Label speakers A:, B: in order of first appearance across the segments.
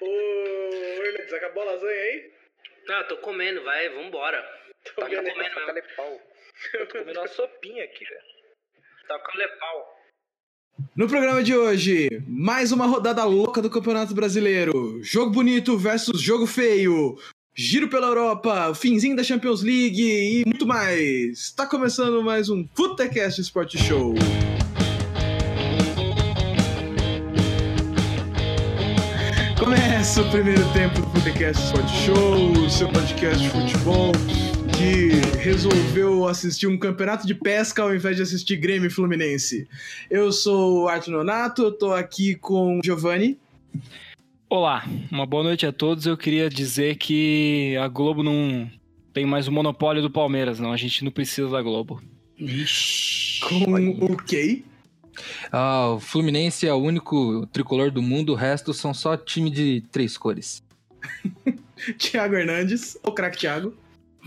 A: Ô, Erlitz, acabou a lasanha aí?
B: Ah, tô comendo, vai, vambora.
A: Tô
B: Tá
A: vendo aí.
B: comendo mesmo.
C: Calepau. Eu tô comendo uma sopinha aqui, velho.
B: Tá com lepau.
D: No programa de hoje, mais uma rodada louca do Campeonato Brasileiro. Jogo bonito versus jogo feio. Giro pela Europa, finzinho da Champions League e muito mais. Tá começando mais um Futecast Sport Show. Começa o primeiro tempo do Futecast Sport Show, o seu podcast de futebol que resolveu assistir um campeonato de pesca ao invés de assistir Grêmio e Fluminense. Eu sou o Arthur Nonato, eu tô aqui com o Giovanni.
E: Olá, uma boa noite a todos. Eu queria dizer que a Globo não tem mais o monopólio do Palmeiras, não. A gente não precisa da Globo.
D: Com o Key.
F: Ah, o Fluminense é o único tricolor do mundo, o resto são só time de três cores.
D: Thiago Hernandes, o craque Thiago.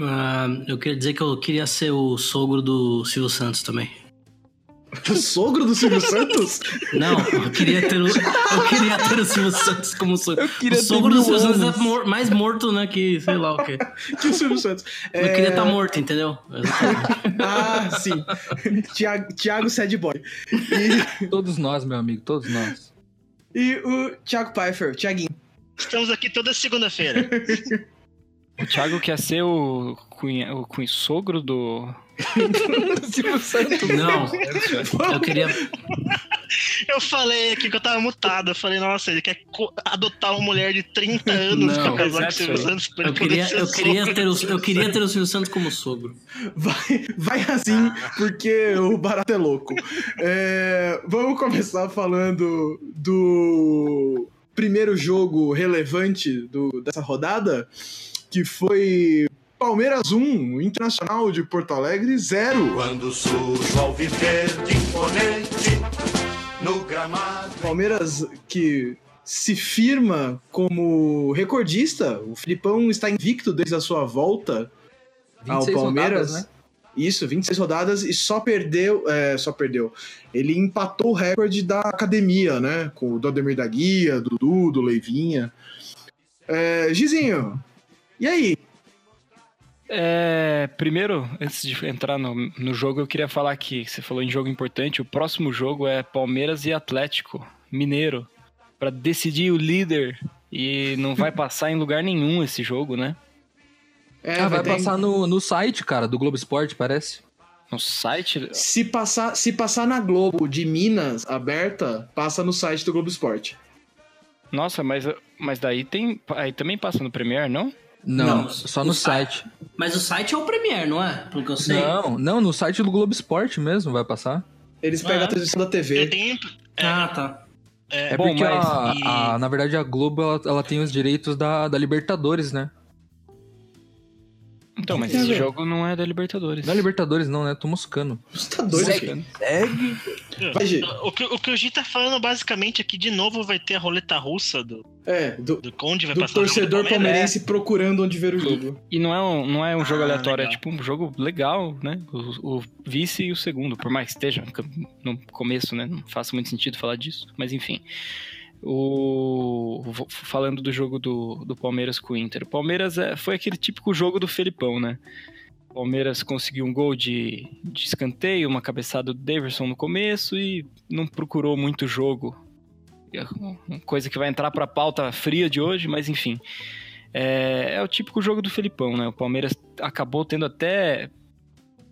G: Ah, eu queria dizer que eu queria ser o sogro do Silvio Santos também.
D: O sogro do Silvio Santos?
G: Não, eu queria ter o, eu queria ter o Silvio Santos como sogro.
F: queria
G: o sogro do Silvio Santos é mor- mais morto, né? Que sei lá o quê.
D: Que o Silvio Santos.
G: Eu
D: É,
G: queria estar morto, entendeu? Exatamente.
D: Ah, sim. Thiago, Thiago Sad Boy.
F: Todos nós, meu amigo, todos nós.
D: E o Thiago Pfeiffer, Thiaguinho.
H: Estamos aqui toda segunda-feira.
E: O Thiago quer ser o, cunha, o cunha- sogro do.
F: Silvio Santos.
G: Não, eu queria.
H: Eu falei aqui que eu tava mutado. Eu falei, nossa, ele quer co- adotar uma mulher de 30 anos
E: Não,
H: pra casar com
E: exato,
H: Silvio
E: senhor.
H: Santos pra ele
G: Eu queria,
H: poder ser
G: eu queria
H: sogro
G: ter o,
H: do
G: eu
H: Silvio
G: queria ter o Silvio Santos como sogro.
D: Vai, vai assim, porque o barato é louco. É, vamos começar falando do primeiro jogo relevante do- dessa rodada, que foi Palmeiras 1, Internacional de Porto Alegre 0.
I: Quando surge o alviverde imponente no gramado.
D: Palmeiras que se firma como recordista. O Filipão está invicto desde a sua volta ao
F: 26
D: Ah, Palmeiras.
F: rodadas, né?
D: Isso, 26 rodadas e só perdeu, é, só perdeu. Ele empatou o recorde da academia, né? Com o Dodemir da Guia, Dudu, do Leivinha. É, Gizinho, e aí?
E: É, primeiro, antes de entrar no, no jogo, eu queria falar que você falou em jogo importante. O próximo jogo é Palmeiras e Atlético Mineiro Pra decidir o líder e não vai passar em lugar nenhum esse jogo, né?
D: É,
F: Ah, vai
D: ter-
F: passar no, no site, cara, do Globo Esporte, parece.
E: No site.
D: Se passar, se passar na Globo de Minas aberta, passa no site do Globo Esporte.
E: Nossa, mas, mas daí tem. Aí também passa no Premier, não?
F: Não,
G: Não,
F: só
G: o
F: no
G: site.
F: site.
G: Mas o site é o Premiere, não é? Pelo que eu sei.
F: Não, não, no site do Globo Esporte mesmo vai passar.
D: Eles pegam
G: Ah,
D: a transmissão da TV.
H: Santos. Eu tenho-
G: Ah, tá.
F: É,
E: Bom,
F: porque,
E: mas-
F: a-
H: e-
F: a- na verdade, a Globo ela, ela tem os direitos da, da Libertadores, né?
E: Então, mas
D: que tem a
E: esse
D: ver?
E: jogo não é da Libertadores.
F: Não é Libertadores, não, né? Tô moscando.
D: Você tá doido,
F: Segue.
D: cara? Vai, Gi.
H: O que, o que o Gi tá falando basicamente aqui de novo vai ter a roleta russa do,
D: É, do,
H: do Conde, vai
D: do
H: passar o jogo do
D: torcedor
H: Palmeiras.
D: palmeirense procurando onde ver o jogo.
E: E não é um, não é um jogo
H: Ah,
E: aleatório,
H: legal.
E: é tipo um jogo legal, né? O, o vice e o segundo, por mais que esteja no começo, né? Não faça muito sentido falar disso, mas enfim. O, vou- falando do jogo do, do Palmeiras com o Inter. O Palmeiras é, foi aquele típico jogo do Felipão, né? O Palmeiras conseguiu um gol de, de escanteio, uma cabeçada do Daverson no começo e não procurou muito jogo. É uma Coisa que vai entrar pra pauta fria de hoje, mas enfim. É, é o típico jogo do Felipão, né? O Palmeiras acabou tendo até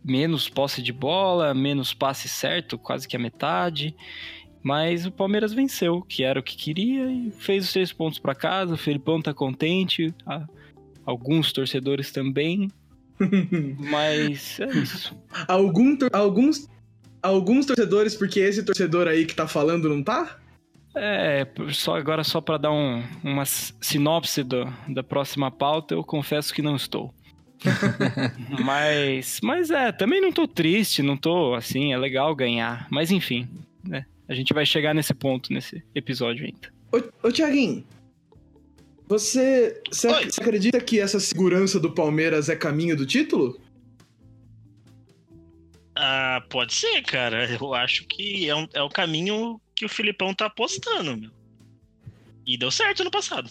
E: menos posse de bola, menos passe certo, quase que a metade. Mas o Palmeiras venceu, que era o que queria, e fez os três pontos pra casa. O Felipão tá contente, a- alguns torcedores também, mas é isso.
D: Algum tor- alguns, alguns torcedores, porque esse torcedor aí que tá falando não tá?
E: É, só agora só pra dar um- uma s- sinopse do- da próxima pauta, eu confesso que não estou. mas, mas é, também não tô triste, não tô assim, é legal ganhar. Mas enfim, né? A gente vai chegar nesse ponto nesse episódio ainda.
D: Ô, ô Thiaguinho, você, você, ac-
H: Oi.
D: você acredita que essa segurança do Palmeiras é caminho do título?
H: Ah, pode ser, cara. Eu acho que é, um- é o caminho que o Filipão tá apostando, meu. E deu certo no passado.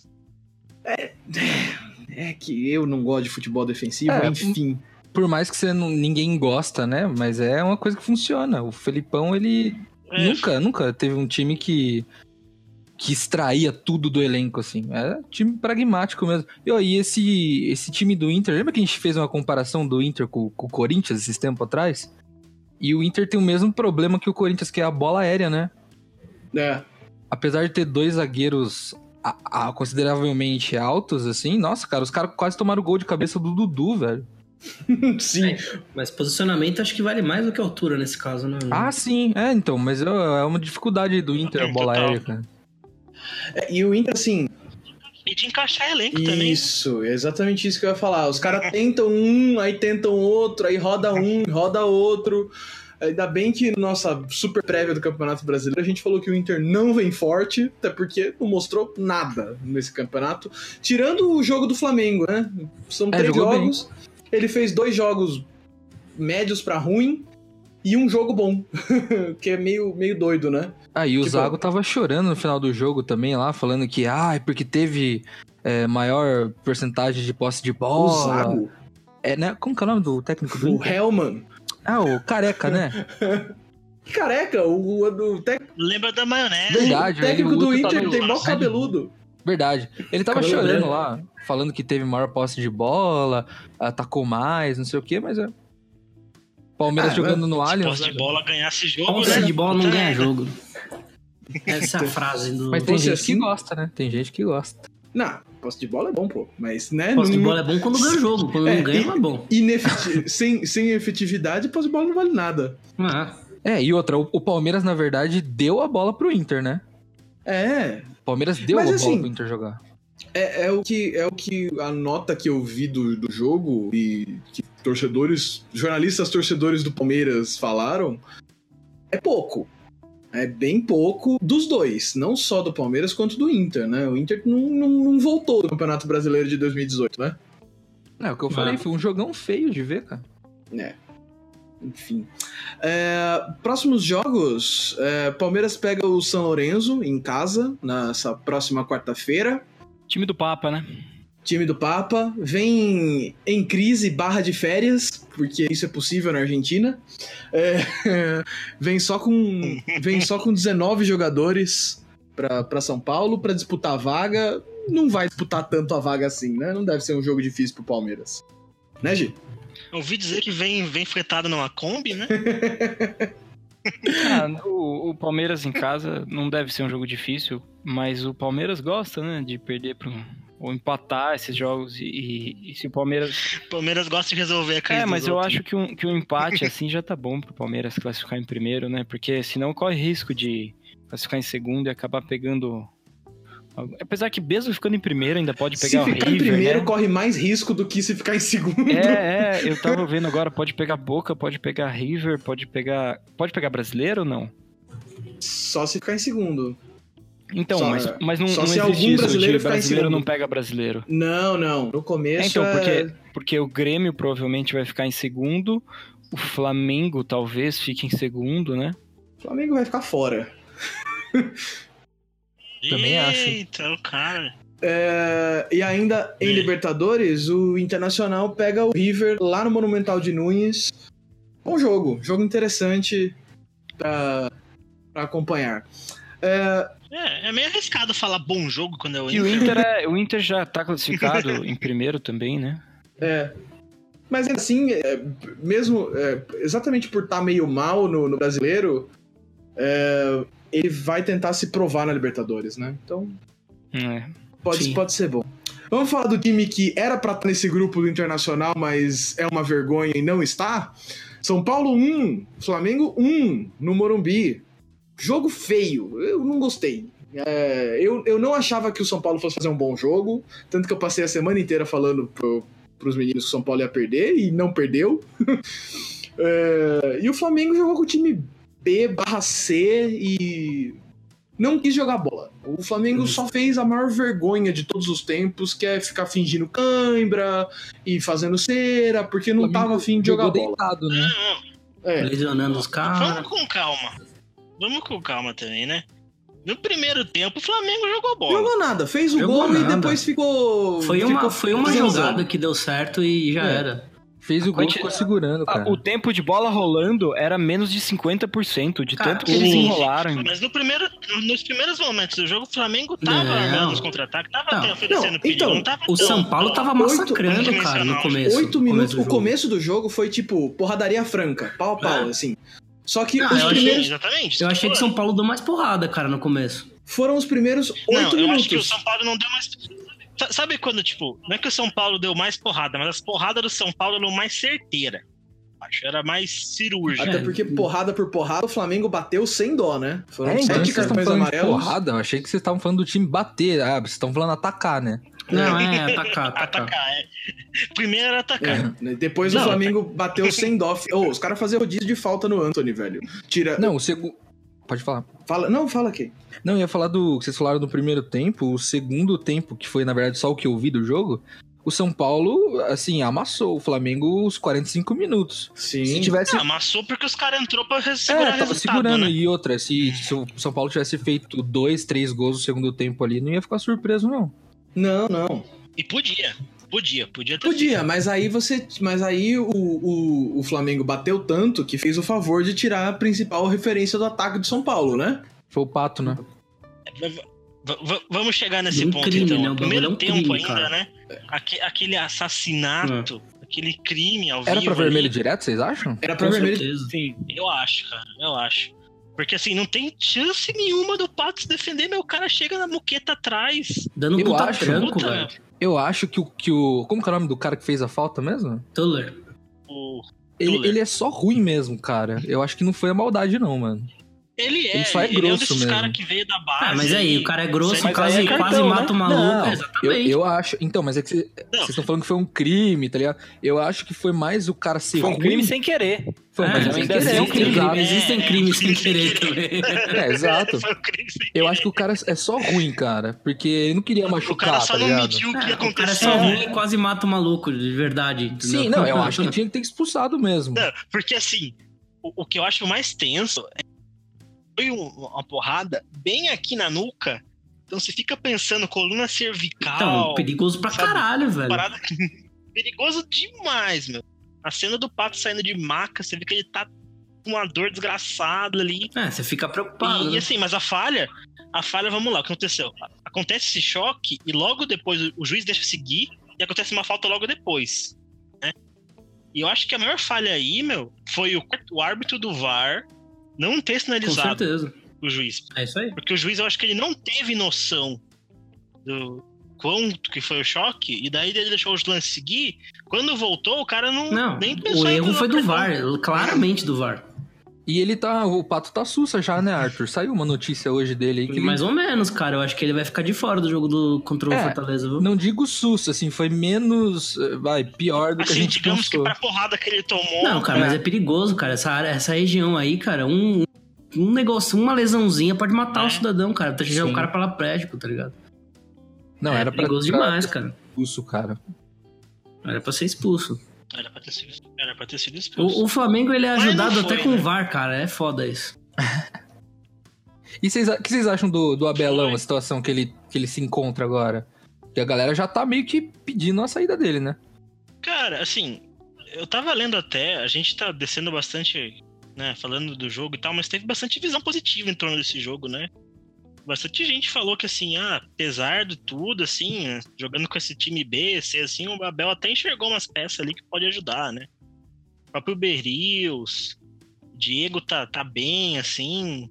D: É que eu não gosto de futebol defensivo,
F: É,
D: enfim.
F: Por mais que você não- ninguém gosta, né? Mas é uma coisa que funciona. O Felipão, ele
H: É,
F: Nunca, nunca teve um time que que extraía tudo do elenco, assim. Era time pragmático mesmo. E, ó, e esse, esse time do Inter, lembra que a gente fez uma comparação do Inter com, com o Corinthians esses tempos atrás? E o Inter tem o mesmo problema que o Corinthians, que é a bola aérea, né?
D: É.
F: Apesar de ter dois zagueiros a- a- consideravelmente altos, assim, nossa, cara, os caras quase tomaram o gol de cabeça do Dudu, velho.
D: Sim.
G: Mas posicionamento acho que vale mais do que altura nesse caso, né?
F: Ah, sim, é, então, mas é é uma dificuldade do Inter a bola
H: Total.
F: aérea, cara.
D: É, E o Inter, assim,
H: E de encaixar elenco também. né?
D: isso, é exatamente isso que eu ia falar. Os caras tentam um, aí tentam outro, aí roda um, roda outro. Ainda bem que na nossa super prévia do Campeonato Brasileiro a gente falou que o Inter não vem forte, até porque não mostrou nada nesse campeonato. Tirando o jogo do Flamengo, né? São
F: É,
D: três
F: jogou bem.
D: jogos. Ele fez dois jogos médios pra ruim e um jogo bom, que é meio, meio doido, né?
F: Ah, e o
D: Tipo-
F: Zago tava chorando no final do jogo também lá, falando que, ah, é porque teve é, maior porcentagem de posse de bola.
D: o Zago,
F: É, né? Como que é o nome do técnico do
D: o
F: Inter?
D: Hellman,
F: Ah, o Careca, né?
D: Careca, o, o, o técnico,
H: Lembra da maionese.
F: Verdade,
D: o
F: velho,
D: técnico
F: o
D: do
F: Uta tá
D: Inter
F: no-
D: tem né? mó
H: Red Bull.
D: cabeludo.
F: Verdade. Ele tava
G: Cabelo
F: chorando
G: branco.
F: lá, falando que teve maior posse de bola, atacou mais, não sei o quê, mas é... Palmeiras
D: Ah,
F: jogando no
H: Se
F: Allianz. né?
H: posse de bola ganhasse jogo,
G: Posse
H: né?
G: de bola não
H: Puta
G: ganha
H: merda.
G: jogo. Essa é a frase do.
F: Mas tem
D: Fosse
F: gente que
D: assim-
F: gosta, né? Tem gente que gosta.
D: Não, posse de bola é bom, pô. Mas, né?
G: Posse de
D: não-
G: bola é bom quando ganha o jogo. Quando
D: É,
G: não ganha,
D: e-
G: não é bom.
D: inefeti- sem, sem efetividade, posse de bola não vale nada.
G: Ah,
F: É, e outra, o, o Palmeiras, na verdade, deu a bola pro Inter, né?
D: É,
F: O Palmeiras deu
D: Mas
F: a bola
D: assim,
F: pro Inter jogar.
D: é, é o que é o que a nota que eu vi do, do jogo e que torcedores, jornalistas torcedores do Palmeiras falaram é pouco. É bem pouco dos dois, não só do Palmeiras quanto do Inter, né? O Inter não, não, não voltou do Campeonato Brasileiro de 2018, né?
F: É, o que eu falei, foi um jogão feio de ver, cara.
D: Enfim. É, próximos jogos: é, Palmeiras pega o São Lourenço em casa nessa próxima quarta-feira.
E: Time do Papa, né?
D: Time do Papa vem em crise barra de férias, porque isso é possível na Argentina. É, vem só com vem só com 19 jogadores para São Paulo para disputar a vaga. Não vai disputar tanto a vaga assim, né? Não deve ser um jogo difícil pro Palmeiras. Né, Gi?
H: Ouvi dizer que vem, vem fretado numa Kombi, né?
E: Ah, o, o Palmeiras em casa não deve ser um jogo difícil, mas o Palmeiras gosta, né, de perder pro, ou empatar esses jogos e, e- e se o Palmeiras...
H: O Palmeiras gosta de resolver a crise.
E: É, mas
H: dos
E: eu
H: outros.
D: né?
E: acho que um, que um empate assim já tá bom pro Palmeiras classificar em primeiro, né, porque senão corre risco de classificar em segundo e acabar pegando... Apesar que mesmo ficando em primeiro ainda pode
D: Se
E: pegar o
D: ficar
E: River,
D: em primeiro,
E: né?
D: corre mais risco do que se ficar em segundo.
E: É, é, eu tava vendo agora, pode pegar Boca, pode pegar River, pode pegar. Pode pegar brasileiro ou não?
D: Só se ficar em segundo.
E: Então,
D: Só- é,
E: mas, mas não,
D: só
E: não
D: se
E: existe
D: algum
E: isso
D: brasileiro
E: de
D: ficar em
E: brasileiro
D: segundo.
E: não pega brasileiro.
D: Não, não. No
E: É,
D: começo.
E: então,
D: é-
E: porque, porque o Grêmio provavelmente vai ficar em segundo, o Flamengo talvez fique em segundo, né?
D: O Flamengo vai ficar fora.
F: Também acho.
H: Eita, o cara.
D: É, e ainda em
H: Hum.
D: Libertadores, o Internacional pega o River lá no Monumental de Nunes. Bom jogo, jogo interessante pra, pra acompanhar. É,
H: É, é meio arriscado falar bom jogo quando eu
E: E o
H: entro.
E: Inter, é- o Inter já tá classificado em primeiro também, né?
D: é. Mas ainda assim, é, mesmo é, exatamente por estar meio mal no, no brasileiro, é, ele vai tentar se provar na Libertadores, né? Então
E: É.
D: Pode,
G: Sim.
D: pode ser bom. Vamos falar do time que era pra estar nesse grupo do Internacional, mas é uma vergonha e não está? São Paulo 1, Flamengo 1 no Morumbi. Jogo feio, eu não gostei. É, eu, eu não achava que o São Paulo fosse fazer um bom jogo, tanto que eu passei a semana inteira falando pro, pros meninos que o São Paulo ia perder e não perdeu. É, e o Flamengo jogou com o time B barra C e não quis jogar bola. O Flamengo
G: Uhum.
D: só fez a maior vergonha de todos os tempos, que é ficar fingindo cãibra e fazendo cera, porque não tava afim de jogar bola.
F: Jogou deitado, né?
H: Não,
D: É.
G: lesionando os caras.
H: vamos com calma. Vamos com calma também, né? No primeiro tempo, o Flamengo jogou bola.
D: Jogou nada, fez o
G: Jogou
D: gol e
G: nada.
D: depois ficou.
G: Foi uma,
D: um ficou
G: foi uma
D: zanzando.
G: jogada que deu certo e já
D: É.
G: era.
F: Fez o gol e
E: quanti-
F: ficou segurando,
E: Ah,
F: cara.
E: o tempo de bola rolando era menos de 50% de
G: Cara,
E: tanto que eles
H: sim.
E: enrolaram.
H: Mas no primeiro, nos primeiros momentos do jogo, o Flamengo tava
G: Não.
H: armando os contra-ataques, tava
G: Não.
H: até oferecendo
D: Não,
H: perigo,
D: então,
H: não tava
G: O
H: tão-
G: São Paulo tava massacrando,
H: oito-
G: cara, no
H: oito
G: começo.
D: Oito
G: no
D: minutos.
G: do
D: o
G: jogo.
D: começo do jogo foi tipo porradaria franca, pau a pau,
G: É.
D: assim. Só que
G: Ah,
D: os
G: eu achei-
D: primeiros,
H: Exatamente.
G: Eu achei que São Paulo deu mais porrada, cara, no começo.
D: foram os primeiros
H: Não,
D: oito
H: eu acho que o
D: minutos.
H: São Paulo não deu mais. Sa- Sabe quando, tipo, não é que o São Paulo deu mais porrada, mas as porradas do São Paulo eram mais certeira. Acho que era mais cirúrgica.
F: É.
D: Até porque porrada por porrada, o Flamengo bateu sem dó, né? Foram
F: É, então
D: sete
F: vocês estão
D: cartões
F: falando de
D: amarelos.
F: porrada, eu achei que vocês estavam falando do time bater. Ah, vocês estão falando atacar, né?
G: Não, é, atacar, atacar.
H: Atacar, é. Primeiro era atacar.
D: É, né? Depois
H: Não,
D: o Flamengo bateu sem dó. Ô, os caras faziam rodízio de falta no Anthony, velho. Tira.
F: Não, o segundo. Pode falar.
D: Fala, não, fala aqui.
F: Não, eu ia falar do que vocês falaram do primeiro tempo, o segundo tempo, que foi na verdade só o que eu vi do jogo. O São Paulo, assim, amassou o Flamengo os 45 minutos.
D: Sim.
F: Se tivesse.
H: Ah, amassou porque os caras entrou pra res- segurar
F: É, tava
H: resultado,
F: segurando.
H: né?
F: E outra, se, se o São Paulo tivesse feito dois, três gols no segundo tempo ali, não ia ficar surpreso, não.
D: Não, não.
H: E podia. Podia, podia ter.
D: Podia, mas aí você. Mas aí o, o, o Flamengo bateu tanto que fez o favor de tirar a principal referência do ataque do São Paulo, né?
F: Foi o Pato, né?
H: V- v- vamos chegar nesse
G: Um
H: ponto,
G: crime,
H: então.
G: né? O
H: Primeiro
G: bagulho é um
H: tempo
G: crime,
H: ainda,
G: cara. É.
H: né? Aque- aquele assassinato, aquele crime ao
F: Era
H: vivo.
F: pra vermelho
H: ali,
F: direto, vocês acham?
D: Era pra
G: Com
D: vermelho.
G: certeza.
H: Eu acho, cara, eu acho. Porque assim, não tem chance nenhuma do Pato se defender, meu cara chega na muqueta atrás.
G: Dando um
F: Eu
G: puta
F: acho.
G: tranco,
H: Puta,
G: velho.
F: Eu acho que o, que o. Como que é o nome do cara que fez a falta mesmo?
G: Tuller.
H: o-
F: Ele,
H: Tuller.
F: ele é só ruim mesmo, cara. Eu acho que não foi a maldade, não, mano.
H: Ele é,
F: Ele só é
H: é um
F: grosso
H: desses
F: mesmo.
H: caras que veio da base.
G: Ah, mas aí, o cara é grosso,
H: Mas aí
G: quase,
E: é cartão,
G: quase
E: né?
G: mata o maluco.
F: Não, Eu,
G: Exatamente.
F: eu acho. Então, mas é que cê-
H: Não.
F: vocês estão falando que foi um crime, tá ligado? Eu acho que foi mais o cara ser
E: Foi um
F: ruim.
E: crime sem querer.
F: Foi, mas
E: É,
F: ainda
E: mas
F: é um
E: existe
G: crime,
F: crime. Exato.
G: existem
H: É,
G: crimes sem
H: crime sem
G: querer também.
F: É, exato.
H: Foi o Chris.
F: Eu acho que o cara é só ruim, cara. Porque ele não queria
H: O
F: machucar,
H: cara só
F: tá
H: não
F: ligado?
H: mediu o que
G: É,
H: ia
G: o cara é
H: acontecer.
G: só ruim e quase mata o maluco, de verdade. entendeu?
F: Sim, não, eu acho que tinha que ter expulsado mesmo.
H: Não, porque assim, o, o que eu acho mais tenso é- foi um- uma porrada bem aqui na nuca. Então você fica pensando, coluna cervical.
G: Então, perigoso pra
H: sabe?
G: caralho, velho.
H: parada perigoso demais, meu. A cena do pato saindo de maca, você vê que ele tá com uma dor desgraçada ali.
G: É, você fica preocupado.
H: e
G: né?
H: assim, mas a falha, a falha, vamos lá, o que aconteceu? Acontece esse choque e logo depois o- o juiz deixa seguir e acontece uma falta logo depois, né? E eu acho que a maior falha aí, meu, foi o, o árbitro do VAR não ter
G: Com
H: sinalizado
G: certeza.
H: o juiz.
G: É isso aí.
H: Porque o juiz, eu acho que ele não teve noção do quanto que foi o choque, e daí ele deixou os lances seguir. Quando voltou, o cara não,
G: Não,
H: nem pensou
G: o
H: em
G: erro
H: dar
G: foi do
H: cartão.
G: VAR, claramente do VAR.
F: E ele tá. O pato tá sussa já, né, Arthur? Saiu uma notícia hoje dele aí que ele.
G: Mais ou menos, cara. Eu acho que ele vai ficar de fora do jogo do contra o
F: Uhum. É,
G: Fortaleza, viu?
F: Não digo sussa, assim, foi menos. eh, Vai, pior do que a
H: Assim,
F: gente
H: digamos que
F: pensou.
H: pra porrada que ele tomou.
G: Não, cara, mas é perigoso, cara. Essa, área- essa região aí, cara, um, um negócio, uma lesãozinha pode matar
H: É.
G: o cidadão, cara. Tá jogando
F: Sim.
G: o cara pra prédio, tá ligado?
F: Não,
G: é
F: era pra,
G: perigoso
F: pra
G: demais, cara.
F: expulso, cara.
G: Era pra ser expulso.
H: Era pra ter sido, era pra ter sido expulso.
G: O, o Flamengo, ele é
H: Mas não
G: ajudado
H: foi,
G: até com
H: né?
G: o VAR, cara. É foda isso.
F: E vocês- o que vocês acham do, do Abelão, a situação que ele, que ele se encontra agora? Que a galera já tá meio que pedindo a saída dele, né?
H: Cara, assim, eu tava lendo até, a gente tá descendo bastante, né, falando do jogo e tal, mas teve bastante visão positiva em torno desse jogo, né? Bastante gente falou que, assim, ah, apesar de tudo, assim, né, jogando com esse time B, C, assim, o Abel até enxergou umas peças ali que pode ajudar, né? O próprio Berrios, Diego tá, tá bem, assim,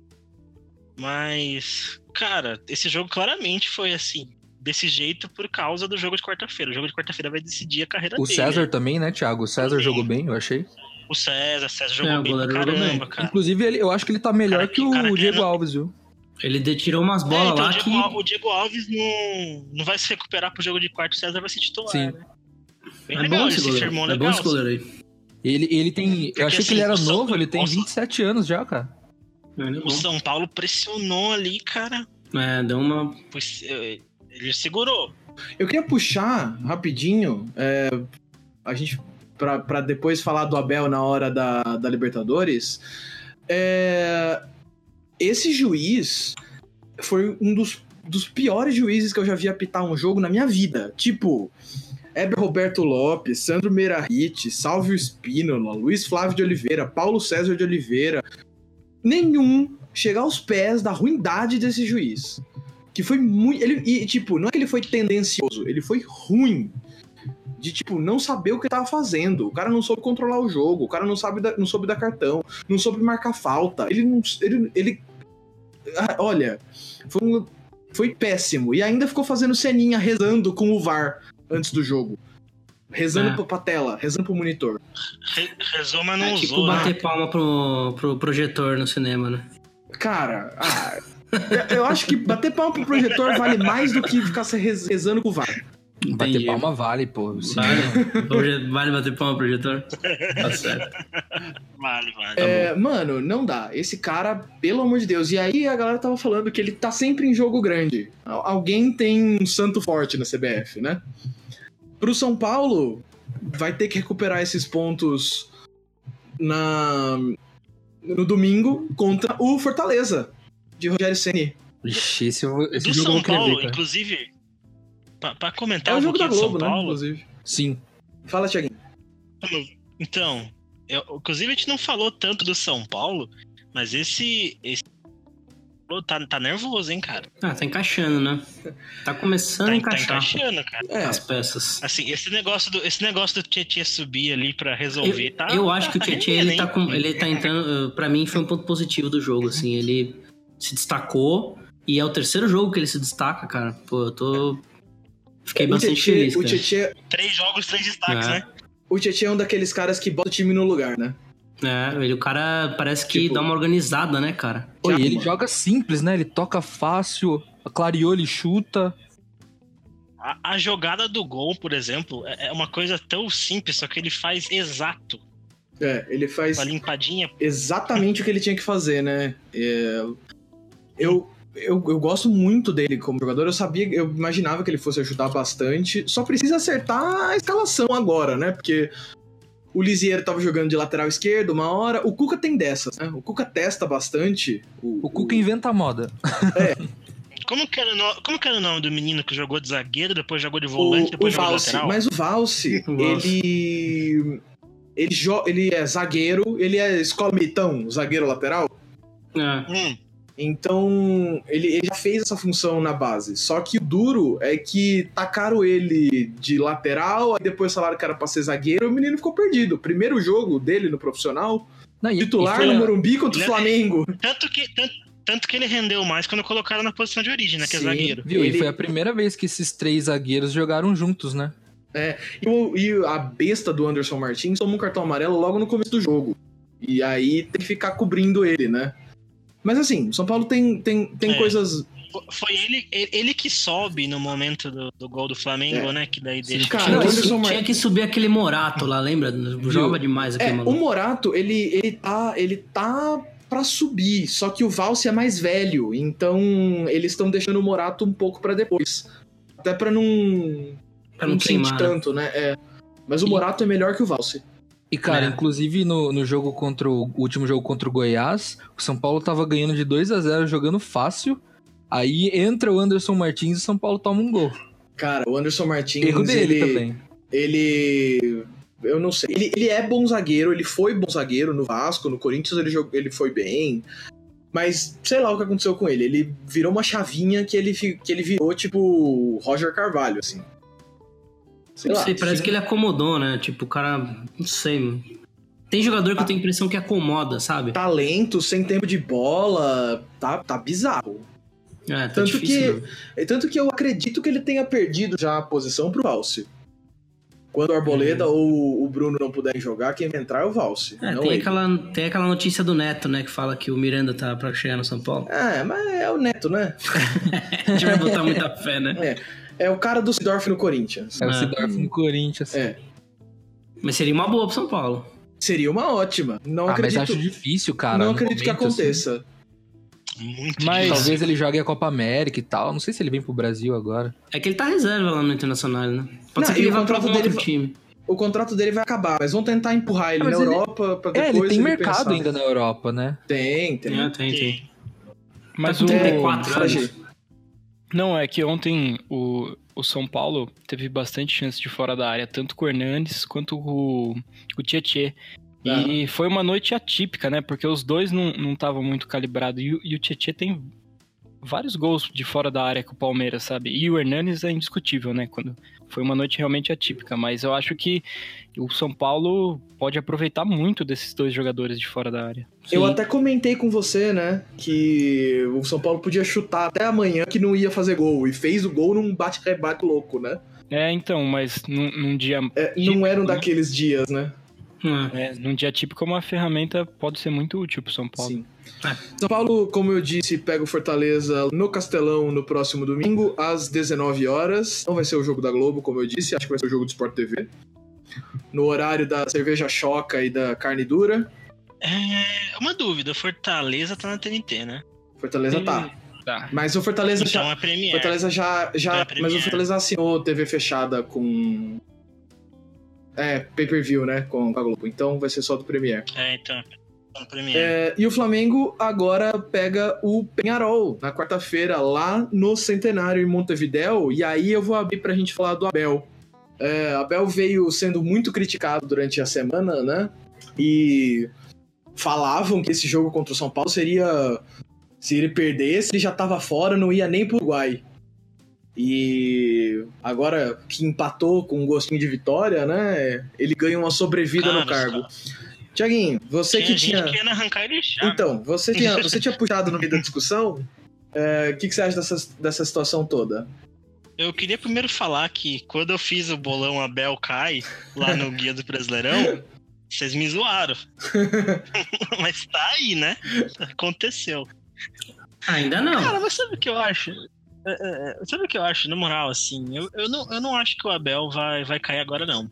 H: mas, cara, esse jogo claramente foi, assim, desse jeito por causa do jogo de quarta-feira. O jogo de quarta-feira vai decidir a carreira
F: O
H: dele.
F: César também, né, Thiago? O César
H: Sim.
F: jogou bem, eu achei.
H: O César, César jogou
G: É, o
H: bem pra
G: goleiro jogou
H: caramba,
G: bem.
H: cara.
F: Inclusive, ele, eu acho que ele tá melhor
H: Cara,
F: que o
H: cara,
F: Diego
H: não-
F: Alves, viu?
G: Ele de- tirou umas bolas
H: É, então,
G: lá
H: o, Diego,
G: que...
H: Al- o Diego Alves não, não vai se recuperar pro jogo de quarto, o César vai se titular.
F: Sim.
H: Né? Bem
G: É
H: legal,
G: bom
H: ele
G: esse
H: se firmou
G: goleiro. É bom
H: legal.
G: esse goleiro aí.
F: Ele, ele tem.
H: Porque,
F: Eu achei
H: assim,
F: que ele era
H: o São-
F: novo, ele tem
H: o São-
F: 27 anos já, cara.
G: Ele é
H: O São Paulo pressionou ali, cara.
G: bom. É, deu uma...
H: Pois, eh, Ele segurou.
D: Eu queria puxar rapidinho, é, a gente pra, pra depois falar do Abel na hora da, da Libertadores. É, esse juiz, foi um dos, dos piores juízes que eu já vi apitar um jogo na minha vida. Tipo, Heber Roberto Lopes, Sandro Meirahit, Salvio Spínola, Luiz Flávio de Oliveira, Paulo César de Oliveira. Nenhum chegar aos pés da ruindade desse juiz. Que foi muito. Ele, e, tipo, não é que ele foi tendencioso, ele foi ruim. De, tipo, não saber o que ele tava fazendo. O cara não soube controlar o jogo, o cara não, sabe da- não soube dar cartão, não soube marcar falta. Ele não. Ele. ele Ah, olha, foi, um- foi péssimo. E ainda ficou fazendo ceninha rezando com o VAR antes do jogo. Rezando
G: É.
D: pro- pra tela, rezando pro monitor.
H: Re- Rezou, mas não
G: É tipo
H: usou. né?
G: bater palma pro, pro projetor no cinema, né?
D: Cara, ah, eu- eu acho que bater palma pro projetor vale mais do que ficar se rez- rezando com o VAR.
F: Bater palma vale, pô. Sim.
G: Vale, Proje- vale bater palma pro projetor? Tá certo.
H: Vale, vale.
D: É, mano, não dá. Esse cara, pelo amor de Deus. E aí a galera tava falando que ele tá sempre em jogo grande. Al- Alguém tem um santo forte na CBF, né? Pro São Paulo, vai ter que recuperar esses pontos na no domingo contra o Fortaleza de Rogério Ceni.
F: Ixi, esse, eu- esse
H: Do
F: jogo eu
H: São
F: não queria
H: Paulo,
F: ver, cara.
H: inclusive, pra, pra
D: É
H: comentar
D: o
H: um
D: jogo da
H: pouquinho de
D: Globo,
H: São
D: né?
H: Paulo,
D: Inclusive.
F: Sim.
D: Fala, Thiaguinho.
H: Então, eu- inclusive a gente não falou tanto do São Paulo, mas esse. esse Pô, tá, tá nervoso, hein, cara?
G: Ah, tá encaixando, né? Tá começando
H: Tá,
G: a
H: en- tá
G: encaixar
H: encaixando, cara.
D: É,
G: as peças.
H: Assim, esse negócio do, esse negócio do Tietchan subir ali pra resolver,
G: eu,
H: tá?
G: eu acho
H: tá-
G: que o
H: tá
G: Tietchan,
H: rendendo,
G: ele tá,
H: hein?
G: com, ele tá entrando. uh, Pra mim, foi um ponto positivo do jogo, assim. Ele se destacou e é o terceiro jogo que ele se destaca, cara. Pô, eu tô. Fiquei
D: o
G: bastante
D: Tietê,
G: feliz.
D: o
G: Cara.
D: Tietê,
H: Três jogos, três destaques,
G: É.
H: né?
D: o Tietê é um daqueles caras que bota o time no lugar, né?
G: É, ele, o cara parece que
D: Tipo-
G: dá uma organizada, né, cara?
F: Pô, e ele
D: mano.
F: joga simples, né? Ele toca fácil, clareou, ele chuta.
H: A, a jogada do gol, por exemplo, é, é uma coisa tão simples, só que ele faz exato.
D: É, ele faz
H: Uma limpadinha.
D: exatamente o que ele tinha que fazer, né? É, eu, eu, eu gosto muito dele como jogador. Eu sabia, eu imaginava que ele fosse ajudar bastante. Só precisa acertar a escalação agora, né? Porque o Lisieiro tava jogando de lateral esquerdo uma hora. O Cuca tem dessas, né? O Cuca testa bastante.
F: O Cuca inventa a moda.
H: Como que, era o no- como que era o nome do menino que jogou de zagueiro, depois jogou de volante,
D: o, o
H: depois jogou de
D: Valse,
H: lateral?
D: mas o Valse,
G: O Valse.
D: ele ele, jo- ele é zagueiro, ele é escola militão, zagueiro lateral.
G: É.
H: Hum,
D: Então, ele, ele já fez essa função na base. Só que o duro é que tacaram ele de lateral, aí depois falaram que era pra ser zagueiro, e o menino ficou perdido. Primeiro jogo dele no profissional,
F: Não, e-
D: titular
H: foi-
D: no Morumbi contra
H: ele
D: o
H: é-
D: Flamengo.
H: tanto, que, tanto, tanto que ele rendeu mais quando colocaram na posição de origem, né? Que é
D: Sim.
H: zagueiro.
F: Viu?
D: um. Ele-
F: E foi a primeira vez que esses três zagueiros jogaram juntos, né?
D: E, o- e a besta do Anderson Martins tomou um cartão amarelo logo no começo do jogo. E aí tem que ficar cobrindo ele, né? Mas assim, o São Paulo tem, tem, tem
H: É.
D: coisas
H: Fo- Foi ele, ele ele que sobe no momento do, do gol do Flamengo, né? Que daí deixa.
D: É. cara,
G: Tinha,
D: o
G: que,
D: Anderson
G: su-
D: Mar-
G: tinha que subir aquele Morato lá, lembra? Joga demais aquele
D: É, o
G: maluco.
D: Morato, ele, ele tá. Ele tá pra subir, só que o Valse é mais velho, então eles estão deixando o Morato um pouco pra depois. Até pra não,
G: Pra não
D: sentir
G: queimar. né?
D: tanto, né? É. Mas o
F: E-
D: Morato é melhor que o Valse.
F: E, cara,
G: É.
F: inclusive no, no jogo contra o, o último jogo contra o Goiás, o São Paulo tava ganhando de 2 a 0 jogando fácil. Aí entra o Anderson Martins e o São Paulo toma um gol.
D: Cara, o Anderson Martins,
F: Erro dele
D: ele,
F: também.
D: ele. Eu não sei. Ele, ele é bom zagueiro, ele foi bom zagueiro no Vasco, no Corinthians ele, jogou, ele foi bem. Mas sei lá o que aconteceu com ele. Ele virou uma chavinha que ele, fi- que ele virou tipo Roger Carvalho, assim. Sei
G: Não
D: lá.
G: sei, parece que ele acomodou, né? Tipo, o cara. Não sei. mano. Tem jogador que eu tenho a impressão que acomoda, sabe?
D: Talento, sem tempo de bola, tá, tá bizarro.
G: É, tá
D: Tanto
G: difícil.
D: que-
G: né?
D: E tanto que eu acredito que ele tenha perdido já a posição pro Valse. Quando o Arboleda ou o Bruno não puderem jogar, quem vai entrar é o Valse.
G: Uhum. É,
D: não
G: tem,
D: ele.
G: aquela, tem aquela notícia do Neto, né? Que fala que o Miranda tá pra chegar no São Paulo.
D: É, mas é o Neto, né?
G: A gente vai botar muita fé, né?
D: É o cara do Sidorf no Corinthians.
F: É o
G: Ah.
F: Sidorf no Corinthians.
D: né? É.
G: Mas seria uma boa pro São Paulo.
D: Seria uma ótima. Não
F: ah,
D: acredito,
F: mas acho difícil, cara.
D: não
F: no
D: acredito que
F: momento, assim.
D: aconteça.
H: Muito
E: Mas-
H: difícil.
F: Talvez ele jogue a Copa América e tal. Não sei se ele vem pro Brasil agora.
G: É que ele tá reserva lá no Internacional, né? Pode
D: Não,
G: ser que
D: e
G: ele
D: o
G: vá pra
D: contrato
G: algum
D: dele
G: outro time.
D: O contrato dele vai acabar, mas vão tentar empurrar ele
F: Ah, mas
D: na
F: ele-
D: Europa pra
F: É,
D: depois
F: ele tem mercado
D: pensar.
F: ainda na Europa, né?
D: Tem, tem.
G: É, tem, tem.
E: Mas
G: com
E: o.
G: 34
D: fala
G: anos.
D: aí.
E: Não, é que ontem o, o São Paulo teve bastante chance de fora da área, tanto com o Hernandes quanto o, o Tietê. E foi uma noite atípica, né? Porque os dois não não estavam muito calibrados. E, o- e o Tietê tem vários gols de fora da área com o Palmeiras, sabe? E o Hernandes é indiscutível, né? Quando foi uma noite realmente atípica. Mas eu acho que o São Paulo pode aproveitar muito desses dois jogadores de fora da área.
D: Eu até comentei com você, né, que o São Paulo podia chutar até amanhã que não ia fazer gol. E fez o gol num bate-rebate louco, né?
E: É, então, mas num, num dia
D: É, não eram daqueles dias, né?
G: Hum,
E: É, num dia típico, uma ferramenta pode ser muito útil pro São Paulo.
D: Sim. É. São Paulo, como eu disse, pega o Fortaleza no Castelão no próximo domingo, às 19 horas. Não vai ser o jogo da Globo, como eu disse, acho que vai ser o jogo do Sport TV. No horário da cerveja choca e da carne dura.
H: É uma dúvida, Fortaleza tá na TNT, né?
D: Fortaleza tá.
E: Tá.
D: Mas o Fortaleza
H: Então
D: já.
H: é Premier.
D: Fortaleza já. já
H: Então é
D: mas o
H: Premier.
D: Fortaleza assinou TV fechada com. É, pay-per-view, né? Com a Globo. Então vai ser só do Premier.
H: É, então é Premier.
D: É, e o Flamengo agora pega o Penharol na quarta-feira, lá no Centenário em Montevidéu. E aí eu vou abrir pra gente falar do Abel. É, Abel veio sendo muito criticado durante a semana, né? E falavam que esse jogo contra o São Paulo seria. Se ele perdesse, ele já tava fora, não ia nem pro Uruguai. E agora que empatou com um gostinho de vitória, né? Ele ganha uma sobrevida no
H: Cara,
D: cargo. Tiaguinho, você
H: Tinha
D: que
H: gente
D: tinha.
H: querendo arrancar ele já.
D: Então, você tinha, você tinha puxado no meio da discussão. É, O que, que você acha dessa, dessa situação toda?
H: Eu queria primeiro falar que quando eu fiz o bolão Abel cai lá no Guia do Brasileirão, vocês me zoaram. mas tá aí, né? Aconteceu.
G: Ainda não.
H: Cara, mas sabe o que eu acho? É, é, é, sabe o que eu acho, na moral, assim? Eu, eu, não, eu não acho que o Abel vai, vai cair agora, não.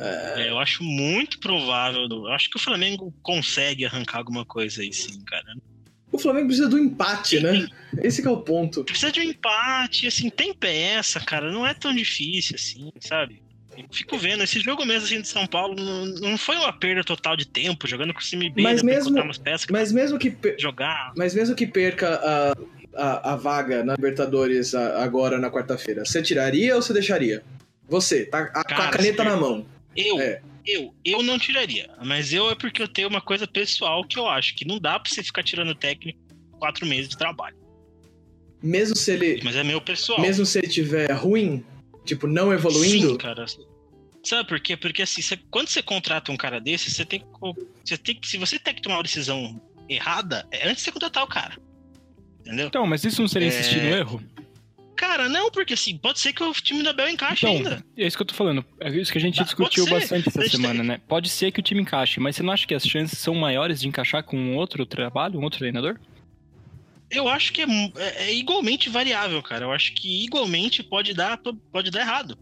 H: É, eu acho muito provável. Eu acho que o Flamengo consegue arrancar alguma coisa aí, sim, cara.
D: O Flamengo precisa do empate, né? Esse que é o ponto.
H: Precisa de um empate, assim, tem peça, cara, não é tão difícil assim, sabe? Eu Fico vendo, esse jogo mesmo assim de São Paulo não, não foi uma perda total de tempo, jogando com o time B,
D: Mas
H: dá pra
D: mesmo-
H: encontrar umas peças que
D: Mas mesmo que, pe-
H: dá pra jogar.
D: mas mesmo que perca a, a, a vaga na Libertadores a- agora na quarta-feira, você tiraria ou você deixaria? Você, tá a, com a
H: Cara,
D: caneta
H: se-
D: na mão.
H: Eu,
D: É.
H: eu, eu não tiraria. Mas eu é porque eu tenho uma coisa pessoal que eu acho que não dá pra você ficar tirando técnico quatro meses de trabalho.
D: Mesmo se ele,
H: Mas é meu pessoal.
D: mesmo se ele tiver ruim, tipo, não
H: Sim,
D: evoluindo,
H: cara. Sabe por quê? Porque assim, você- quando você contrata um cara desse, você tem que. co- Você tem que- se você tem que tomar uma decisão errada, é antes de você contratar o cara. Entendeu?
E: Então, mas isso não seria
H: É.
E: insistir no erro?
H: Cara, não, porque assim, pode ser que o time da Bel encaixe
E: Então,
H: ainda.
E: é isso que eu tô falando. É isso que a gente
H: Mas
E: discutiu
H: pode ser.
E: bastante essa
H: Deixa-
E: semana, né? Pode ser que o time encaixe, mas você não acha que as chances são maiores de encaixar com um outro trabalho, um outro treinador?
H: Eu acho que é, mu- é- é igualmente variável, cara. Eu acho que igualmente pode dar, pode dar errado.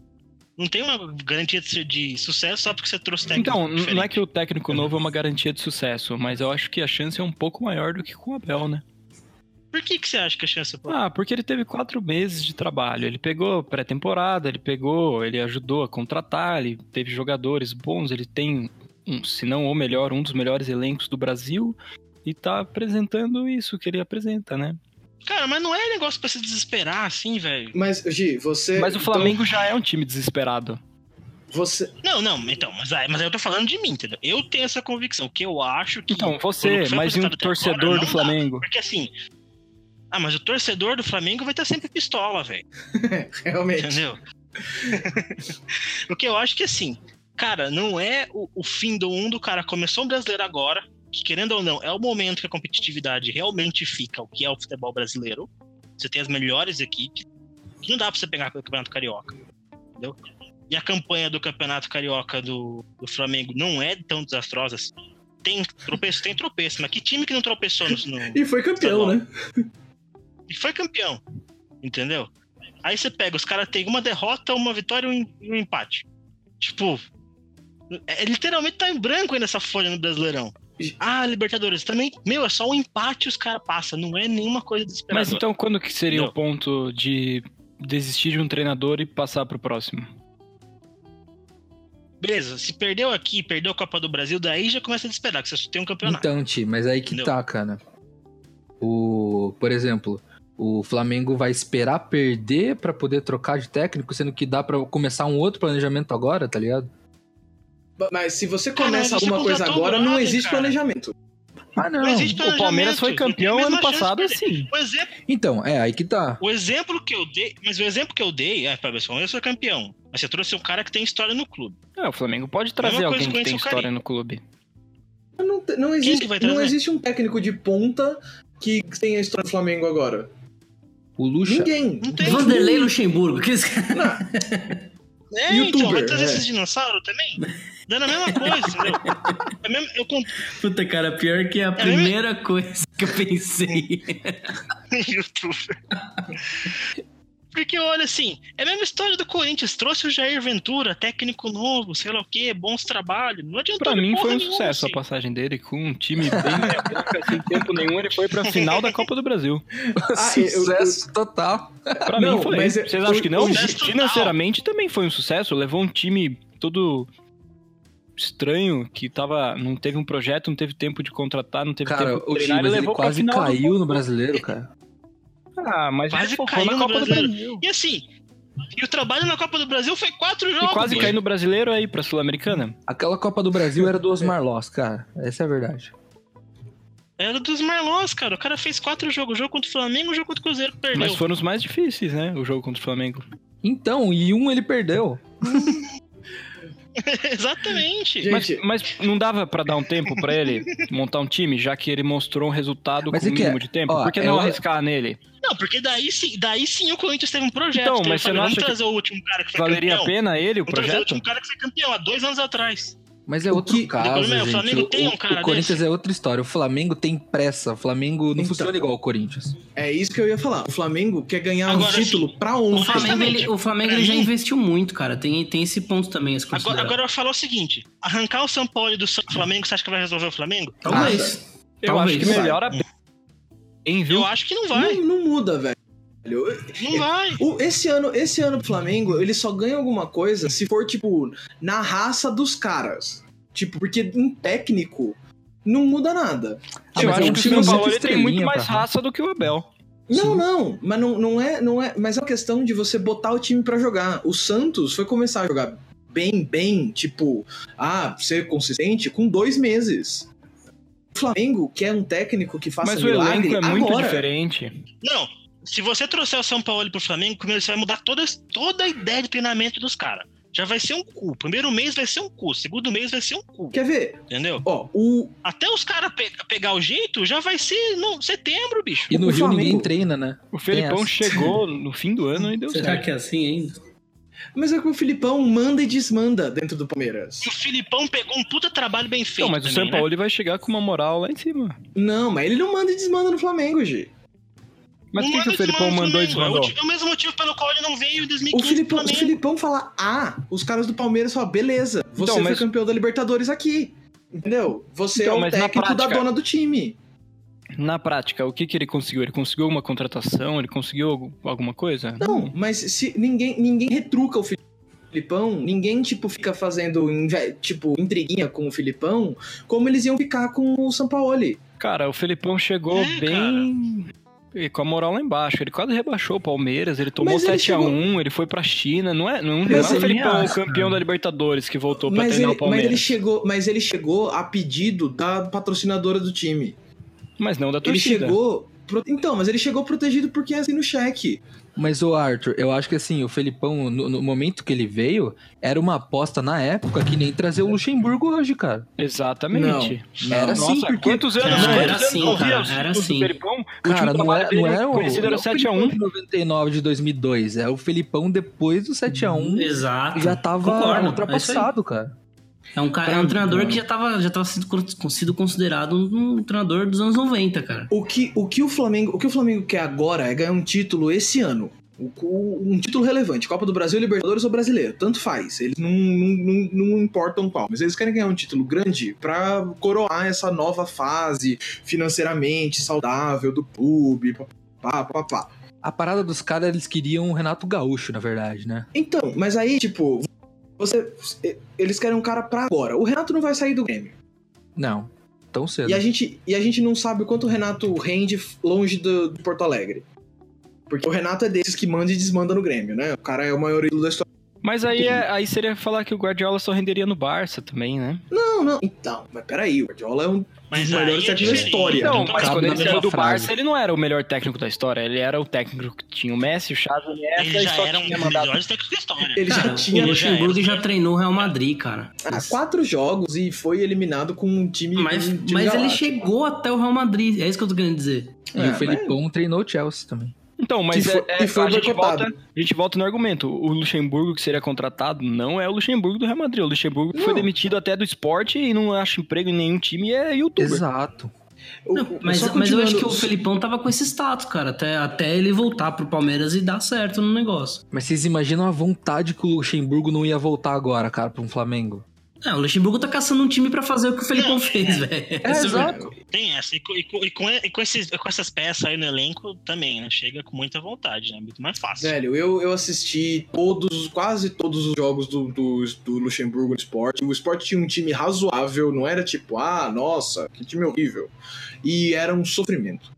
H: Não tem uma garantia de, su- de sucesso só porque você trouxe técnico.
E: Então, n- não é
H: diferente.
E: que o técnico novo é uma garantia de sucesso, mas eu acho que a chance é um pouco maior do que com o Abel, né?
H: Por que, que você acha que a chance é pouca?
E: Ah, porque ele teve quatro meses de trabalho. Ele pegou pré-temporada, ele pegou, ele ajudou a contratar, ele teve jogadores bons, ele tem, um, se não ou melhor, um dos melhores elencos do Brasil e tá apresentando isso que ele apresenta, né?
H: Cara, mas não é negócio pra se desesperar assim, velho.
D: mas, Gi, você.
E: Mas o
D: então,
E: Flamengo já é um time desesperado.
D: você,
H: Não, não, então, mas, aí- mas aí eu tô falando de mim, entendeu? Eu tenho essa convicção, que eu acho que.
E: Então,
H: pelo
E: você,
H: que foi
E: mais um
H: apresentado até
E: torcedor
H: agora,
E: do
H: não
E: Flamengo.
H: dá, porque assim. Ah, mas o torcedor do Flamengo vai estar sempre pistola, velho.
D: realmente.
H: Entendeu? o que eu acho que assim, cara, não é o, o fim do mundo, cara. Começou o brasileiro agora, que querendo ou não, é o momento que a competitividade realmente fica, o que é o futebol brasileiro. Você tem as melhores equipes, que não dá pra você pegar pelo Campeonato Carioca. Entendeu? E a campanha do Campeonato Carioca do, do Flamengo não é tão desastrosa assim. Tem tropeço, tem tropeço, mas que time que não tropeçou no, no,
D: E foi campeão,
H: Tá bom.
D: né?
H: e foi campeão. Entendeu? Aí você pega, os caras têm uma derrota, uma vitória e um em- e um empate. Tipo, é, literalmente tá em branco ainda essa folha no Brasileirão. Ah, Libertadores também. Meu, é só um empate e os caras passam. Não é nenhuma coisa
E: Mas
H: desesperadora.
E: então quando que seria
H: Não.
E: o ponto de desistir de um treinador e passar pro próximo?
H: Beleza, se perdeu aqui, perdeu a Copa do Brasil, daí já começa a desesperar, que você só tem um campeonato.
F: Então, Ti, mas aí que
H: Não.
F: tá, cara. O, por exemplo, o Flamengo vai esperar perder pra poder trocar de técnico, sendo que dá pra começar um outro planejamento agora, tá ligado?
D: Mas se você
H: Cara,
D: começa
H: você
D: alguma coisa
H: contratou
D: agora,
H: o
D: não
H: Brother,
D: existe
H: cara.
D: planejamento.
F: Ah, não.
H: Não existe
E: Então, O
H: planejamento,
E: Palmeiras foi
H: não tem a
E: campeão
H: Então, mesma
E: ano
H: chance de
E: passado
H: perder.
E: assim.
H: O exemplo,
F: Então, é, aí que tá.
H: o exemplo que eu dei. Mas o exemplo que eu dei. É, Fábio, o Palmeiras foi campeão. Mas você trouxe um cara que tem história no clube.
E: É, o Flamengo pode trazer
H: Mesma coisa
E: alguém
H: com
E: que tem
H: isso,
E: história
H: Carilli.
E: no clube.
D: Não, te- não existe,
H: que vai
D: não
H: trazer?
D: existe um técnico de ponta que tem a história do Flamengo agora.
F: O Lucha.
D: Ninguém.
H: Não tem.
G: Vanderlei Luxemburgo. Que esse cara...
H: É, então,
D: Youtuber,
H: vai trazer
D: é.
H: esses dinossauros também? Dando a mesma coisa, entendeu? É mesmo- eu con-
G: Puta, cara, pior que a primeira coisa que eu pensei.
H: youtuber. Porque olha assim, é a mesma história do Corinthians. Trouxe o Jair Ventura, técnico novo, sei lá o que, bons trabalhos. Não adiantou
E: Pra
H: de
E: mim
H: porra
E: foi um
H: nenhuma,
E: sucesso
H: assim.
E: a passagem dele com um time bem mediocre, sem tempo nenhum, ele foi pra final da Copa do Brasil.
D: Ah, eu- eu-
F: Sucesso total.
E: Pra
D: Não,
E: mim foi.
D: mas é-
E: Vocês acham que não?
D: o- o-
E: Financeiramente também foi um sucesso. Levou um time todo estranho, que tava, não teve um projeto, não teve tempo de contratar, não teve
F: Cara,
E: tempo de
F: o
E: treinar,
F: time
E: ele
F: ele
E: levou pra
F: quase
E: final do-
F: caiu no brasileiro, cara.
E: Ah, mas
H: Quase
E: ele focou
H: caiu
E: na
H: no
E: Copa do
H: Brasileiro.
E: Brasil.
H: E assim, e o trabalho na Copa do Brasil foi quatro
E: E
H: jogos.
E: quase
H: bicho.
E: caiu no Brasileiro aí pra Sul-Americana.
F: Aquela Copa do Brasil era do Osmar Loss, cara. Essa é a verdade.
H: Era dos Marlons, cara. O cara fez quatro jogos. Jogo contra o Flamengo, jogo contra o Cruzeiro, perdeu.
E: Mas foram os mais difíceis, né? O jogo contra o Flamengo.
F: Então, e um ele perdeu.
H: Exatamente.
E: Mas,
D: Gente,
E: mas não dava pra dar um tempo pra ele montar um time, já que ele mostrou um resultado
F: Mas
E: com o
F: é que é-
E: mínimo de tempo?
F: ó,
E: Por que
F: é
E: não
F: o-
E: arriscar nele?
H: Não, porque daí sim, daí sim o Corinthians teve um projeto.
E: Então,
H: Teve
E: mas
H: o
E: você
H: Flamengo,
E: não acha
H: Vamos trazer o último cara que foi
E: Valeria
H: campeão.
E: a pena ele, o
H: Vamos trazer o último
E: projeto?
H: Então, um cara que foi campeão há dois anos atrás.
F: Mas é
D: O
F: outro
D: que-
F: caso,
H: Meu, o
F: gente.
H: Flamengo tem um
F: o,
H: cara
F: o Corinthians
H: desse?
F: é outra história. O Flamengo tem pressa. O Flamengo não
D: Então.
F: funciona igual o Corinthians.
D: é isso que eu ia falar. O Flamengo quer ganhar um
H: Agora,
D: título pra
G: O
D: ontem.
G: Flamengo, ele, o Flamengo ele já
H: Pra mim-
G: investiu muito, cara. Tem, tem esse ponto também, esse
H: Agora, agora eu vou falar o seguinte: arrancar o São Paulo do São- Flamengo, você acha que vai resolver o Flamengo?
G: Talvez.
E: Eu
G: Talvez.
E: acho que melhora bem, viu?
H: Eu acho que não vai.
D: Não, não muda, velho.
H: Não vai.
D: O- esse ano, esse ano pro Flamengo, ele só ganha alguma coisa se for, tipo, na raça dos caras. Tipo, porque em técnico não muda nada.
F: Ah,
E: eu
F: mas é
E: acho
F: um
E: que o
F: time
E: São Paulo
F: muito
E: ele tem muito
F: estrelinha
E: mais
F: pra-
E: raça do que o Abel.
D: Não, não, mas não, não é, não é, mas é uma questão de você botar o time pra jogar. O Santos foi começar a jogar bem, bem, tipo, ah, ser consistente com dois meses. O Flamengo quer um técnico que faça
E: Mas o
D: milagre
E: elenco é muito
D: agora.
E: diferente.
H: Não. Se você trouxer o São Paulo pro Flamengo, primeiro você vai mudar toda, toda a ideia de treinamento dos caras. Já vai ser um cu. Primeiro mês vai ser um cu. Segundo mês vai ser um cu.
D: Quer ver?
H: Entendeu?
D: Ó, o
H: Até os caras pe- pegar o jeito, já vai ser no setembro, bicho.
F: E no
D: O
F: Rio ninguém
D: Flamengo-
F: treina, né?
E: O Felipão
F: essa. tá
E: chegou no fim do ano e deu
G: Será
E: certo.
G: que é assim ainda?
D: mas é que o Filipão manda e desmanda dentro do Palmeiras.
H: E o Filipão pegou um puta trabalho bem feito.
E: Não, mas o
H: também,
F: né?
H: né?
E: São Paulo ele vai chegar com uma moral lá em cima.
D: Não, mas ele não manda e desmanda no Flamengo, Gi.
E: Mas
H: Não
E: por que, que o
H: manda
E: Felipão
H: demais,
E: mandou
H: Flamengo.
E: e desmandou?
H: É o motivo- É o mesmo motivo pelo qual ele não veio em
D: O
H: 2015.
D: Filipão,
H: pro
D: se o
H: Flamengo.
D: Filipão falar, ah, os caras do Palmeiras falam, beleza, você
E: Então,
D: foi
E: mas-
D: campeão da Libertadores aqui. Entendeu? Você
E: Então,
D: é o
E: mas na
D: técnico da
E: prática-
D: dona do time.
E: Na prática, o que, que ele conseguiu? Ele conseguiu uma contratação? Ele conseguiu algu- alguma coisa?
D: Não, mas se ninguém, ninguém retruca o Filipão, ninguém, tipo, fica fazendo, inve- tipo, intriguinha com o Filipão, como eles iam ficar com o Sampaoli.
E: Cara, o Felipão chegou
H: É,
E: bem. e Com a moral lá embaixo. Ele quase rebaixou o Palmeiras, ele tomou
D: Mas ele
E: 7x1, ele,
D: chegou-
E: foi pra China. Não é, não, não é
D: Mas
E: o
D: ele-
E: Felipão, o campeão da Libertadores, que voltou pra
D: Mas
E: treinar
D: ele, mas,
E: o Palmeiras.
D: ele
E: Mas,
D: chegou, mas ele chegou a pedido da patrocinadora do time.
E: não da
D: Ele
E: torcida.
D: chegou. pro- Então, mas ele chegou protegido porque é assim no cheque.
F: Mas o Arthur, eu acho que assim, o Felipão, no, no momento que ele veio, era uma aposta na época que nem trazer o Luxemburgo hoje, cara.
E: Exatamente.
F: Era
E: Nossa,
F: assim, porque.
E: quantos anos?
G: Não,
E: quantos
G: era
E: anos
G: assim,
E: não via
G: cara,
E: os
G: era
E: títulos do
G: assim.
E: Felipão? O
F: Cara,
E: último
F: não
E: trabalho
F: era,
E: dele
F: não era o.
E: conhecido era um. o
F: não é o
E: 7x1.
F: Felipão de 99 de 2002, é o Felipão depois do 7x1
G: Hum, Exato.
F: já tava
G: Concordo, é
F: ultrapassado, cara.
G: É um, cara, é um treinador que já tava, já tava sendo, con- sido considerado um, um treinador dos anos 90, cara.
D: O que, o que o Flamengo, o que o Flamengo quer agora é ganhar um título esse ano. O- o- Um título relevante, Copa do Brasil, Libertadores ou Brasileiro, tanto faz. Eles não, não, não, não importam qual, mas eles querem ganhar um título grande pra coroar essa nova fase financeiramente saudável do clube, papá, papá.
F: A parada dos caras, eles queriam o Renato Gaúcho, na verdade, né?
D: Então, mas aí, tipo, você eles querem um cara pra agora. O Renato não vai sair do Grêmio.
F: Não. tão cedo.
D: E a, gente, e a gente não sabe o quanto o Renato rende longe do, do Porto Alegre. Porque o Renato é desses que manda e desmanda no Grêmio, né? O cara é o maior ídolo da história.
E: Mas aí, é- aí seria falar que o Guardiola só renderia no Barça também, né?
D: Não, não. Então, mas peraí, o Guardiola é um.
H: Mas
D: Os
H: aí
D: melhores
H: é
D: técnicos da
H: diferente.
D: história.
E: Não,
H: Então,
E: mas
F: cabe
E: quando
F: na
E: ele saiu
F: mesma
E: do
F: frase.
E: Barça, ele não era o melhor técnico da história. Ele era o técnico que tinha o Messi, o Xavi, o Iniesta
H: Ele
E: e
H: já
E: só
H: era um
E: tinha
H: dos
E: mandado...
H: melhores técnicos da história.
D: Ele
G: Cara,
D: já tinha
G: o
H: ele já
G: Luxemburgo
H: era.
G: já, treinou o Real Madrid, cara.
D: ah, quatro jogos e foi eliminado com um time.
G: Mas,
D: um time
G: mas ele
D: galáctico.
G: chegou até o Real Madrid, é isso que eu tô querendo dizer.
F: E
D: É,
F: o Felipão treinou o Chelsea também.
E: Então, mas
D: Que foi-
E: é- é-
D: que foi
E: a, gente
D: boicotado.
E: volta, a gente volta no argumento. O Luxemburgo que seria contratado não é o Luxemburgo do Real Madrid. O Luxemburgo
D: Não.
E: foi demitido até do esporte e não acha emprego em nenhum time e é youtuber.
F: Exato.
D: O-
G: Não,
D: o-
G: mas,
D: só
G: mas eu acho que o
D: continuando-
G: Felipão tava com esse status, cara, até, até ele voltar pro Palmeiras e dar certo no negócio.
F: Mas vocês imaginam a vontade que o Luxemburgo não ia voltar agora, cara, pra um Flamengo?
G: É, o Luxemburgo tá caçando um time pra fazer o que o Felipão fez, velho.
F: É,
G: Isso
F: exato.
H: Tem essa. E, co- e co- e com, e com esses, com essas peças aí no elenco também, né? Chega com muita vontade, né? Muito mais fácil.
D: Velho, eu, eu assisti todos, quase todos os jogos do, do, do Luxemburgo no esporte. O esporte tinha um time razoável, não era tipo, ah, nossa, que time horrível. E era um sofrimento.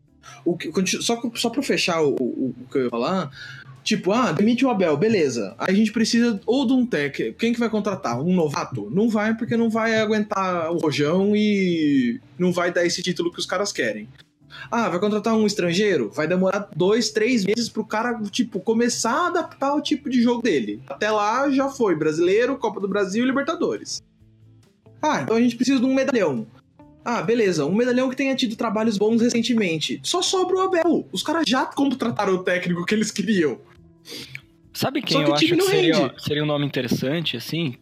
D: O que, conti- só, co- só pra fechar o, o, o que eu ia falar, tipo, ah, demite o Abel, beleza. Aí a gente precisa ou de um técnico. Quem que vai contratar? Um novato? Não vai, porque não vai aguentar o rojão e não vai dar esse título que os caras querem. Ah, vai contratar um estrangeiro? Vai demorar dois, três meses pro cara, tipo, começar a adaptar o tipo de jogo dele. Até lá já foi brasileiro, Copa do Brasil e Libertadores. Ah, então a gente precisa de um medalhão. Ah, beleza, um medalhão que tenha tido trabalhos bons recentemente. Só sobra o Abel. Os caras já contrataram o técnico que eles queriam.
E: Sabe
D: Só
E: quem
D: que
E: eu
D: o
E: acho
D: time
E: que
D: não
E: seria,
D: rende.
E: seria um nome interessante, assim?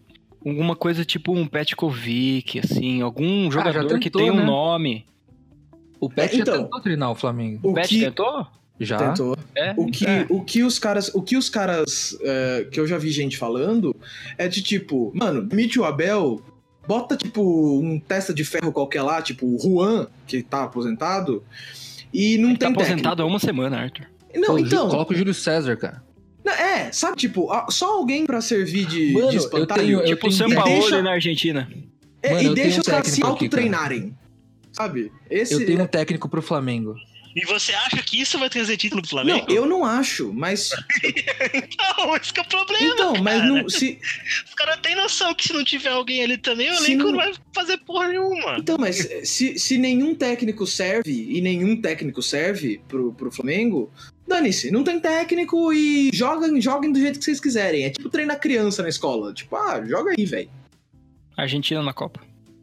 E: Alguma coisa tipo um Petkovic, assim,
D: Ah,
E: algum jogador que
F: tentou,
E: tem um
F: né?
E: nome.
F: O Pet já
D: então.
F: tentou treinar o Flamengo.
D: O
E: O Pet
D: que
E: tentou?
F: Já.
D: tentou
E: É.
D: O que,
E: é.
D: o que os caras, o que os caras é, que eu já vi gente falando é de tipo, mano, demite o Abel, bota tipo um testa de ferro qualquer lá, tipo o Juan, que tá aposentado, e não
E: Ele tá
D: tem técnico.
E: aposentado há uma semana, Arthur.
D: Não,
F: Pô, Ju-
D: então,
F: Coloca o Júlio César, cara.
D: não, é, sabe, tipo, a- só alguém pra servir de,
F: Mano,
D: de
F: eu
D: espantalho.
F: tenho- eu
E: Tipo o
F: tenho- um
E: São Paulo
D: E deixa-
E: na Argentina.
D: É,
F: Mano,
D: e
F: eu
D: deixa
F: tenho
D: os caras
F: um
D: se
F: técnico aqui, cara.
D: autotreinarem. Sabe? Esse
F: Eu tenho um técnico pro Flamengo.
H: E você acha que isso vai trazer título
F: um
H: pro Flamengo?
D: Não, eu não acho, mas.
H: Não, esse que é o problema.
D: Então, mas
H: cara.
D: não. Se,
H: Os caras têm noção que se não tiver alguém ali também, o
D: Se
H: elenco
D: não-
H: não vai fazer porra nenhuma.
D: Então, mas se, se nenhum técnico serve e nenhum técnico serve pro, pro Flamengo, dane-se, não tem técnico e joguem, joguem do jeito que vocês quiserem. É tipo treinar criança na escola. Tipo, ah, joga aí, velho.
E: Argentina na Copa.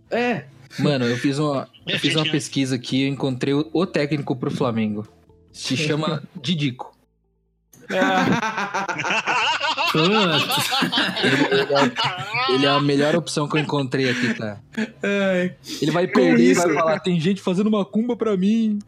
D: É.
F: Mano, eu fiz uma, eu
H: Eu
F: fiz uma
H: achei que-
F: pesquisa aqui, eu encontrei o, o técnico pro Flamengo. Se chama Didico.
G: Putz.
F: Ele é a melhor opção que eu encontrei aqui, cara.
D: É,
F: Ele vai
D: Com
F: perder e vai
D: isso-
F: falar, tem gente fazendo macumba pra mim.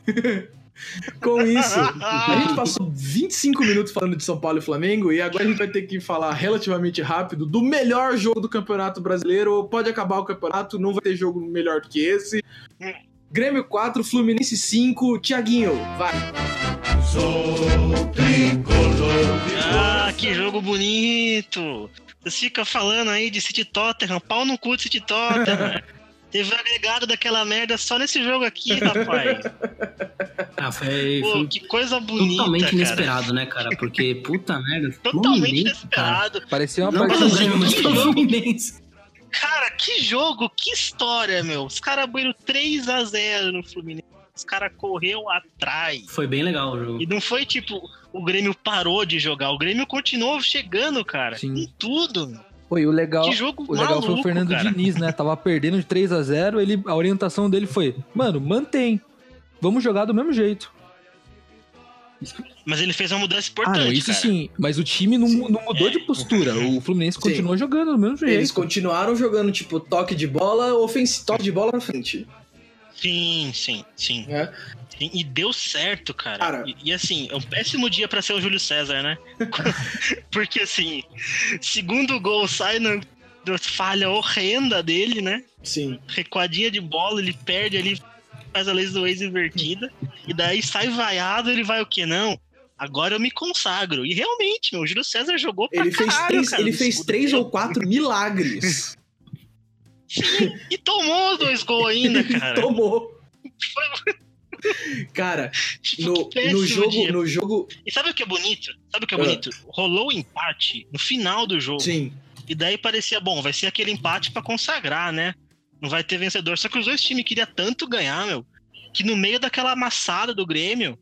D: com isso, a gente passou 25 minutos falando de São Paulo e Flamengo e agora a gente vai ter que falar relativamente rápido do melhor jogo do Campeonato Brasileiro. Pode acabar o campeonato, não vai ter jogo melhor do que esse. Grêmio 4, Fluminense 5, Tiaguinho, vai.
I: Sou tricolor de
H: Ah, que jogo bonito! Vocês ficam falando aí de City Tottenham, pau no cu de City Tottenham. Teve um agregado daquela merda só nesse jogo aqui, rapaz.
G: Ah, foi,
H: Pô,
F: um
G: foi
H: que coisa bonita,
G: totalmente
H: cara.
G: inesperado, né, cara? Porque, puta merda.
H: Totalmente
G: Fluminense, cara.
H: inesperado.
F: Parecia uma
G: Não
H: mas não
G: para
F: partida.
G: o
H: sei
G: Grêmio, mas
H: que
G: pro
H: jogo.
G: Fluminense.
H: Cara, que jogo, que história, meu. Os caras abriram 3x0 no Fluminense. Os caras correu atrás.
G: Foi bem legal o jogo.
H: E não foi tipo, o Grêmio parou de jogar. O Grêmio continuou chegando, cara.
F: Sim.
H: Com tudo. meu.
F: Foi o legal.
H: Que jogo
F: O legal foi o
H: maluco,
F: Fernando
H: cara.
F: Diniz, né? Tava perdendo de 3 a 0 ele, a orientação dele foi, mano, mantém. Vamos jogar do mesmo jeito.
H: Mas ele fez uma mudança
F: ah,
H: importante,
F: não, isso
H: cara. É,
F: sim. Mas o time não, não mudou de postura. O Fluminense continuou jogando do mesmo jeito.
D: Eles continuaram jogando, tipo, toque de bola, ofensivo, toque de bola pra frente.
H: Sim, sim, sim.
D: É.
H: Sim, E deu certo, cara.
D: Cara.
H: E, e, assim, é um péssimo dia pra ser o Júlio César, né? Porque assim, segundo gol sai na na falha horrenda dele, né?
D: Sim.
H: Recuadinha de bola, ele perde ali, faz a lei do ex invertida. E daí sai vaiado, ele vai o que? Não, agora eu me consagro. E realmente, meu, o Júlio César jogou pra
D: Ele fez
H: caralho,
D: três,
H: cara,
D: ele
H: no
D: fez
H: segundo
D: três
H: tempo.
D: ou quatro milagres.
H: E tomou os dois gols ainda, cara.
D: Tomou. Cara,
H: Tipo,
D: no,
H: que péssimo
D: no jogo,
H: dia.
D: no jogo,
H: E sabe o que é bonito? Sabe o que é
D: Ah.
H: bonito? Rolou o empate no final do jogo.
D: sim,
H: E daí parecia, bom, vai ser aquele empate pra consagrar, né? Não vai ter vencedor. Só que os dois times queriam tanto ganhar, meu, que no meio daquela amassada do Grêmio,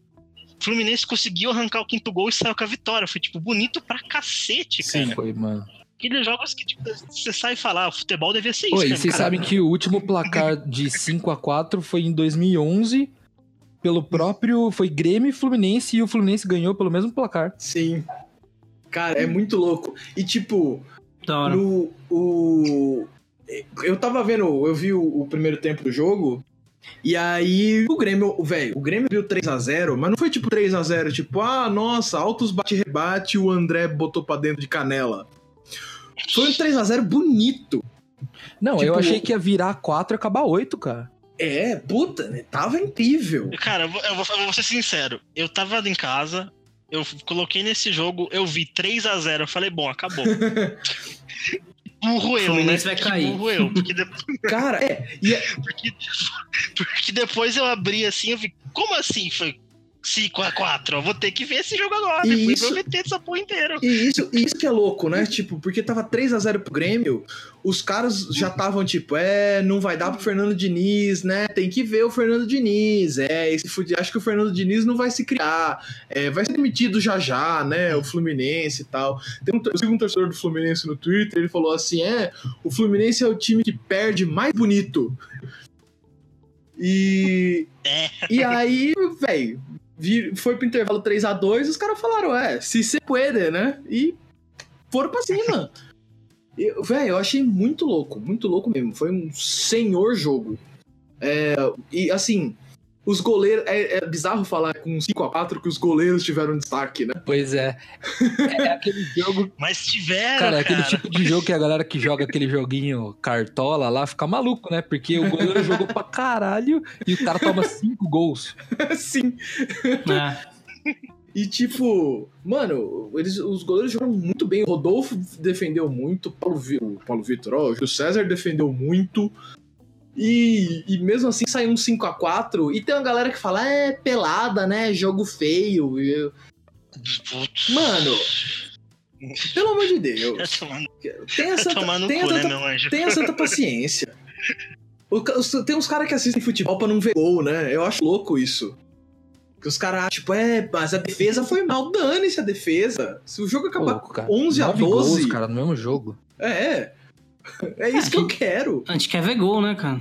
H: o Fluminense conseguiu arrancar o quinto gol e saiu com a vitória. Foi, tipo, bonito pra cacete, cara.
D: né?
H: É
F: Foi, mano.
H: Aqueles jogos que, tipo, você sai e fala, ah, o futebol devia ser isso,
F: Oi,
H: né,
F: vocês
H: cara?
F: sabem que o último placar de 5 a 4 foi em 2011 pelo próprio foi Grêmio e Fluminense e o Fluminense ganhou pelo mesmo placar.
D: sim. Cara, é muito louco. E tipo,
G: Da hora.
D: no o eu tava vendo, eu vi o, o primeiro tempo do jogo. E aí, o Grêmio, velho, o Grêmio viu 3 a 0 mas não foi tipo 3 a 0 tipo, ah, nossa, altos bate-rebate, o André botou pra dentro de canela. Foi um 3 a 0 bonito.
F: Não, eu
D: Tipo,
F: achei que ia virar 4 e acabar 8, cara.
D: É, puta, né? tava incrível.
H: Cara, eu vou, eu vou- eu vou ser sincero. Eu tava em casa, eu f- coloquei nesse jogo, eu vi 3 a 0 eu falei, bom, acabou. burro eu, né?
G: Fluminense vai
H: Que
G: cair.
H: Burro eu, porque, de-
D: Cara, é,
H: porque, porque depois eu abri assim, eu vi, como assim foi 5 a 4 Eu vou ter que ver esse jogo agora,
D: E
H: depois
D: isso-
H: eu vou meter essa porra inteira.
D: e isso, e isso que é louco, né? Tipo, porque tava 3 a 0 pro Grêmio, os caras já estavam tipo, é, não vai dar pro Fernando Diniz, né? Tem que ver o Fernando Diniz, é, esse fude... acho que o Fernando Diniz não vai se criar, é, vai ser demitido já já, né? O Fluminense e tal. Tem um, tor- eu sigo um torcedor do Fluminense no Twitter, ele falou assim, é, o Fluminense é o time que perde mais bonito. E
H: É,
D: E aí, velho, vir- foi pro intervalo 3x2, os caras falaram, é, se se puede, né? E foram pra cima. Eu, velho, eu achei muito louco, muito louco mesmo. Foi um senhor jogo. É, e assim, os goleiros. É, é bizarro falar com 5x4 que os goleiros tiveram destaque, né?
F: Pois é. É aquele jogo,
H: mas tiveram,
F: cara,
H: cara.
F: é aquele tipo de jogo que a galera que joga aquele joguinho cartola lá fica maluco, né? Porque o goleiro jogou pra caralho e o cara toma 5 gols.
D: Sim.
G: É.
D: E tipo, mano, eles, os goleiros jogaram muito bem. O Rodolfo defendeu muito, o Paulo, Vi- o Paulo Vitor, ó, o Júlio César defendeu muito. E, e mesmo assim saiu um 5 a 4 E tem uma galera que fala, é pelada, né? Jogo feio. E eu-
H: Putz.
D: Mano, pelo amor de Deus.
H: Vai tomar no-
D: Tem
H: vai
D: essa,
H: tomar no
D: tem
H: cu,
D: essa,
H: né, meu anjo?
D: tenha santa paciência. O ca- os- tem uns caras que assistem futebol pra não ver gol, né? Eu acho louco isso. Que os caras, tipo, é, mas a defesa foi mal. Dane-se a defesa. Se o jogo
F: Ô,
D: acabar.
F: louco, cara.
D: 11 a
F: Nove gols,
D: 12.
F: cara, no mesmo jogo.
D: É. É isso que eu quero. É,
G: A gente quer ver gol, né, cara?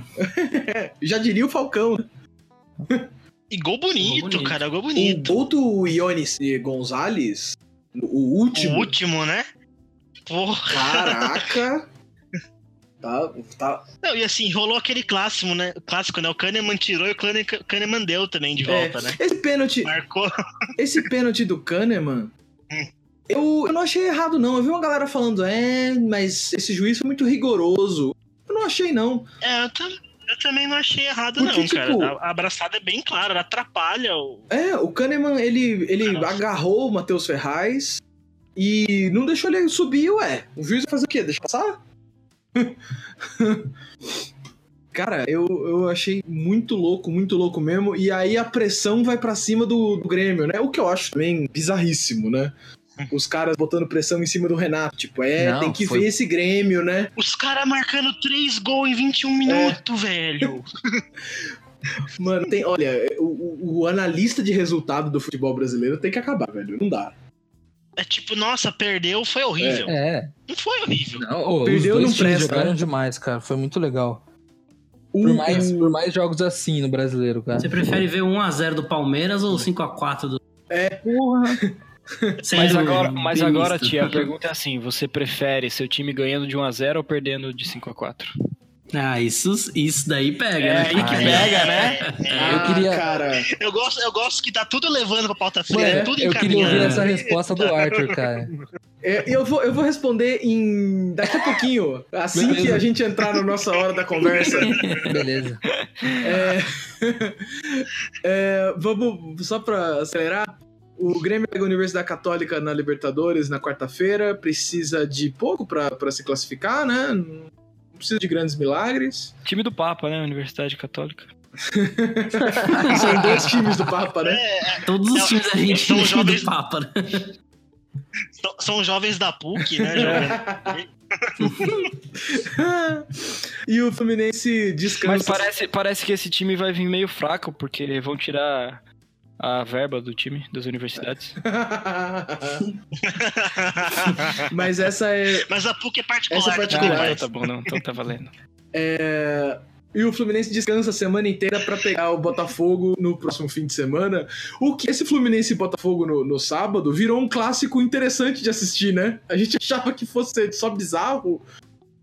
D: Já diria o Falcão.
H: E gol bonito,
G: Gol bonito.
H: cara, gol
D: O
H: bonito.
D: gol do Ionis Gonzalez, o
H: O
D: último,
H: último, né? Porra.
D: caraca. Tá, tá.
H: Não, e assim, rolou aquele clássico, né? Clássico, né? O Kahneman tirou e o Kahne- Kahneman deu também de volta,
D: É,
H: né?
D: Esse pênalti,
H: Marcou.
D: Esse pênalti do Kahneman, eu, eu não achei errado, não. Eu vi uma galera falando, é, mas esse juiz foi muito rigoroso. Eu não achei, não.
H: É, eu, tam- eu também não achei errado,
D: Porque,
H: não,
D: tipo,
H: cara. A a abraçada é bem clara, ela atrapalha o.
D: É, o Kahneman, ele, ele
H: Cara.
D: agarrou o Matheus Ferraz e não deixou ele subir, ué. O juiz vai fazer o quê? Deixa passar? Cara, eu, eu achei muito louco, muito louco mesmo. E aí a pressão vai pra cima do, do Grêmio, né? O que eu acho também bizarríssimo, né? Os caras botando pressão em cima do Renato. Tipo, é,
F: Não,
D: tem que
F: foi-
D: ver esse Grêmio, né?
H: Os caras marcando três gols em 21 minutos, velho.
D: Mano, tem, olha, o, o- o analista de resultado do futebol brasileiro tem que acabar, velho. Não dá.
H: É tipo, nossa, perdeu, foi horrível.
F: É.
H: Não foi horrível.
F: Não, ô,
D: Perdeu,
F: os dois
D: não
F: times
D: presta,
F: jogaram
D: né?
F: demais, cara. Foi muito legal.
D: O-
F: Por mais, por mais jogos assim no brasileiro, cara.
G: Você prefere ver 1x0 do Palmeiras ou 5x4 do.
F: Porra.
G: Sem
E: Mas
G: dúvida,
E: agora, mas
G: bem
E: agora,
G: misto.
E: tia, a pergunta é assim: você prefere seu time ganhando de 1x0 ou perdendo de 5x4?
G: Ah, isso, isso daí pega,
E: É
G: né?
E: aí que
F: Ah,
E: pega, né?
D: Ah,
F: queria-
D: cara.
H: É. Eu gosto, eu gosto que tá tudo levando pra pauta fria,
D: Mano,
H: né? tudo
F: eu queria ouvir
H: encaminhando.
F: essa resposta do Arthur, cara.
D: É, eu, vou, eu vou responder em daqui a pouquinho, assim que a gente entrar na nossa hora da conversa.
F: Beleza.
D: É, é, vamos, só pra acelerar, o Grêmio pega a Universidade Católica na Libertadores na quarta-feira, precisa de pouco pra pra se classificar, né? não precisa de grandes milagres.
E: Time do Papa, né? Universidade Católica.
D: São dois times do Papa, né?
G: É, Todos os
H: Não,
G: times da gente
H: são
G: são
H: jovens-
G: do Papa, né?
H: São, são jovens da PUC, né? jogando.
D: e o Fluminense
E: Mas
D: descansa.
E: parece, parece que esse time vai vir meio fraco, porque vão tirar a verba do time, das
D: É.
E: universidades.
D: Mas essa é,
H: Mas a PUC é particular.
D: essa é
H: né,
D: particular.
E: Ah,
H: rapaz?
E: então tá bom, não. Então tá valendo.
D: é- E o Fluminense descansa a semana inteira pra pegar o Botafogo no próximo fim de semana. O que esse Fluminense e Botafogo no, no sábado virou um clássico interessante de assistir, né? A gente achava que fosse só bizarro.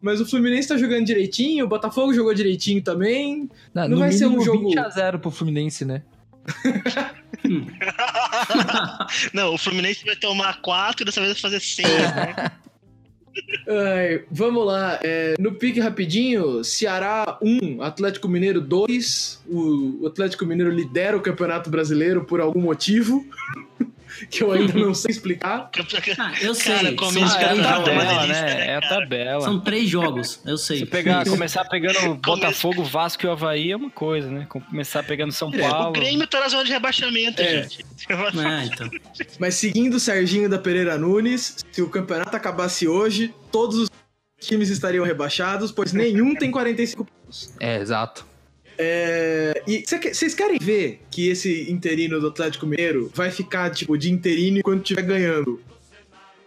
D: Mas o Fluminense tá jogando direitinho, o Botafogo jogou direitinho também.
F: Não,
D: vai ser um jogo-
F: 20x0 pro Fluminense, né?
H: Não, o Fluminense vai tomar quatro, dessa vez vai fazer seis,
D: É.
H: né?
D: Ai, vamos lá, é, no pique rapidinho, Ceará 1, Atlético Mineiro 2. O, o Atlético Mineiro lidera o Campeonato Brasileiro por algum motivo, que eu ainda não sei explicar.
G: Ah, eu sei.
H: Cara,
G: são,
H: começo de
G: três
H: ano já
G: jogos,
H: é uma
E: tabela,
G: né?
H: delícia, né,
E: né? É a tabela.
G: São três jogos, eu sei.
E: Se pegar, começar pegando Botafogo, Vasco e Havaí é uma coisa, né? Começar pegando São
H: O
E: Paulo.
H: Grêmio tá na zona de rebaixamento,
D: É.
H: gente.
G: É, então.
D: Mas seguindo o Serginho da Pereira Nunes, se o campeonato acabasse hoje, todos os times estariam rebaixados, pois nenhum tem 45
F: É, exato.
D: É, e vocês querem ver que esse interino do Atlético Mineiro vai ficar, tipo, de interino enquanto estiver ganhando?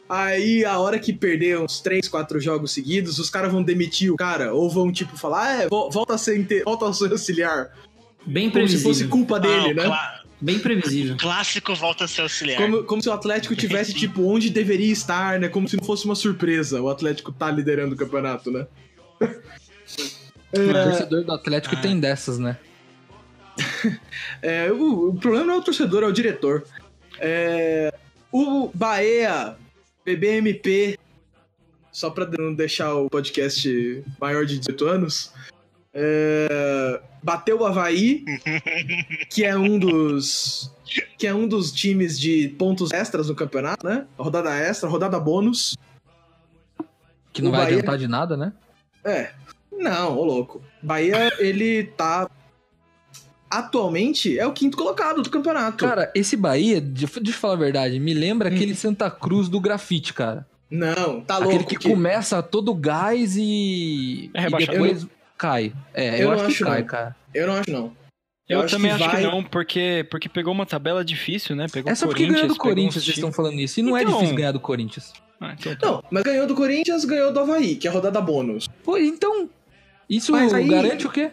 D: Aí, a hora que perder uns 3, 4 jogos seguidos, os caras vão demitir o cara. Ou vão, tipo, falar, ah, é, vol- volta a ser, inte- volta a ser auxiliar.
G: Bem
D: Como se
G: previsível.
D: fosse culpa
H: Ah,
D: dele, né?
H: clá-
G: Bem previsível.
H: clássico volta a ser auxiliar.
D: Como, como se o Atlético tivesse,
H: Sim.
D: tipo, onde deveria estar, né? Como se não fosse uma surpresa o Atlético tá liderando o campeonato, né?
F: O torcedor do Atlético
H: Ah.
F: tem dessas, né?
D: É, o, o problema não é o torcedor, é o diretor. É, o Bahia, BBMP, só pra não deixar o podcast maior de 18 anos, é, bateu o Havaí, que é um dos que é um dos times de pontos extras no campeonato, né? Rodada extra, rodada bônus.
F: Que não
D: O
F: vai
D: Bahia-
F: adiantar de nada, né?
D: É. Não, ô louco. Bahia, ele tá atualmente é o quinto colocado do campeonato.
F: Cara, esse Bahia, de- deixa eu falar a verdade, me lembra aquele Santa Cruz do grafite, cara.
D: não, Uhum. tá
F: aquele
D: louco.
F: que,
D: que-
F: começa todo gás e.
E: É
F: e
E: rebaixado.
F: depois cai. É, eu,
D: Eu não
F: acho que
D: acho,
F: cai,
D: não.
F: cara.
D: Eu não acho, não. Eu
E: Eu,
D: acho
E: também
D: que
E: acho
D: vai-
E: que não, porque, porque pegou uma tabela difícil, né? Pegou
F: É só porque
E: Corinthians,
F: ganhou do
E: pegou uns
D: um
F: Corinthians, vocês
E: times-
F: estão falando isso. E não é
E: Então-
F: difícil ganhar do Corinthians.
E: Ah, então tá.
D: Não, mas ganhou do Corinthians, ganhou do Havaí, que é a rodada bônus.
F: Pô, então. Isso
D: Mas aí-
F: garante o quê?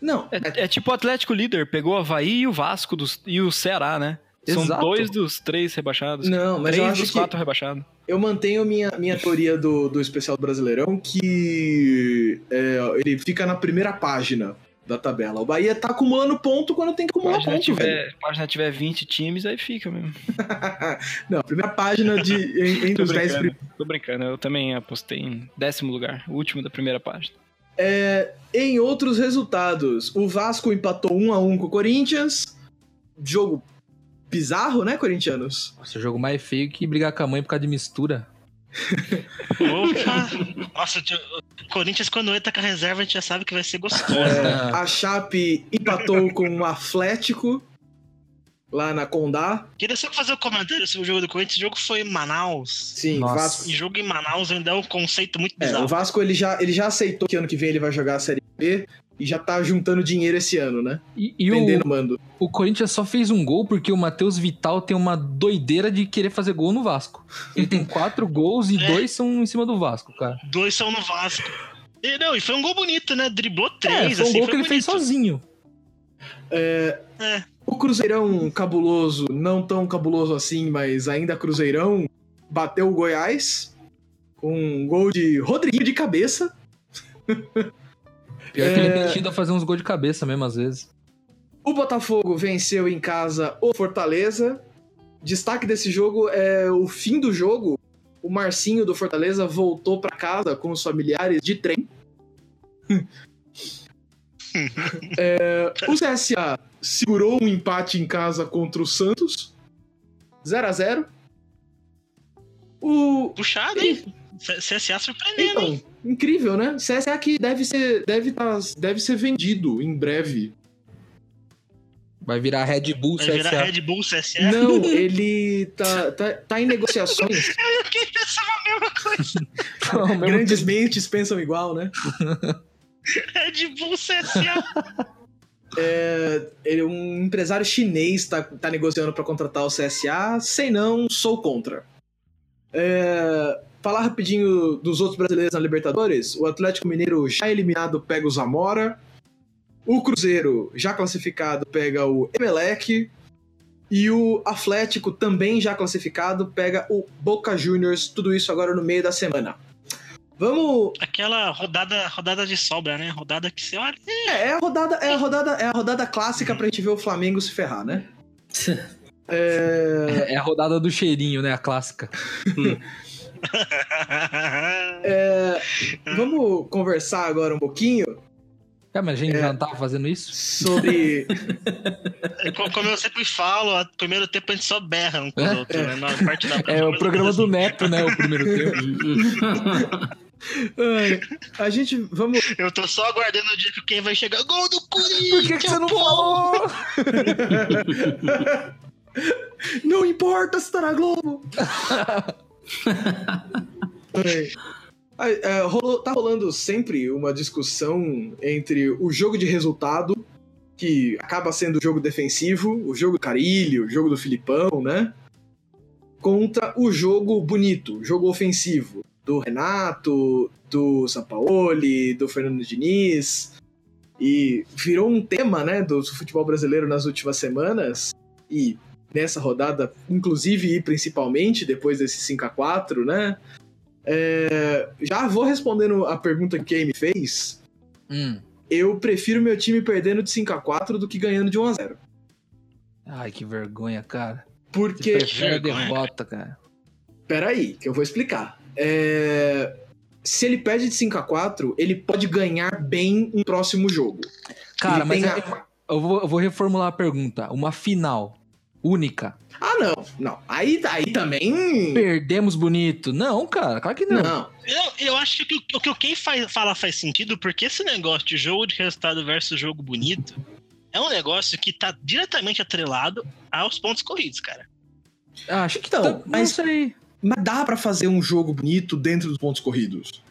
D: Não,
E: É, é tipo o Atlético líder, pegou o Havaí e o Vasco dos, e o Ceará, né? São
F: Exato.
E: dois dos três rebaixados.
D: não, mas eu
E: três
D: acho
E: dos
D: que
E: quatro rebaixados.
D: eu mantenho minha, minha teoria do, do especial do Brasileirão, que é, ele fica na primeira página da tabela. O Bahia tá acumulando ponto quando tem que acumular
E: página
D: ponto, é velho.
E: tiver, página tiver 20 times, aí fica mesmo.
D: Não, primeira página de en- entre
E: Tô
D: os 10
E: brincando, tô brincando. Eu também apostei em décimo lugar, o último da primeira página.
D: É, em outros resultados, o Vasco empatou 1 a 1 com o Corinthians. Jogo bizarro, né, corintianos?
F: Nossa, jogo mais feio que brigar com a mãe por causa de mistura.
H: Opa! Nossa, o o Corinthians, quando entra com a reserva, a gente já sabe que vai ser
D: É.
H: gostoso.
F: Ah,
D: A Chape empatou com o Atlético lá na Condá.
H: Queria só fazer um comentário sobre o jogo do Corinthians. Esse jogo foi em Manaus.
D: Sim,
F: Nossa.
D: Vasco.
H: E jogo em Manaus ainda é um conceito muito
D: É, o
H: bizarro.
D: Vasco ele já, ele já aceitou que ano que vem ele vai jogar a Série B e já tá juntando dinheiro esse ano, né?
F: e e o,
D: Vendendo mando.
F: o Corinthians só fez um gol porque o Matheus Vital tem uma doideira de querer fazer gol no Vasco. Ele tem quatro gols e
H: É.
F: dois são em cima do Vasco, cara.
H: Dois são no Vasco. E, não, e foi um gol bonito, né? Driblou
F: É,
H: três,
F: foi um
H: assim,
F: gol
H: foi
F: que ele fez
H: bonito.
F: sozinho.
D: O Cruzeirão cabuloso, não tão cabuloso assim, mas ainda Cruzeirão, bateu o Goiás com um gol de Rodrigo de cabeça.
F: Pior que ele
D: É.
F: é metido a fazer uns gols de cabeça mesmo, às vezes.
D: O Botafogo venceu em casa o Fortaleza. Destaque desse jogo é o fim do jogo. O Marcinho do Fortaleza voltou pra casa com os familiares de trem. É, o CSA segurou um empate em casa contra o Santos. 0 a 0 O
H: Puxado, hein? C- CSA surpreendendo, hein?
D: Então, incrível, né? CSA que deve ser, deve, tá, deve ser vendido em breve.
F: Vai virar Red Bull,
H: Vai
F: CSA.
H: virar Red Bull CSA.
D: Não, ele tá, tá, tá em negociações.
H: Eu fiquei pensando a mesma coisa.
F: um.
D: Grandes mentes pensam igual, né?
H: Red Bull CSA.
D: Ele, um empresário chinês tá, tá negociando pra contratar o CSA. Sei não, sou contra. É, falar rapidinho dos outros brasileiros na Libertadores. O Atlético Mineiro já eliminado pega o Zamora. O Cruzeiro já classificado pega o Emelec. E o Atlético também já classificado pega o Boca Juniors. Tudo isso agora no meio da semana. Vamos
H: Aquela rodada, rodada de sobra, né? Rodada que você olha.
D: É, é a rodada, é a rodada, é a rodada clássica pra gente ver o Flamengo se ferrar, né? É,
F: É a rodada do cheirinho, né? A clássica.
D: é, vamos conversar agora um pouquinho
F: É, mas a gente
D: É.
F: já não tava fazendo isso?
D: sobre.
H: Co- Como eu sempre falo, o primeiro tempo a gente só berra um com o outro, né? Na parte da
F: É o programa do Neto, né? O primeiro
G: Hum,
D: Ai,
F: tempo.
D: a gente vamos.
H: Eu tô só aguardando o dia que quem vai chegar. Gol do Corinthians!
F: Por que, que você não falou?
D: Não importa se tá na Globo! Ai, ai, é, rolou- tá rolando sempre uma discussão entre o jogo de resultado, que acaba sendo o jogo defensivo, o jogo do Carilho, o jogo do Filipão, né? Contra o jogo bonito, o jogo ofensivo, do Renato, do Sampaoli, do Fernando Diniz. E virou um tema, né, do futebol brasileiro nas últimas semanas. E nessa rodada, inclusive e principalmente depois desse 5 a 4 né? É, já vou respondendo a pergunta que quem me fez.
F: Hum.
D: Eu prefiro meu time perdendo de 5 a 4 do que ganhando de 1 a 0
F: Ai, que vergonha, cara. Você
D: Porque,
F: prefere a
H: vergonha.
F: derrota, cara.
D: peraí, que eu vou explicar. É, se ele perde de 5 a 4 ele pode ganhar bem um próximo jogo.
F: Cara,
D: Ele
F: mas
D: tem
F: é- eu, vou, eu vou reformular a pergunta. Uma final única.
D: Ah, não, não. Aí, aí também.
F: Perdemos bonito. Não, cara. Claro que não.
D: Não.
H: Eu, eu acho que o que o que o Ken faz, fala faz sentido, porque esse negócio de jogo de resultado versus jogo bonito é um negócio que tá diretamente atrelado aos pontos corridos, cara.
F: Acho que
D: Então,
F: tá- não
D: mas-
F: sei.
D: Mas dá pra fazer um jogo bonito dentro dos pontos corridos.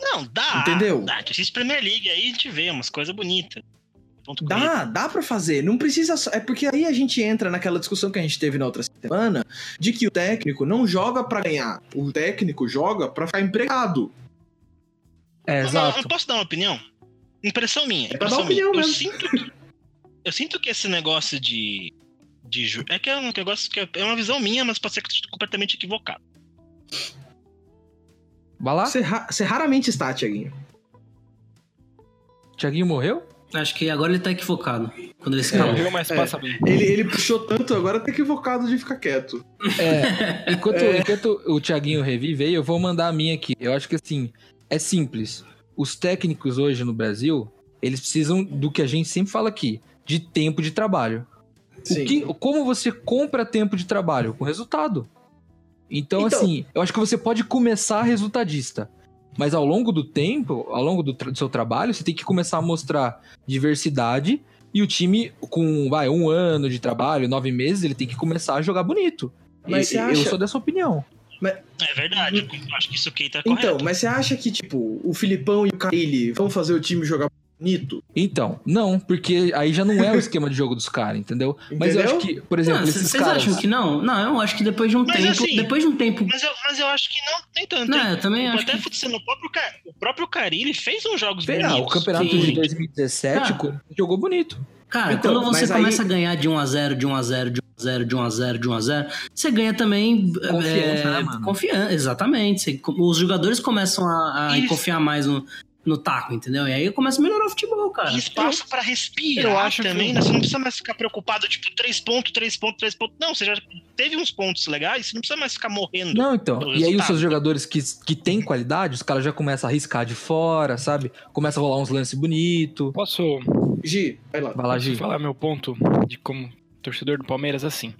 H: Não, dá.
D: Entendeu?
H: Dá. Assiste Premier League, aí a gente vê umas coisas bonitas. Ponto corrido.
D: Dá, dá pra fazer. Não precisa. só- É porque aí a gente entra naquela discussão que a gente teve na outra semana de que o técnico não joga pra ganhar. O técnico joga pra ficar empregado.
F: É,
H: Não, não,
F: exato.
H: Eu posso dar uma opinião? Impressão minha.
D: É pra dar
H: impressão minha.
D: opinião
H: eu
D: mesmo.
H: sinto que, eu sinto que esse negócio de de ju- é que é um negócio que é é uma visão minha, mas pode ser completamente equivocado.
F: Vai lá?
D: Você ra- você raramente está, Tiaguinho.
F: Tiaguinho morreu?
G: Acho que agora ele tá equivocado. Quando ele se calou.
E: Morreu,
D: é.
E: mas passa bem.
D: Ele, ele puxou tanto, agora tá equivocado de ficar quieto.
F: É, enquanto,
D: É.
F: enquanto o Thiaguinho revive aí, eu vou mandar a minha aqui. Eu acho que assim, é simples. Os técnicos hoje no Brasil, eles precisam do que a gente sempre fala aqui, de tempo de trabalho. O que, como você compra tempo de trabalho? Com resultado. Então,
D: Então-
F: assim, eu acho que você pode começar resultadista. Mas ao longo do tempo, ao longo do, tra- do seu trabalho, você tem que começar a mostrar diversidade. E o time, com vai, um ano de trabalho, nove meses, ele tem que começar a jogar bonito.
D: Mas
F: E-
D: você
F: eu
D: acha-
F: sou dessa opinião.
H: É verdade. Eu acho que isso aqui tá correto.
D: Uhum. Então, mas você acha que, tipo, o Filipão e o Carilli vão fazer o time jogar bonito?
F: Então, não, porque aí já não é o esquema de jogo dos caras, entendeu? Mas eu
D: Entendeu?
F: acho que, por
G: Não,
F: exemplo,
G: c-
F: esses
G: vocês
F: caras.
G: acham que não? Não, eu acho que depois de um
H: Mas
G: tempo.
H: assim-
G: depois de um tempo.
H: Mas eu, mas eu acho que não tem tanto.
G: Não,
H: hein? Tipo,
G: eu
D: um
G: também acho
H: até
G: que-
H: sendo o próprio, Ca- o próprio Carilli fez uns jogos
F: Sei lá,
H: bonitos.
F: ah, o campeonato
G: Sim.
F: de 2017
G: Cara.
F: co- jogou bonito.
G: Cara,
D: Então,
G: quando você
D: mas aí-
G: começa a ganhar de 1x0, de 1x0, de 1x0, de 1x0, de 1x0, você ganha também.
F: Confiança, né, mano?
G: Confiança, exatamente. Você- os jogadores começam a, a
H: Isso.
G: confiar mais no, no taco, entendeu? E aí começa a melhorar o futebol, cara.
H: E espaço pra respirar
E: eu acho que-
H: também, né? Você não precisa mais ficar preocupado, tipo, três pontos, três pontos, três pontos. Não, você já teve uns pontos legais, você não precisa mais ficar morrendo.
F: Não, então.
H: Do
F: E aí os
H: resultado.
F: seus jogadores que, que têm qualidade, os caras já começam a arriscar de fora, sabe? Começa a rolar uns lances bonitos.
E: Posso,
D: Gi, vai lá.
F: Vai lá,
E: posso
F: Gi.
E: falar meu ponto de como torcedor do Palmeiras assim.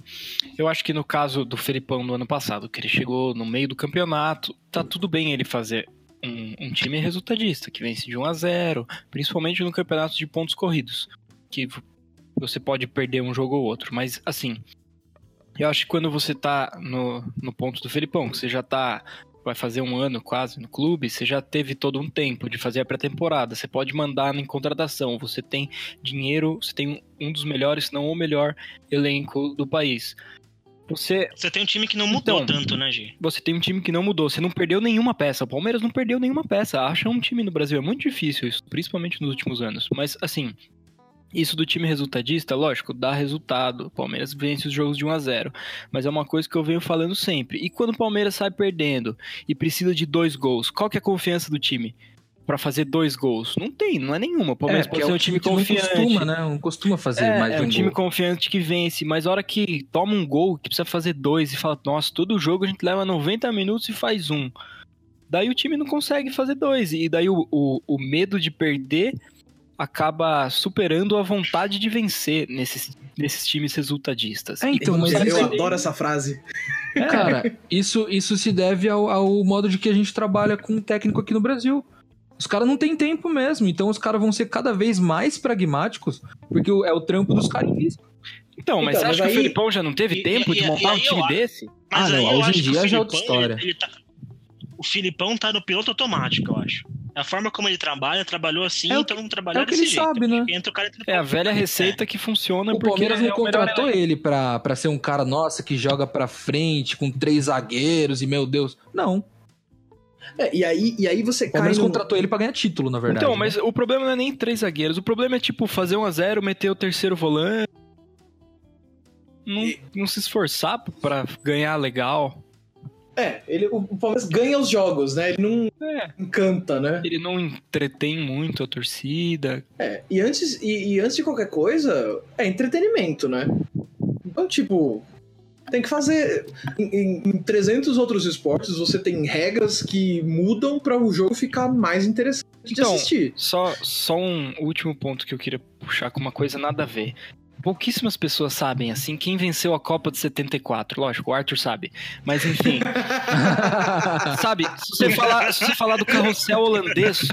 E: Eu acho que no caso do Felipão do ano passado, que ele chegou no meio do campeonato, tá tudo bem ele fazer um, um time resultadista, que vence de 1 a 0 principalmente no campeonato de pontos corridos, que você pode perder um jogo ou outro, mas assim, eu acho que quando você tá no, no ponto do Felipão, que você já tá vai fazer um ano quase no clube, você já teve todo um tempo de fazer a pré-temporada, você pode mandar em contratação, você tem dinheiro, você tem um dos melhores, se não o melhor elenco do país. Você,
H: Você tem um time que não mudou
E: Então.
H: tanto, né, Gi?
E: você tem um time que não mudou, você não perdeu nenhuma peça. O Palmeiras não perdeu nenhuma peça. Acha um time no Brasil é muito difícil isso, principalmente nos últimos anos. Mas assim, isso do time resultadista, lógico, dá resultado. O Palmeiras vence os jogos de 1 a 0, mas é uma coisa que eu venho falando sempre. E quando o Palmeiras sai perdendo e precisa de dois gols, qual que é a confiança do time? Pra fazer dois gols. Não tem, não é nenhuma. O Palmeiras pode
F: porque
E: ser um
F: o
E: time
F: que
E: confiante.
F: Não costuma, né? Não costuma fazer
E: É,
F: mais
E: é
F: de
E: um,
F: um
E: time
F: gol.
E: confiante que vence, mas a hora que toma um gol, que precisa fazer dois e fala, nossa, todo jogo a gente leva 90 minutos e faz um. Daí o time não consegue fazer dois, e daí o, o, o medo de perder acaba superando a vontade de vencer nesses, nesses times resultadistas.
F: É, então, mas
D: eu
F: isso-
D: adoro essa frase.
F: Cara, isso, isso se deve ao, ao modo de que a gente trabalha com um técnico aqui no Brasil. Os caras não têm tempo mesmo, então os caras vão ser cada vez mais pragmáticos, porque o- é o trampo dos caras em risco.
E: Então, mas
D: Então,
E: você acha
D: mas
E: que o
D: aí-
E: Felipão já não teve
H: E-
E: tempo
H: e-
E: de
H: e-
E: montar
H: e
E: um
H: aí
E: time
H: eu-
E: desse?
H: Mas
F: Ah,
H: aí
F: não,
H: eu
F: hoje em
H: acho que
F: dia
H: o
F: já é outra
H: Filipão,
F: história.
H: Ele, ele tá... O Filipão tá no piloto automático, eu acho. É A forma como ele trabalha, trabalhou assim,
F: É o
H: então não trabalhou
F: é o que
H: desse
F: ele
H: jeito.
F: sabe, né?
H: Porque Entra o cara e entra o
E: É a
H: outro.
E: velha receita que funciona
F: O
E: porque
F: Palmeiras
E: é
F: não
E: o melhor
F: contratou ele pra, pra ser um cara, nossa, que joga pra frente com três zagueiros e meu Deus. Não. O
D: É, e, aí, e aí você cai
F: Palmeiras
D: num-
F: contratou ele pra ganhar título, na verdade.
E: Então,
F: né?
E: mas o problema não é nem três zagueiros. O problema é, tipo, fazer um a zero, meter o terceiro volante. Não, não se esforçar pra ganhar legal.
D: É, ele, o o Palmeiras ganha os jogos, né? Ele não encanta, né?
E: Ele não entretém muito a torcida.
D: É, e antes, e, e antes de qualquer coisa, é entretenimento, né? Então, tipo, tem que fazer. Em, em- em 300 outros esportes, você tem regras que mudam pra o jogo ficar mais interessante de
E: Então,
D: assistir.
E: Só, só um último ponto que eu queria puxar com uma coisa nada a ver. Pouquíssimas pessoas sabem, assim, quem venceu a Copa de 74. Lógico, o Arthur sabe. Mas enfim. Sabe, se você, falar, se você falar do carrossel holandês,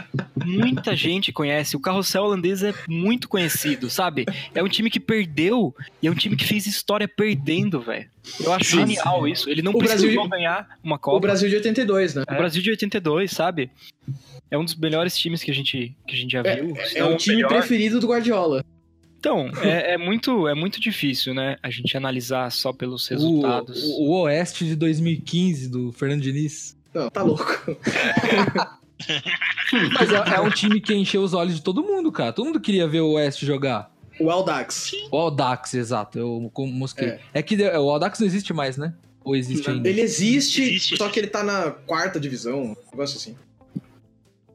E: muita gente conhece. O carrossel holandês é muito conhecido, sabe? É um time que perdeu e é um time que fez história perdendo, velho. Eu acho
D: Sim,
E: genial isso. Ele não
D: O Brasil-
E: precisou ganhar uma Copa.
D: O Brasil de 82, né?
E: O Brasil de 82, sabe? É um dos melhores times que a gente, que a gente já viu. se
D: É
E: não
D: o time
E: melhor.
D: preferido do Guardiola.
E: Então, é, é muito, é muito difícil, né? A gente analisar só pelos
F: o,
E: resultados.
F: o- o Oeste de 2015 do Fernando Diniz.
D: Não, tá louco.
F: Mas é, é um time que encheu os olhos de todo mundo, cara. Todo mundo queria ver o Oeste jogar.
D: O Aldax.
F: O Audax, exato. Eu com- mosquei.
D: É.
F: É, que de- o Audax não existe mais, né? Ou existe ainda?
D: Ele existe,
H: Existe.
D: só que ele tá na quarta divisão, um negócio assim.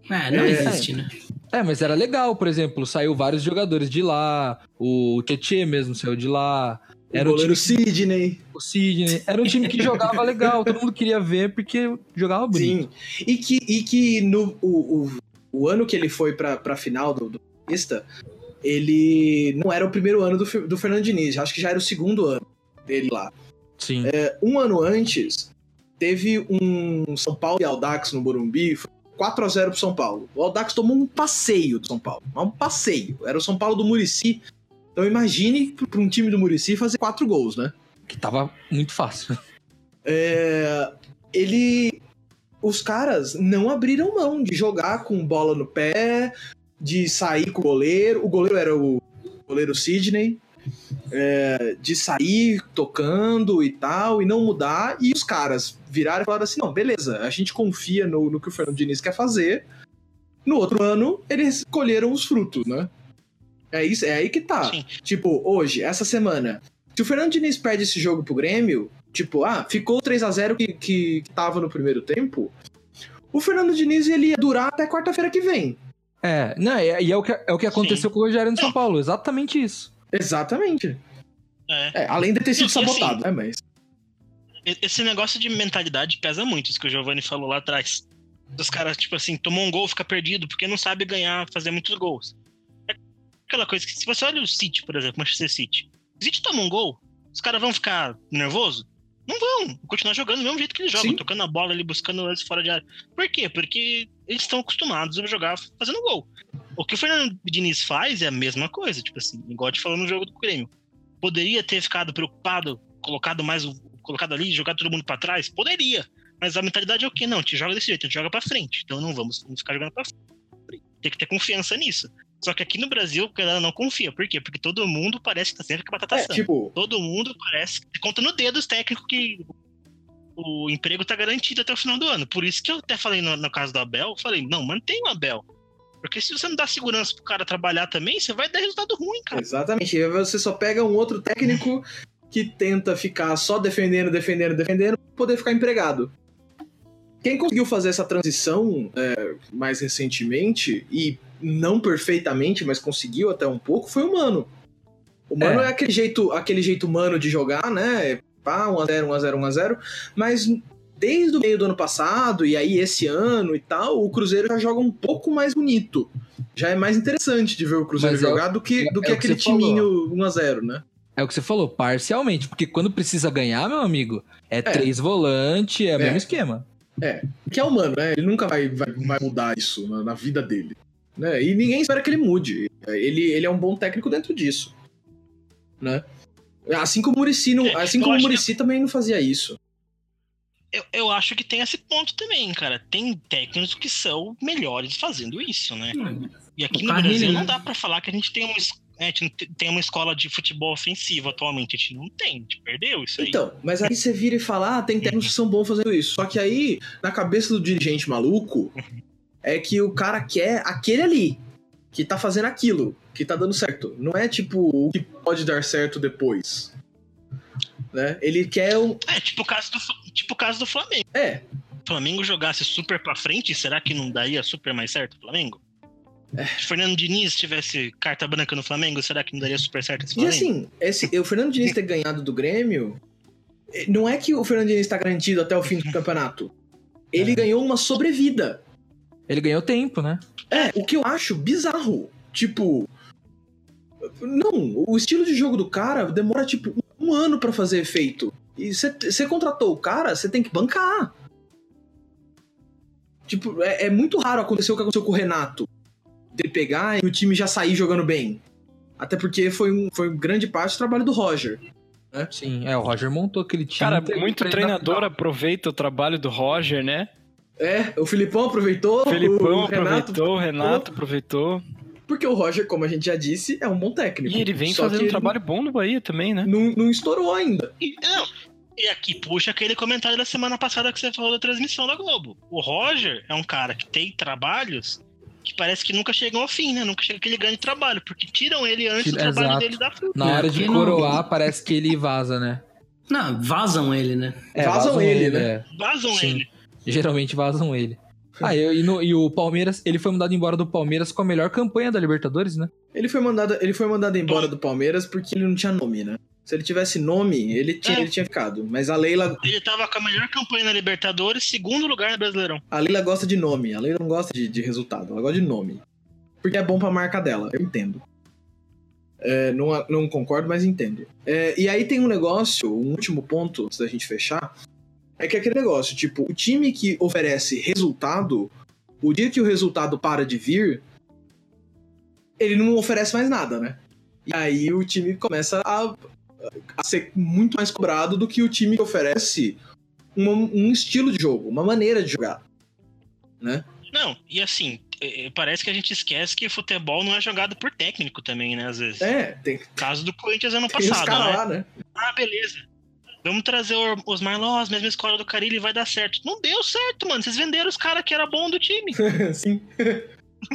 G: É, não
D: É.
G: existe, né?
F: É, mas era legal, por exemplo. Saiu vários jogadores de lá. O Tietchan mesmo saiu de lá. Era
D: o
F: um time,
D: goleiro Sidney.
F: o Sidney. Era um time que jogava legal. Todo mundo queria ver porque jogava bonito.
D: Sim. E que, e que no, o, o, o ano que ele foi pra, pra final do, do Paulista, ele não era o primeiro ano do, Fe- do Fernando Diniz, acho que já era o segundo ano dele lá.
F: Sim.
D: Um ano antes, teve um São Paulo e Aldax no Morumbi, foi 4x0 pro São Paulo. O Aldax tomou um passeio do São Paulo, mas um passeio. Era o São Paulo do Murici. Então imagine pra um time do Murici fazer quatro gols, né?
F: Que tava muito fácil.
D: É, ele. Os caras não abriram mão de jogar com bola no pé, de sair com o goleiro. O goleiro era o goleiro Sidney. É, de sair tocando e tal, e não mudar. E os caras viraram e falaram assim: não, beleza, a gente confia no, no que o Fernando Diniz quer fazer. No outro ano, eles colheram os frutos, né? É, isso, é aí que tá.
H: Sim.
D: Tipo, hoje, essa semana, se o Fernando Diniz perde esse jogo pro Grêmio, tipo, ah, ficou 3 a 0 que, que, que tava no primeiro tempo, o Fernando Diniz ele ia durar até quarta-feira que vem.
F: É, não, e é, e é o, que, é o que aconteceu com o Rogério no São Paulo. Exatamente isso.
D: Exatamente.
H: É.
D: É, além de ter sido
H: Não, e assim-
D: sabotado, né, mas.
H: E- Esse negócio de mentalidade pesa muito, isso que o Giovanni falou lá atrás. Dos caras, tipo assim, tomou um gol, fica perdido, porque não sabe ganhar, fazer muitos gols. É aquela coisa que, se você olha o City, por exemplo, Manchester City, Se a gente tomar um gol, os caras vão ficar nervoso? Não vão. Vão continuar jogando do mesmo jeito que eles jogam,
D: Sim.
H: tocando a bola ali, buscando lances fora de área. Por quê? Porque eles estão acostumados a jogar fazendo gol. O que o Fernando Diniz faz é a mesma coisa, tipo assim, igual te falou no jogo do Grêmio. Poderia ter ficado preocupado, colocado mais o- colocado ali, jogado todo mundo pra trás? Poderia. Mas a mentalidade é o quê? Não, te joga desse jeito, te joga pra frente. Então não vamos, vamos ficar jogando pra frente. Tem que ter confiança nisso. Só que aqui no Brasil, a galera não confia. Por quê? Porque todo mundo parece que tá sempre com a batata
D: É,
H: assando.
D: tipo,
H: Todo mundo parece que conta no dedo os técnicos que o emprego tá garantido até o final do ano. Por isso que eu até falei no, no caso do Abel, eu falei, não, mantém o Abel. Porque se você não dá segurança pro cara trabalhar também, você vai dar resultado ruim, cara.
D: exatamente. Aí Você só pega um outro técnico que tenta ficar só defendendo, defendendo, defendendo, pra poder ficar empregado. Quem conseguiu fazer essa transição é, mais recentemente, e não perfeitamente, mas conseguiu até um pouco, foi o Mano. O Mano é, aquele, jeito, aquele jeito humano de jogar, né? Pá, 1x0, 1x0, 1x0. Mas desde o meio do ano passado, e aí esse ano e tal, o Cruzeiro já joga um pouco mais bonito. Já é mais interessante de ver o Cruzeiro
F: Mas é o-
D: jogar do que, do que
F: é o que
D: aquele
F: você falou.
D: timinho 1x0, né?
F: É o que você falou, parcialmente. Porque quando precisa ganhar, meu amigo, é, três volante, é, o
D: É.
F: mesmo esquema.
D: Que é humano, né? Ele nunca vai, vai, vai mudar isso na, na vida dele. Né? E ninguém espera que ele mude. Ele, ele é um bom técnico dentro disso. Né? Assim como o Murici não-
H: É,
D: assim
H: eu
D: como o
H: acho que-
D: Muricy também não fazia isso.
H: Eu, eu acho que tem esse ponto também, cara. Tem técnicos que são melhores fazendo isso, né? E aqui
G: O
H: no
G: Carrilho,
H: Brasil
G: né?
H: não dá pra falar que a gente tem uma, es- é, a gente não te- tem uma escola de futebol ofensivo atualmente. A gente não tem, a gente perdeu isso aí.
D: Então, mas aí você vira e fala, ah, tem técnicos que são bons fazendo isso. Só que aí, na cabeça do dirigente maluco, é que o cara quer aquele ali, que tá fazendo aquilo, que tá dando certo. Não é tipo o que pode dar certo depois. Né? Ele quer um.
H: É, tipo o caso do, Fla- tipo o caso do Flamengo.
D: É,
H: o Flamengo jogasse super pra frente, será que não daria super mais certo o Flamengo?
D: É.
H: Se o Fernando Diniz tivesse carta branca no Flamengo, será que não daria super certo esse
D: E
H: Flamengo?
D: assim, esse, o Fernando Diniz ter ganhado do Grêmio, eh, não é que o Fernando Diniz tá garantido até o fim do campeonato. Ele ganhou uma sobrevida.
F: Ele ganhou tempo, né?
D: É, o que eu acho bizarro. Tipo. Não, o estilo de jogo do cara demora tipo um ano pra fazer efeito. E você contratou o cara, você tem que bancar. Tipo, é, é muito raro acontecer o que aconteceu com o Renato. Dele pegar e o time já sair jogando bem. Até porque foi, um, foi grande parte do trabalho do Roger. né?
F: Sim, é, o Roger montou aquele time.
E: Cara,
F: teve
E: muito
F: três na
E: treinador
F: final.
E: aproveita o trabalho do Roger, né?
D: É, o Filipão aproveitou,
E: O Felipão
D: o Renato.
E: aproveitou, o Renato aproveitou.
D: Porque o Roger, como a gente já disse, é um bom técnico.
E: E ele vem
D: Só
E: fazendo
D: que
E: um
D: ele
E: trabalho bom no Bahia também, né?
D: Não, não estourou ainda.
H: E, não, e aqui puxa aquele comentário da semana passada que você falou da transmissão da Globo. O Roger é um cara que tem trabalhos que parece que nunca chegam ao fim, né? Nunca chega aquele grande trabalho, porque tiram ele antes do
F: Tira-
H: trabalho
F: exato.
H: dele dar fruto.
F: Na hora de
G: Porque não-
F: coroar, parece que ele vaza, né?
G: Não, vazam ele, né?
D: Vazam ele, né?
F: é.
H: Vazam
F: Sim.
H: ele.
F: Geralmente vazam ele. Ah, eu- e, no- e o Palmeiras, ele foi mandado embora do Palmeiras com a melhor campanha da Libertadores, né?
D: Ele foi mandado, ele foi mandado embora do Palmeiras porque ele não tinha nome, né? Se ele tivesse nome, ele tinha,
H: É.
D: ele tinha ficado. Mas a Leila,
H: Ele tava com a melhor campanha na Libertadores, segundo lugar no Brasileirão.
D: a Leila gosta de nome. A Leila não gosta de, de resultado, ela gosta de nome. Porque é bom pra marca dela, eu entendo. É, não, não concordo, mas entendo. É, e aí tem um negócio, um último ponto antes da gente fechar. É que é aquele negócio, tipo, o time que oferece resultado, o dia que o resultado para de vir, ele não oferece mais nada, né? E aí o time começa a, a ser muito mais cobrado do que o time que oferece uma- um estilo de jogo, uma maneira de jogar.
H: Não, e assim, eh, eh, parece que a gente esquece que futebol não é jogado por técnico também, né? Às vezes.
D: É, tem,
H: Caso do Corinthians ano
D: tem os
H: passado,
D: caras
H: né?
D: lá, né?
H: Ah, beleza. Vamos trazer o Osmar Loz, mesma escola do Carilli, vai dar certo. Não deu certo, mano. Vocês venderam os caras que era bom do time.
D: Sim.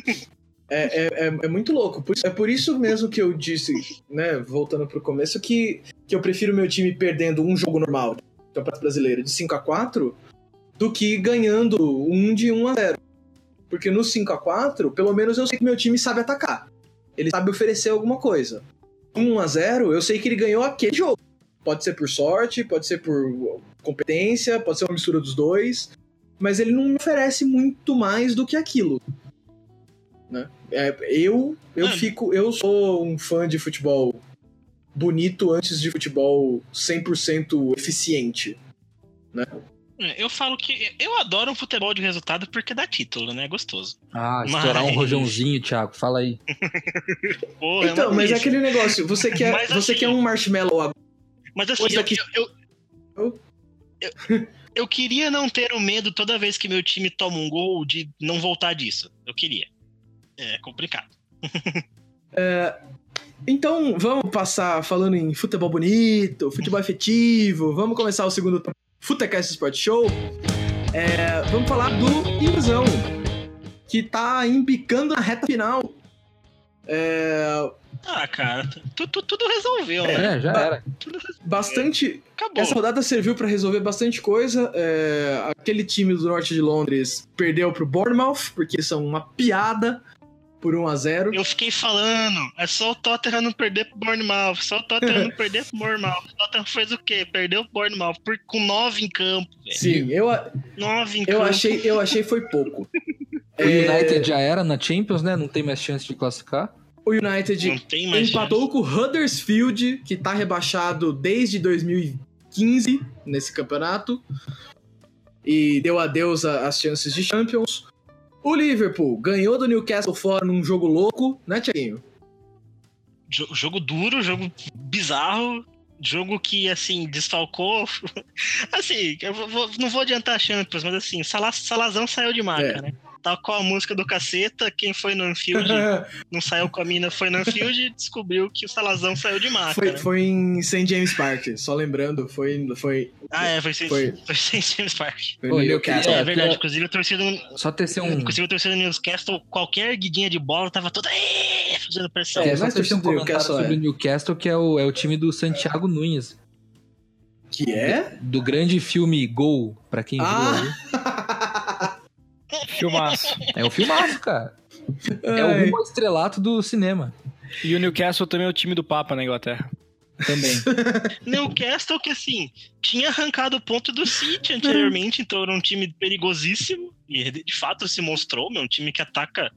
D: É, é, é, é muito louco. Por isso- É por isso mesmo que eu disse, né, voltando pro começo, que, que eu prefiro meu time perdendo um jogo normal do Campeonato Brasileiro de 5 a 4 do que ganhando um de 1 a 0 Porque no 5 a 4 pelo menos eu sei que meu time sabe atacar. Ele sabe oferecer alguma coisa. 1 a 0 eu sei que ele ganhou aquele jogo. Pode ser por sorte, pode ser por competência, pode ser uma mistura dos dois mas ele não me oferece muito mais do que aquilo. Né? É, eu eu
H: Mano.
D: fico, eu sou um fã de futebol bonito antes de futebol 100% eficiente.
H: É, Eu falo que eu adoro um futebol de resultado porque dá título, né? É gostoso.
F: Ah,
H: Mas-
F: estourar
E: é
F: um rojãozinho, Thiago, fala aí.
H: Porra, é
D: então,
H: uma
D: mas é
H: delícia.
D: aquele negócio, você quer,
H: Mas
D: você
H: assim-
D: quer um marshmallow agora?
H: Mas assim,
D: Pois
H: eu,
D: aqui-
H: eu,
D: Oh.
H: eu, eu- eu queria não ter o medo toda vez que meu time toma um gol de não voltar disso. Eu queria. É complicado.
D: Então, vamos passar falando em futebol bonito, futebol efetivo, vamos começar o segundo tempo do Futecast Sport Show. É, vamos falar do Ilusão, que tá embicando na reta final. É,
H: Ah, cara, tu, tu- tudo resolveu, né?
F: É, já era.
H: Tudo resolveu.
D: bastante,
H: Acabou.
D: Essa rodada serviu pra resolver bastante coisa. É, aquele time do norte de Londres perdeu pro Bournemouth, porque são uma piada por 1 a 0
H: Eu fiquei falando, é só o Tottenham não perder pro Bournemouth, só o Tottenham não perder pro Bournemouth. O Tottenham fez o quê? Perdeu pro Bournemouth por, com nove em campo, velho.
D: Sim, eu, a-
H: Nove em
D: eu,
H: campo.
D: achei, eu achei foi pouco.
F: O
D: É.
F: United já era na Champions, né? Não tem mais chance de classificar.
D: O
H: Não
D: United
H: tem mais
D: empatou com o Huddersfield, que tá rebaixado desde 2015 nesse campeonato. E deu adeus a- às chances de Champions. O Liverpool ganhou do Newcastle fora num jogo louco, né, Tiaguinho?
H: Jo- jogo duro, jogo bizarro, jogo que, assim, desfalcou. assim, eu vou- vou- não vou adiantar a Champions, mas assim, Sala- Salazão saiu de marca,
D: É.
H: né? Tal qual a música do caceta, quem foi no Anfield, não saiu com a mina, foi no Anfield e descobriu que o Salazão saiu de marca.
D: Foi,
H: né?
D: foi em St. James Park, só lembrando, foi, foi,
H: Ah, é, foi sem,
D: Foi.
H: foi. sem James Park.
D: foi
F: Oi,
D: no
F: eu
D: Newcastle.
F: É,
H: É,
F: até-
H: verdade, inclusive a torcida,
D: Hum.
H: no-
F: Só tecer um.
H: inclusive a torcida do Newcastle, qualquer guidinha de bola tava toda "Ê", fazendo pressão.
D: É,
F: É, só
D: mas
F: tecer
D: torcida do
F: um comentário
D: Newcastle,
F: sobre
D: é.
F: o Newcastle, que é o, é o time do Santiago Nunes.
D: Que é?
F: Do grande filme Gol, pra quem
D: Ah!
F: viu aí.
E: Filmaço.
F: É o filmaço, cara. É o rumo ao estrelato do cinema
E: E o Newcastle também é o time do Papa na Inglaterra.
F: também.
H: Newcastle que assim tinha arrancado o ponto do City anteriormente, então era um time perigosíssimo e de fato se mostrou, meu, um time que ataca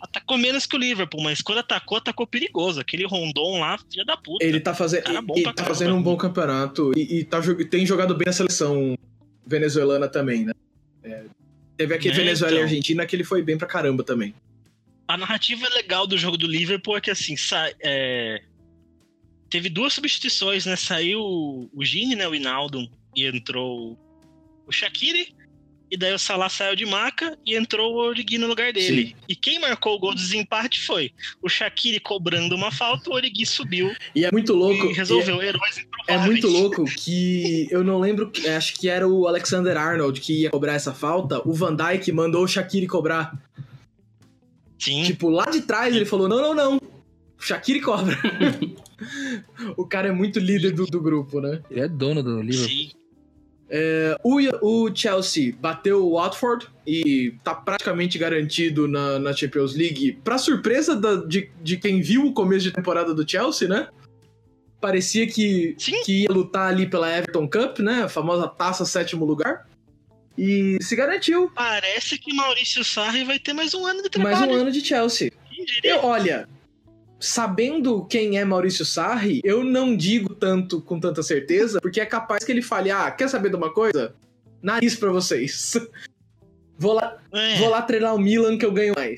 H: atacou menos que o Liverpool, mas quando atacou, atacou perigoso, aquele Rondon lá, filha da puta.
D: Ele tá, faze-
H: Cara bom
D: ele
H: pra
D: tá
H: caramba.
D: fazendo um bom campeonato e, e tá jo- e tem jogado bem a seleção venezuelana também, né? É, teve aquele
H: É,
D: Venezuela e
H: então.
D: Argentina que ele foi bem pra caramba também.
H: A narrativa legal do jogo do Liverpool é que assim, sa- é, teve duas substituições, né? Saiu o o Gini, né, o Inaldo e entrou o Shaqiri. E daí o Salah saiu de maca e entrou o Origi no lugar dele. E quem marcou o gol do desempate foi o Shaqiri cobrando uma falta, o Origi subiu
D: E é muito louco.
H: e resolveu. Heróis
D: e É, é
H: improváveis.
D: muito louco que eu não lembro, que- acho que era o Alexander Arnold que ia cobrar essa falta. O Van Dijk mandou o Shaqiri cobrar.
H: Sim.
D: Tipo, lá de trás ele falou: não, não, não. Shaqiri cobra. o cara é muito líder do, do grupo, né?
F: Ele é dono do livro.
H: Sim.
D: O, o Chelsea bateu o Watford e tá praticamente garantido na, na Champions League. Pra surpresa da- de, de quem viu o começo de temporada do Chelsea, né? Parecia que,
H: Sim.
D: que ia lutar ali pela Everton Cup, né? A famosa taça sétimo lugar. E se garantiu.
H: Parece que Maurício Sarri vai ter mais um ano de
D: Mais
H: trabalho.
D: um ano de Chelsea.
H: Quem diria?
D: Eu, olha, sabendo quem é Maurício Sarri, eu não digo tanto com tanta certeza, porque é capaz que ele fale, ah, quer saber de uma coisa? Nariz pra vocês. Vou lá,
H: É.
D: vou lá treinar o Milan que eu ganho mais.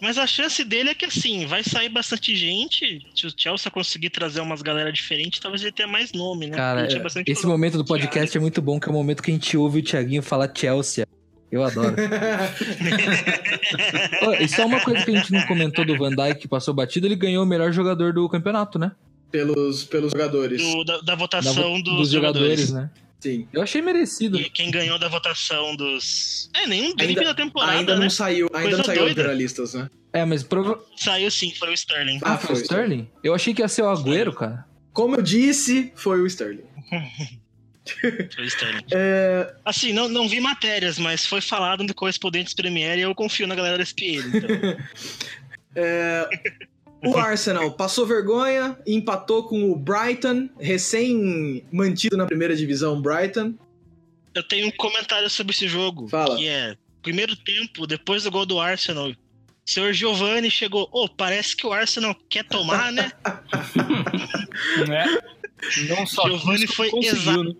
H: Mas a chance dele é que assim, vai sair bastante gente. Se o Chelsea conseguir trazer umas galera diferente, talvez ele tenha mais nome, né?
F: Cara,
H: Ele tinha bastante
F: Esse
H: nome.
F: momento do podcast é muito bom, que é o momento que a gente ouve o Thiaguinho falar Chelsea. Eu adoro. Ó, e só uma coisa que a gente não comentou do Van Dijk, que passou batido, ele ganhou o melhor jogador do campeonato, né?
D: pelos, pelos jogadores.
H: Do- da, da
F: Da vo-
H: votação um dos,
F: dos jogadores,
H: jogadores.
F: né?
D: Sim.
F: Eu achei merecido.
H: E quem ganhou da votação dos. É, nenhum drip
D: Ainda-
H: da temporada,
D: ainda
H: né?
D: não saiu, ainda
H: Coisa
D: não saiu os
H: doida.
D: jornalistas, né?
F: É, mas prova...
H: Saiu sim, foi o Sterling.
D: Ah,
F: Ah, foi o
D: foi.
F: Sterling? Eu achei que ia ser o Agüero, cara.
D: Como eu disse, foi o Sterling.
H: Foi o Sterling.
D: É,
H: Assim, não, não vi matérias, mas foi falado no Correspondentes Premier e eu confio na galera da SPN. Então. Uhum.
D: o Arsenal passou vergonha, empatou com o Brighton, recém-mantido na primeira divisão Brighton.
H: eu tenho um comentário sobre esse jogo.
D: Fala.
H: Que é: primeiro tempo, depois do gol do Arsenal, senhor Giovanni chegou. Ô, parece que o Arsenal quer tomar, né?
E: né? Não só
H: Giovanni
E: quis,
H: foi
E: conseguiu,
H: exato
E: né?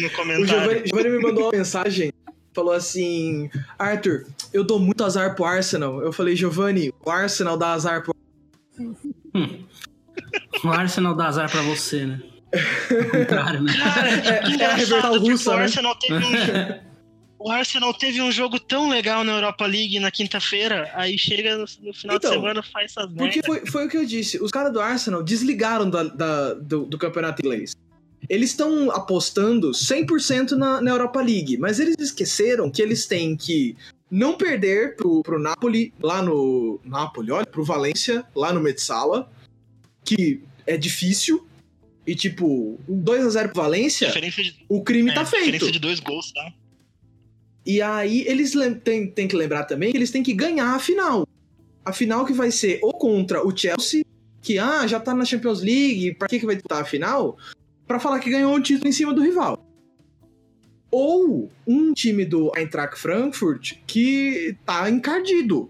H: no
D: O
H: comentário.
D: Giovanni, Giovanni me mandou uma mensagem. Falou assim: Arthur, eu dou muito azar pro Arsenal. Eu falei, Giovanni, o Arsenal dá azar pro.
G: O Arsenal dá azar pra você, né? Ao contrário, né?
H: Cara, que
D: É, é a
H: engraçado,
D: reversal
H: porque
D: russa,
H: o
D: né?
H: Arsenal teve um... O Arsenal teve um jogo tão legal na Europa League na quinta-feira, aí chega no, no final
D: Então,
H: de semana faz essas merdas.
D: Porque foi, foi o que eu disse: os caras do Arsenal desligaram da- da- do, do campeonato inglês. Eles estão apostando 100% na, na Europa League, mas eles esqueceram que eles têm que não perder pro, pro Napoli, lá no. Napoli, olha, pro Valência, lá no Metsala, que é difícil. E tipo, 2x0 pro Valência,
H: Diferença de,
D: o crime
H: é,
D: tá feito.
H: diferença de dois gols, tá?
D: E aí eles lem- tem, tem que lembrar também que eles têm que ganhar a final. A final que vai ser ou contra o Chelsea, que ah, já tá na Champions League, pra que, que vai disputar a final? Pra falar que ganhou um título em cima do rival. Ou um time do Eintracht Frankfurt que tá encardido.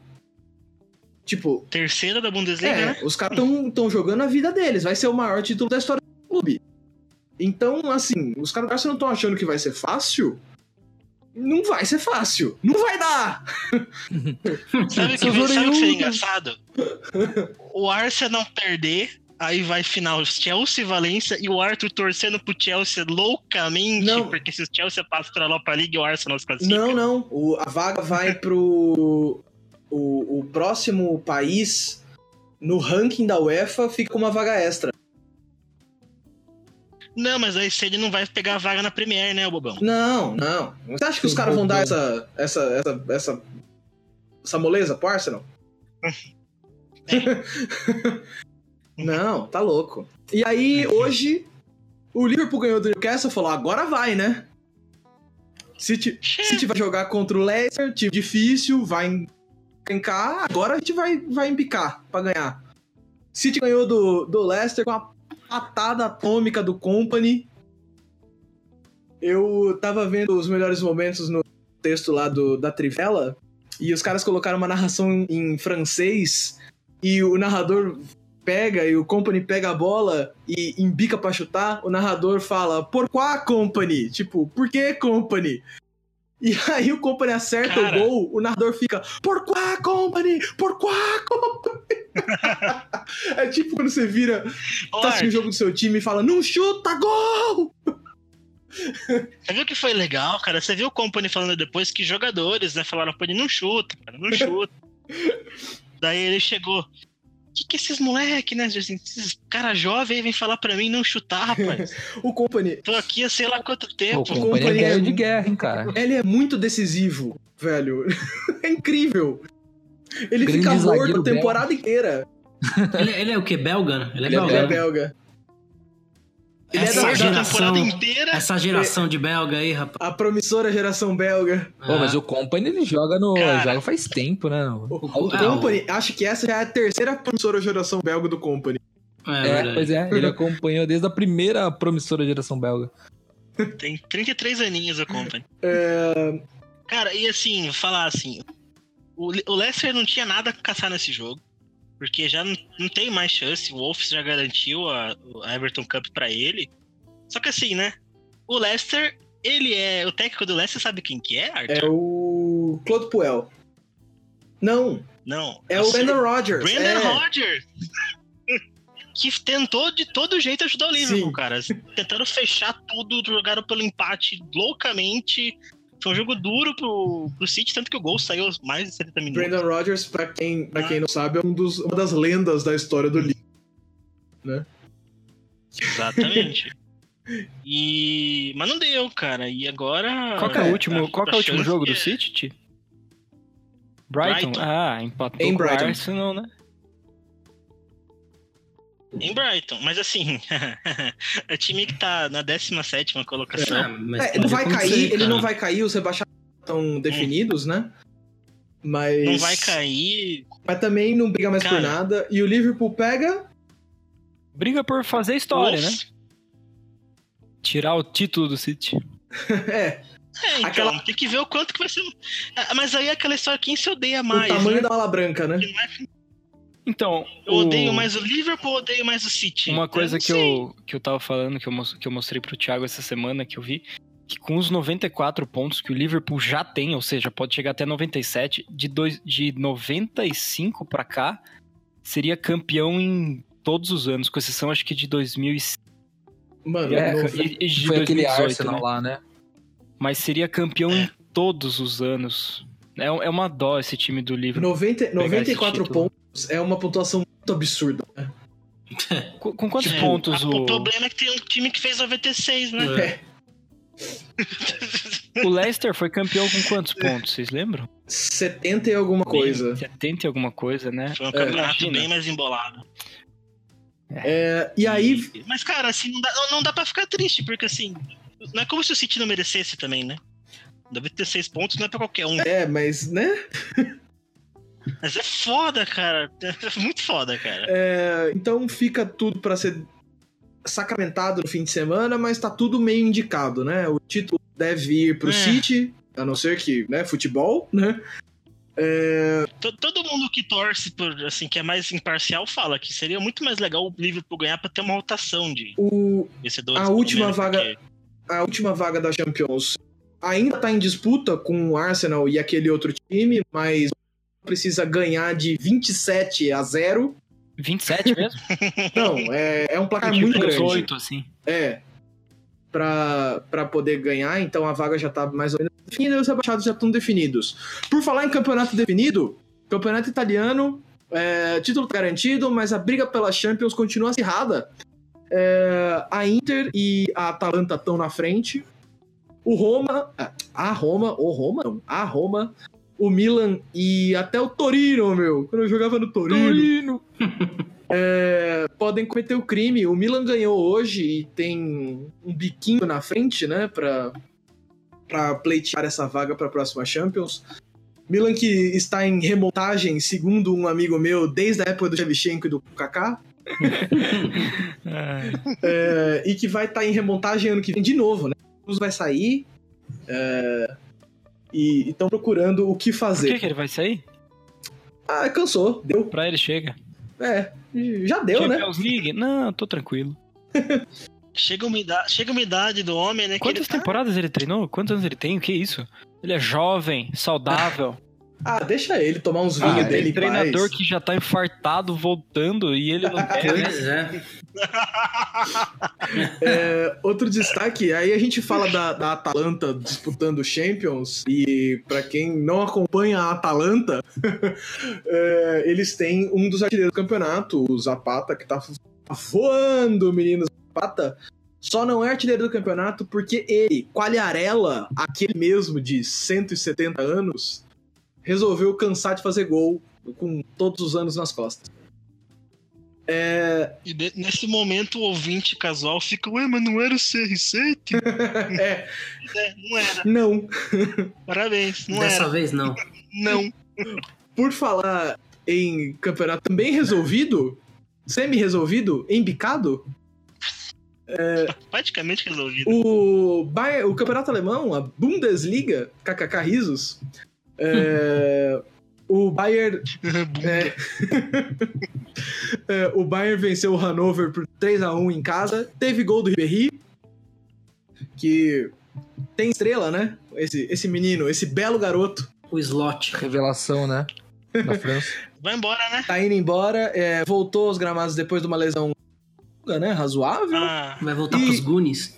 D: Tipo,
H: Terceira da Bundesliga, né?
D: é, os caras estão jogando a vida deles. Vai ser o maior título da história do clube. Então, assim, os caras do Arsenal não estão achando que vai ser fácil. Não vai ser fácil. Não vai dar!
H: Sabe o que,
F: Vocês
H: sabe o que seria
F: foram
H: engraçado? O Arsenal perder, aí vai final Chelsea e Valência, e o Arthur torcendo pro Chelsea loucamente,
D: Não.
H: porque se o Chelsea passa pra Europa League, o Arsenal se classifica.
D: Não, não. O- a vaga vai pro. O, o próximo país no ranking da UEFA fica com uma vaga extra.
H: Não, mas aí se ele não vai pegar a vaga na Premier, né, bobão?
D: Não, não. Você acha que os caras vão dar essa. essa. essa. essa, essa moleza pro Arsenal? não, tá louco. E aí, hoje, o Liverpool ganhou do Newcastle e falou: agora vai, né? City, City vai jogar contra o Leicester, time difícil, vai encar, agora a gente vai, vai embicar pra ganhar. City ganhou do, do Leicester com a patada atômica do Company. Eu tava vendo os melhores momentos no texto lá do, da Trivela, e os caras colocaram uma narração em, em francês, e o narrador pega, e o Company pega a bola e embica pra chutar, o narrador fala, por qual Company? Tipo, por que Company? E aí o Company acerta
H: Cara.
D: o gol, o narrador fica, por qual Company? Por qual Company? é tipo quando você vira,
H: Ô, Arthur,
D: tá assistindo o jogo do seu time e fala, não chuta, gol!
H: Você viu que foi legal, cara? Você viu o Company falando depois que jogadores, né, falaram pra ele, não chuta, cara, não chuta. Daí ele chegou. O que, que esses moleque, né? assim, Esses cara jovem aí vem falar pra mim não chutar, rapaz.
D: O Company,
H: Tô aqui há sei lá quanto
F: Pô,
H: tempo.
F: o
H: é
F: companheiro
D: companheiro-
F: ganhou de guerra, hein, cara.
D: Ele é muito decisivo, velho. é incrível. Ele
F: Grande
D: fica morto
F: zagueiro
D: a temporada inteira.
G: Ele, ele é o quê? Belga? né? Ele é
F: Ele é
G: belga.
D: Ele é
G: né?
D: belga. Ele é
G: Essa
D: da, da-
H: Guarda a
G: geração.
H: temporada inteira.
G: Essa geração de belga aí, rapaz. É.
D: a promissora geração belga.
F: Pô, mas o Company ele joga no.
H: Cara.
F: joga faz tempo, né? no-
G: O-
D: O, o
G: ah,
D: Company, acho que essa já é a terceira promissora geração belga do Company.
G: É,
F: É,
G: verdade.
F: pois é, ele acompanhou desde a primeira promissora geração belga.
H: Ah, Tem 33 aninhos o Company.
D: É,
H: Cara, e assim, falar assim. O, Le- o Leicester não tinha nada a caçar nesse jogo. Porque já não, não tem mais chance. O Wolves já garantiu a, a Everton Cup pra ele. Só que assim, né? O Leicester, ele é. O técnico do Leicester sabe quem que é, Arthur?
D: É o Claude Puel. Não,
H: Não.
D: é o
H: assim,
D: Brandon Rogers.
H: Brandon
D: é.
H: Rodgers. que tentou de todo jeito ajudar o Liverpool,
D: Sim.
H: cara. Tentaram fechar tudo, jogaram pelo empate loucamente. Foi um jogo duro pro, pro City, tanto que o gol saiu aos mais de 70 minutos.
D: Brandon Rogers, pra quem, pra quem não sabe, é um dos- uma das lendas da história do livro.
H: Exatamente. E... Mas não deu, cara. E agora.
E: Qual que é o último,
H: a-
E: qual que é
H: a
E: o último
H: chance
E: jogo
H: é-
E: do City, Ti? Brighton?
H: Brighton.
E: Ah, empatou
D: Em
E: com o
D: Brighton.
E: Arsenal, né?
H: Em Brighton. Mas assim, é o time que tá na 17 colocação.
G: Ah, mas
D: É,
G: pode
D: não vai
G: acontecer,
D: cair, ele
G: cara.
D: não vai cair, os rebaixados estão definidos, né? Mas.
H: Não vai cair.
D: Mas também não briga mais
H: Cara.
D: por nada. E o Liverpool pega.
E: Briga por né? fazer história, né?
H: Wolves.
E: Tirar o título do City.
D: é.
H: É, então,
D: Aquela-
H: tem que ver o quanto que vai ser. Ah, Mas aí é aquela história, quem se odeia
D: o
H: mais?
D: tamanho
H: né?
D: da ala branca, né?
E: Então.
H: Eu
E: o-
H: odeio mais o Liverpool, eu odeio mais o City.
E: Uma coisa
H: não
E: que
H: sei.
E: eu, que eu tava falando, que eu, mos- que eu mostrei pro Thiago essa semana, que eu vi, que com os 94 pontos que o Liverpool já tem, ou seja, pode chegar até 97, de, dois, de 95 pra cá, seria campeão em todos os anos, com exceção acho que de 2000 e,
D: Mano,
E: e-
F: É,
D: no-
E: e- e de
F: Foi aquele
E: 2018,
F: Arsenal
E: né?
F: lá, né?
E: Mas seria campeão em
H: É.
E: todos os anos. É, um- é uma dó esse time do Liverpool.
D: 90,
E: esse
D: 94
E: título.
D: pontos é uma pontuação muito absurda. né?
E: Com, com quantos
H: Tipo,
E: pontos
H: Ah,
E: o...
H: O problema é que tem um time que fez 96, né?
G: É.
E: o Leicester foi campeão com quantos pontos, vocês lembram?
D: 70 e alguma coisa.
E: 70 e alguma coisa, né?
H: Foi um campeonato
E: imagina.
H: bem mais embolado.
D: É, e aí,
H: Mas, cara, assim, não dá, não- não dá pra ficar triste, porque assim, não é como se o City não merecesse também, né? 96 pontos não é pra qualquer um.
D: é, mas, né?
H: Mas é foda, cara. É muito foda, cara.
D: É, então fica tudo pra ser sacramentado no fim de semana, mas tá tudo meio indicado, né? O título deve ir pro
H: É.
D: City, a não ser que, né, futebol, né?
H: To- Todo mundo que torce por, assim, que é mais imparcial fala que seria muito mais legal o Liverpool ganhar pra ter uma rotação de
D: O,
H: vencedores.
D: A
H: pelo
D: última
H: menos,
D: vaga-
H: né? porque-
D: a última vaga da Champions ainda tá em disputa com o Arsenal e aquele outro time, mas precisa ganhar de 27 a 0.
E: 27 mesmo?
D: Não, é, é um placar
E: Tipo,
D: muito
E: uns
D: grande.
E: oito, assim.
D: É. Pra, pra poder ganhar, então a vaga já tá mais ou menos definida e os rebaixados já estão definidos. Por falar em campeonato definido, campeonato italiano, é, título tá garantido, mas a briga pela Champions continua acirrada. É, a Inter e a Atalanta estão na frente. O Roma. ah, A Roma, o Roma não, a Roma, o Milan e até o Torino, meu. Quando eu jogava no Torino podem cometer o crime. O Milan ganhou hoje e tem um biquinho na frente, né, Pra para pleitear essa vaga pra próxima Champions. Milan que está em remontagem, segundo um amigo meu, desde a época do Shevchenko e do Kaká, é, e que vai estar em remontagem ano que vem de novo, né? O Cruz vai sair é, e estão procurando o que
E: Por que,
D: fazer.
E: que ele vai sair?
D: Ah, cansou, deu.
E: Pra ele chega.
D: É, já deu, né?
E: Champions League? Não, tô tranquilo.
H: Chega uma, idade, chega uma idade do homem, né?
E: Quantas
H: que ele...
E: temporadas ele treinou? Quantos anos ele tem? O que é isso? Ele é jovem, saudável.
D: Ah, deixa ele tomar uns
F: Ah,
D: vinhos
F: ele
D: dele
E: Tem
D: em
E: é treinador
D: paz.
E: que já tá infartado voltando e ele não quer. né?
G: Pois é.
D: É, outro destaque, aí a gente fala da, da Atalanta disputando Champions, e pra quem não acompanha a Atalanta, é, eles têm um dos artilheiros do campeonato, o Zapata, que tá voando, menino Zapata. Só não é artilheiro do campeonato porque ele, Qualiarella, aquele mesmo de 170 anos, resolveu cansar de fazer gol com todos os anos nas costas. É,
H: E de- nesse momento o ouvinte casual fica, ué, mas não era o CR7?
D: É,
H: É, não era.
D: não,
H: Parabéns, não
G: Dessa
H: era.
G: vez não.
H: Não.
D: Por falar em campeonato também resolvido, semi-resolvido, embicado,
H: Praticamente resolvido.
D: o, Bayer- o campeonato alemão, a Bundesliga, kkk risos, é, o Bayern... é, é, o Bayern venceu o Hannover por 3 a 1 em casa, teve gol do Ribéry, que tem estrela, né? Esse, esse menino, esse belo garoto.
G: O slot.
F: Revelação, né? Na França.
H: Vai embora, né?
D: tá indo embora, é, voltou aos gramados depois de uma lesão longa, né? Razoável.
H: Ah,
G: Vai voltar
D: E-
G: pros Goonies.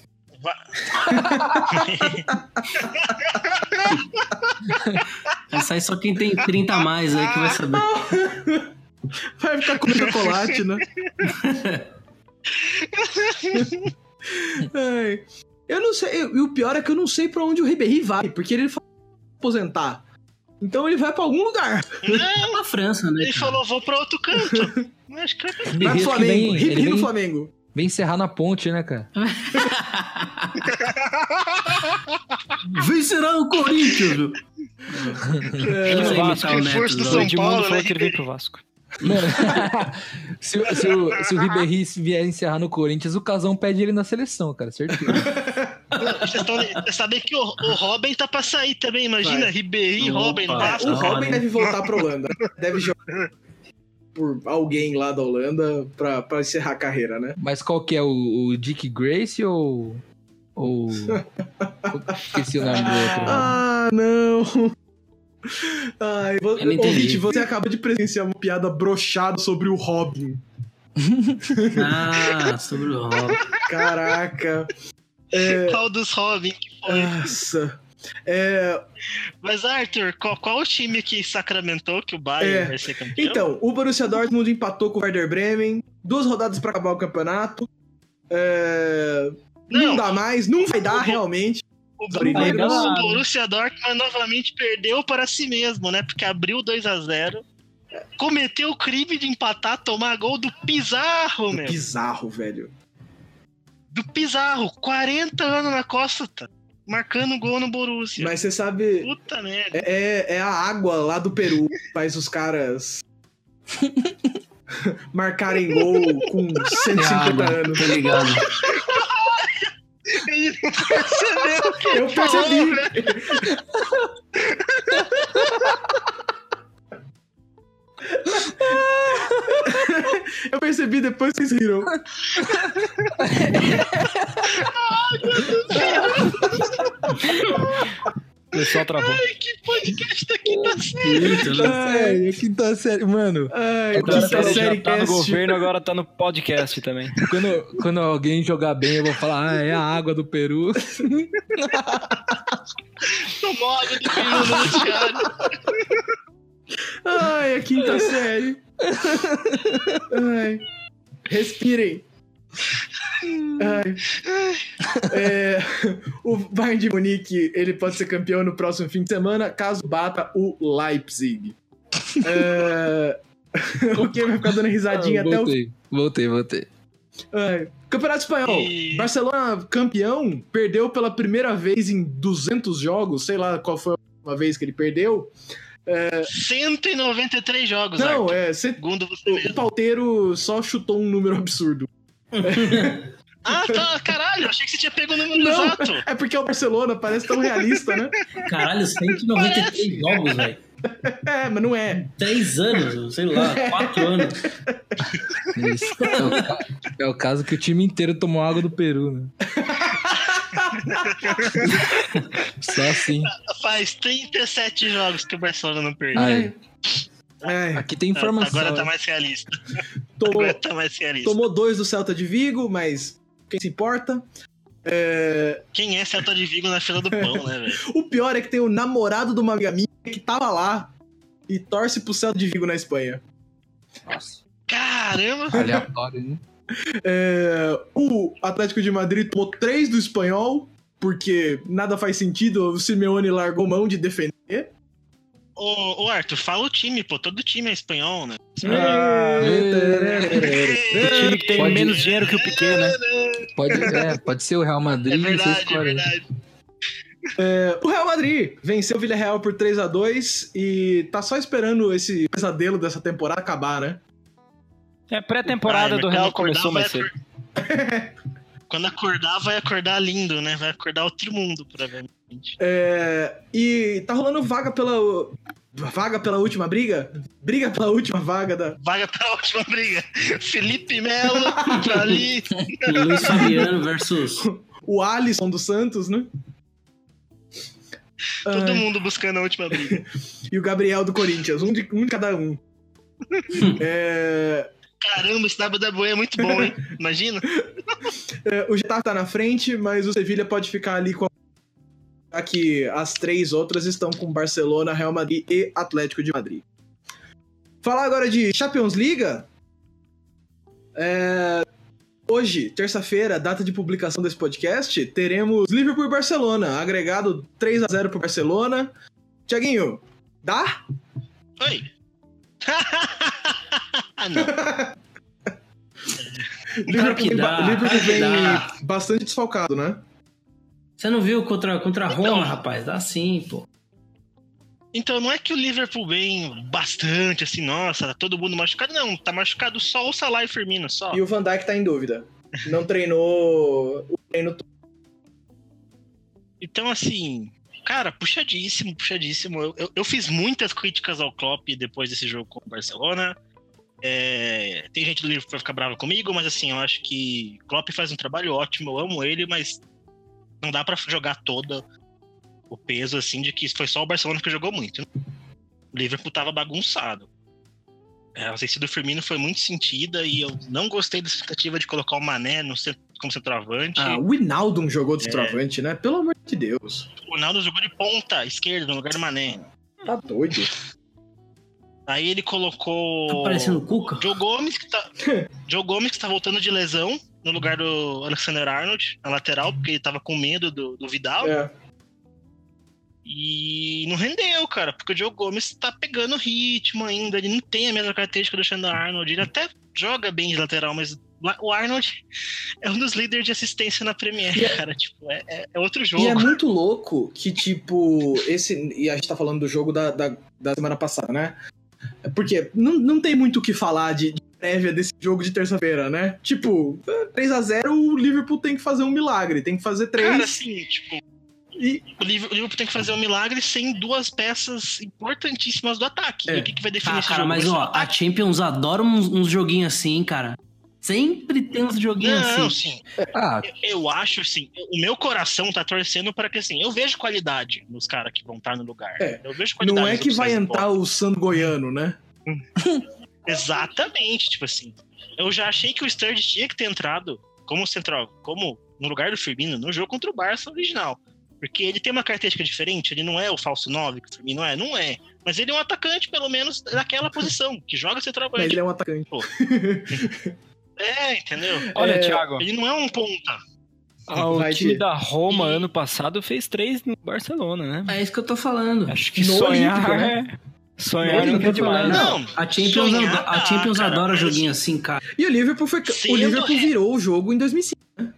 G: Vai sair só quem tem 30 a mais aí que vai saber.
D: Vai ficar com chocolate, né? Ai. Eu não sei, e o pior é que eu não sei pra onde o Ribéry vai, porque ele fala aposentar. Então ele vai pra algum lugar.
G: É uma França, né?
H: ele
G: cara?
H: falou, vou pra outro canto. Mas acho que
D: Vai pro
F: Ribéry que
D: Flamengo.
F: vem- ele
D: Ribéry no
F: vem-
D: Flamengo.
F: Vem encerrar na ponte, né, cara?
G: Vencerá o Corinthians, meu.
E: Ele
D: É,
G: Eu sei
E: vai,
G: imitar
E: tá,
G: o
E: o
H: força do
G: Neto.
E: O
H: São
G: não.
E: Edmundo
H: Paulo,
E: falou
H: né,
E: que ele veio pro Vasco.
F: Mano, se, o- se o, se o Ribéry vier encerrar no Corinthians, o Casão pede ele na seleção, cara, certeza.
H: Vocês tão- vocês sabem que o, o Robin tá pra sair também, imagina,
D: Vai.
H: Ribéry e
G: Opa.
H: Robin no
G: É,
D: o
H: Vasco.
D: Robin
G: né?
D: deve voltar pra Holanda. Deve jogar por alguém lá da Holanda pra, pra encerrar a carreira, né?
F: Mas qual que é o, o Dick Grace ou. Ou. Esqueci o nome do outro.
D: Ah, não! Ai, vo-
G: Eu não entendi.
D: ouvinte, você acaba de presenciar uma piada brochada sobre o Robin.
G: Ah, sobre o Robin.
D: Caraca! É.
H: Qual dos Robin?
D: Nossa! É,
H: Mas, Arthur, qual, qual o time que sacramentou que o Bayern
D: É.
H: vai ser campeão?
D: então, o Borussia Dortmund empatou com o Werder Bremen. Duas rodadas pra acabar o campeonato. É, não.
H: Não.
D: dá mais, não vai dar
H: Não.
D: realmente.
H: o,
D: Primeiro
H: o
E: lado.
H: Borussia Dortmund novamente perdeu para si mesmo, né? Porque abriu 2 a 0 cometeu o crime de empatar, tomar gol do Pizarro, meu.
D: Bizarro, velho.
H: Do Pizarro, 40 anos na costa, tá? marcando gol no Borussia.
D: Mas você sabe,
H: Puta merda.
D: É, é a água lá do Peru que faz os caras marcarem gol com 150
G: água.
D: anos.
G: Tá ligado?
H: Ele não percebeu o que
D: Eu
H: ele falou,
D: percebi.
H: né?
D: Eu percebi depois que vocês riram.
E: O pessoal travou.
H: Que podcast daqui tá sendo.
G: Muito, né?
F: Ai, quinta série. Mano,
D: Ai,
F: Agora
D: quinta
F: já
D: série
E: tá no
D: cast.
E: governo, agora tá no podcast também.
F: quando, quando alguém jogar bem, eu vou falar, ah, é a água do Peru.
H: Tomou água de vinho no vestiário.
D: Ai, a quinta série. Ai. Respirem. Ai. É, o Bayern de Munique, ele pode ser campeão no próximo fim de semana, caso bata o Leipzig. É, o que vai ficar dando risadinha
F: Ah,
D: até o
F: voltei, voltei, voltei.
D: Ai, Campeonato Espanhol.
H: E-
D: Barcelona campeão, perdeu pela primeira vez em 200 jogos, sei lá qual foi uma vez que ele perdeu.
H: 193 jogos, Arthur.
D: Não, é, cê-
H: Segundo você
D: o,
H: mesmo.
D: o Palteiro só chutou um número absurdo.
H: Ah, tá, caralho, achei que você tinha pego o número
D: Não.
H: exato.
D: É porque o Barcelona parece tão realista, né?
G: Caralho, 193 jogos, velho.
D: É, mas não é.
G: 10 anos, sei lá, 4 anos.
F: Isso. É, o, ca- é o caso que o time inteiro tomou água do Peru, né? Só assim.
H: Faz 37 jogos que o Barcelona não perdeu.
D: Ah,
F: Ai,
D: Ai,
F: aqui tem
H: Tá,
F: informação.
H: Agora tá
F: hein?
H: mais realista.
D: É, tomou,
H: Agora tá mais realista.
D: tomou dois do Celta de Vigo, mas quem se importa? É,
H: Quem é Celta de Vigo na fila do pão, né, velho?
D: o pior é que tem o namorado de uma amiga minha que tava lá e torce pro Celta de Vigo na Espanha.
F: Nossa,
H: Caramba!
F: aleatório, né?
D: É, o Atlético de Madrid tomou 3 do espanhol, porque nada faz sentido, o Simeone largou mão de defender.
H: Ô, ô, Arthur, fala o time, pô. Todo time é espanhol, né?
D: Ah.
H: é,
D: né?
E: É, O time que tem
F: Pode-
E: menos dinheiro que o Piquet, né?
F: Pode, é, pode ser o Real
H: É
F: Madrid, vocês
H: verdade, é
F: escolhem.
H: verdade.
D: É, o Real Madrid venceu o Villarreal por 3 a 2 e tá só esperando esse pesadelo dessa temporada acabar, né?
E: É a pré-temporada
H: Ai,
E: do
H: mas
E: Real
H: quando
E: começou
H: acordar,
E: mais
H: vai
E: cedo.
H: Quando acordar, vai acordar lindo, né? Vai acordar outro mundo, provavelmente.
D: É, e tá rolando vaga pela vaga pela última briga, briga pela última vaga da
H: Vaga pra última briga. Felipe Melo pra ali.
G: Luiz Fabiano versus.
D: o Alisson do Santos, né?
H: Todo
D: Ai.
H: mundo buscando a última briga.
D: e o Gabriel do Corinthians, um de, um de cada um. é,
H: Caramba, esse WWE é muito bom, hein? Imagina.
D: é, o Getafe tá na frente, mas o Sevilha pode ficar ali com a... já que as três outras estão com Barcelona, Real Madrid e Atlético de Madrid. Falar agora de Champions League. É, Hoje, terça-feira, data de publicação desse podcast, teremos Liverpool e Barcelona, agregado 3 a 0 pro Barcelona. Tiaguinho, dá?
H: Oi. ah, não. Então,
G: Claro que
D: vem
G: dá,
D: ba- Liverpool
G: claro que
D: vem
G: dá.
D: bastante desfalcado, né?
G: Você não viu contra, contra a Roma, rapaz? Dá sim, pô.
H: Então não é que o Liverpool vem bastante, assim, nossa, tá todo mundo machucado. Não, tá machucado só o Salah e o Firmino, só.
D: E o Van Dijk tá em dúvida. Não treinou o treino todo.
H: Então, assim, cara, puxadíssimo, puxadíssimo. Eu, eu, eu fiz muitas críticas ao Klopp depois desse jogo com o Barcelona. É, tem gente do livro pra ficar brava comigo, mas assim, eu acho que Klopp faz um trabalho ótimo, eu amo ele, mas não dá pra jogar toda o peso assim de que foi só o Barcelona que jogou muito. O Liverpool tava bagunçado. É, a ausência do Firmino foi muito sentida e eu não gostei da tentativa de colocar o Mané no centro, como centroavante.
D: Ah, o Inaldo jogou de
H: É.
D: travante, né? Pelo amor de Deus.
H: O Ronaldo jogou de ponta esquerda no lugar do Mané.
D: Tá doido.
H: Aí ele colocou.
G: Tá parecendo o Cuca?
H: Joe Gomes, que tá. Joe Gomes, que tá voltando de lesão no lugar do Alexander Arnold, na lateral, porque ele tava com medo do, do Vidal.
D: É.
H: E não rendeu, cara, porque o Joe Gomes tá pegando ritmo ainda, ele não tem a mesma característica do Alexander Arnold, ele até joga bem de lateral, mas lá- o Arnold é um dos líderes de assistência na Premier, cara, tipo, é, é- é outro jogo.
D: E é muito louco que, tipo, esse. E a gente tá falando do jogo da, da, da semana passada, né? É Porque não, não tem muito o que falar de, de prévia desse jogo de terça-feira, né? Tipo, 3 a 0 o Liverpool tem que fazer um milagre, tem que fazer
H: Cara,
D: 3.
H: assim, tipo,
D: E-
H: o Liver- o Liverpool tem que fazer um milagre sem duas peças importantíssimas do ataque.
D: É.
H: E o que, que vai definir
G: Ah,
H: esse
G: cara,
H: jogo?
G: mas
H: Vai ser o tá
G: ó, a
H: ataque?
G: Champions adora uns, uns joguinhos assim, cara. Sempre tem uns
D: é
G: joguinhos
H: Não,
G: assim.
H: sim.
F: Ah,
H: Eu- Eu acho assim, o meu coração tá torcendo para que assim, eu vejo qualidade nos caras que vão estar no lugar.
D: É.
H: Eu vejo qualidade.
D: não é
H: nas
D: que vai
H: opções de
D: entrar o Sando Goiano, né?
H: bola. Exatamente, tipo assim. Eu já achei que o Sturridge tinha que ter entrado como central, como no lugar do Firmino no jogo contra o Barça original. Porque ele tem uma característica diferente, ele não é o falso 9 que o Firmino é, não é. Mas ele é um atacante, pelo menos, daquela posição, que joga
D: Mas
H: centroavante.
D: ele é um atacante.
H: É, entendeu?
E: Olha,
D: É,
E: Thiago,
H: Ele não é um ponta.
E: ah, o
D: vai
E: time
D: ter.
E: da Roma ano passado fez três no Barcelona, né?
G: É isso que eu tô falando.
E: Acho que
D: No
E: sonhar,
D: Olímpico,
E: né?
G: Não,
E: Sonhar
G: eu
E: nunca é
G: tô falando.
E: demais.
D: né?
H: Não,
G: a Champions,
H: sonhar
G: adora, a
H: dá,
G: Champions
H: cara,
G: adora
H: mas-
G: joguinho assim, cara.
D: E o Liverpool foi. ca-
H: Sendo
D: o Liverpool
H: re-
D: virou o jogo em 2005, né?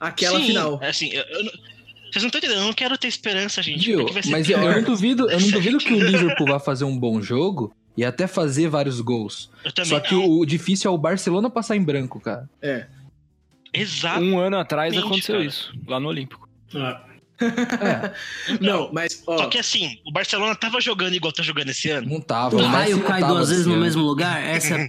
D: Aquela
H: Sim,
D: final.
H: é Assim, eu- eu não- vocês não estão entendendo, eu não quero ter esperança, gente.
F: viu?
H: porque Tipo, é vai ser
F: Mas eu
H: pior.
F: não duvido, eu não duvido que o Liverpool vá fazer um bom jogo e até fazer vários gols.
H: Eu também
F: Só que
H: não.
F: o, o difícil é o Barcelona passar em branco, cara.
H: Exato.
E: Um ano atrás
H: Exatamente,
E: aconteceu
H: cara.
E: isso, lá no Olímpico.
F: É,
D: Não, mas, ó.
H: Só que assim, o Barcelona tava jogando igual tá jogando esse ano.
F: Não tava.
G: O
F: o Messi
G: raio
F: não
G: cai
F: tava assim, né?
G: duas vezes
F: desse
G: no
F: ano.
G: mesmo lugar, essa é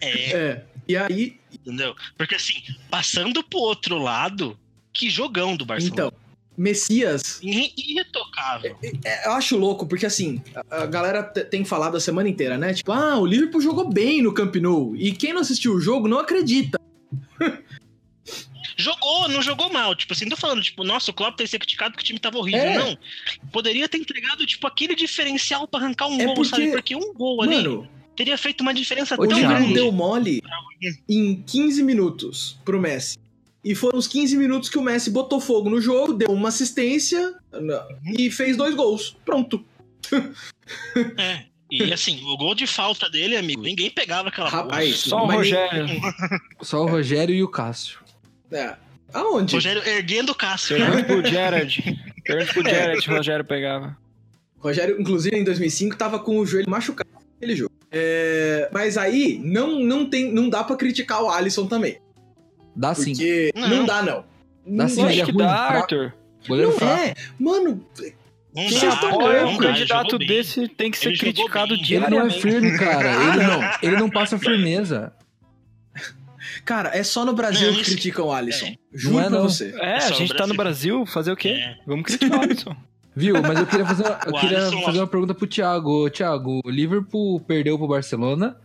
H: É,
D: É. E aí,
H: entendeu? Porque assim, passando pro outro lado, que jogão do Barcelona.
D: então, Messias
H: Irre- Irretocável.
D: É, Eu acho louco, porque assim, a a galera te- tem falado a semana inteira, né? Tipo, ah, o Liverpool jogou bem no Camp Nou. E quem não assistiu o jogo não acredita.
H: Jogou, não jogou mal. Tipo assim, não tô falando, tipo, nossa, o Klopp tem que ser criticado porque o time tava horrível.
D: É.
H: Não. Poderia ter entregado, tipo, aquele diferencial pra arrancar um
D: É
H: gol, sabe?
D: porque-
H: Porque um gol ali
D: Mano,
H: teria feito uma diferença
D: o
H: tão grande.
D: Liverpool deu mole em 15 minutos pro Messi. E foram os 15 minutos que o Messi botou fogo no jogo, deu uma assistência n- e fez dois gols. Pronto.
H: É. E assim, o gol de falta dele, amigo, ninguém pegava aquela bola.
D: Rapaz,
E: Ah, Só o
D: mas nem-
E: Rogério.
F: Só o Rogério e o Cássio.
D: É. Aonde?
H: Rogério erguendo o né? Cássio.
D: É.
E: Pergunta pro Jared. Pergunta pro Jared, o Rogério pegava.
D: Rogério, inclusive, em 2005, tava com o joelho machucado naquele jogo. É, mas aí, não, não, tem, não dá pra criticar o Alisson também.
F: Dá sim.
D: Porque não,
H: Não.
D: dá, não.
F: Dá
D: não
F: sim,
D: dá.
F: ele
E: Acho
F: é
E: que
F: ruim,
E: dá,
F: fraco.
E: Arthur.
F: Goleiro
D: Não
F: fraco.
D: é. Mano,
H: Não
D: Vocês
H: dá,
D: estão
H: não
D: doidos,
E: Olha,
H: dá,
E: um
H: ele
E: candidato
H: jogou bem.
E: desse tem que ser
H: Ele Ah, jogou
E: criticado
H: bem.
F: Ele não é
E: diariamente.
F: firme, cara. Ele não, ele não passa firmeza.
D: cara, é só no Brasil
H: Não,
D: que
H: isso-
D: criticam o Alisson.
H: é.
D: Juro
F: Não é,
D: pra
F: não.
D: você.
E: É,
H: Só
E: a
H: o
E: gente tá no Brasil, fazer o quê?
H: É.
E: Vamos criticar o Alisson.
F: Viu? Mas eu queria fazer uma, eu
H: O
F: queria
H: Alisson-
F: fazer uma pergunta pro Thiago. Ô, Thiago, o Liverpool perdeu pro Barcelona,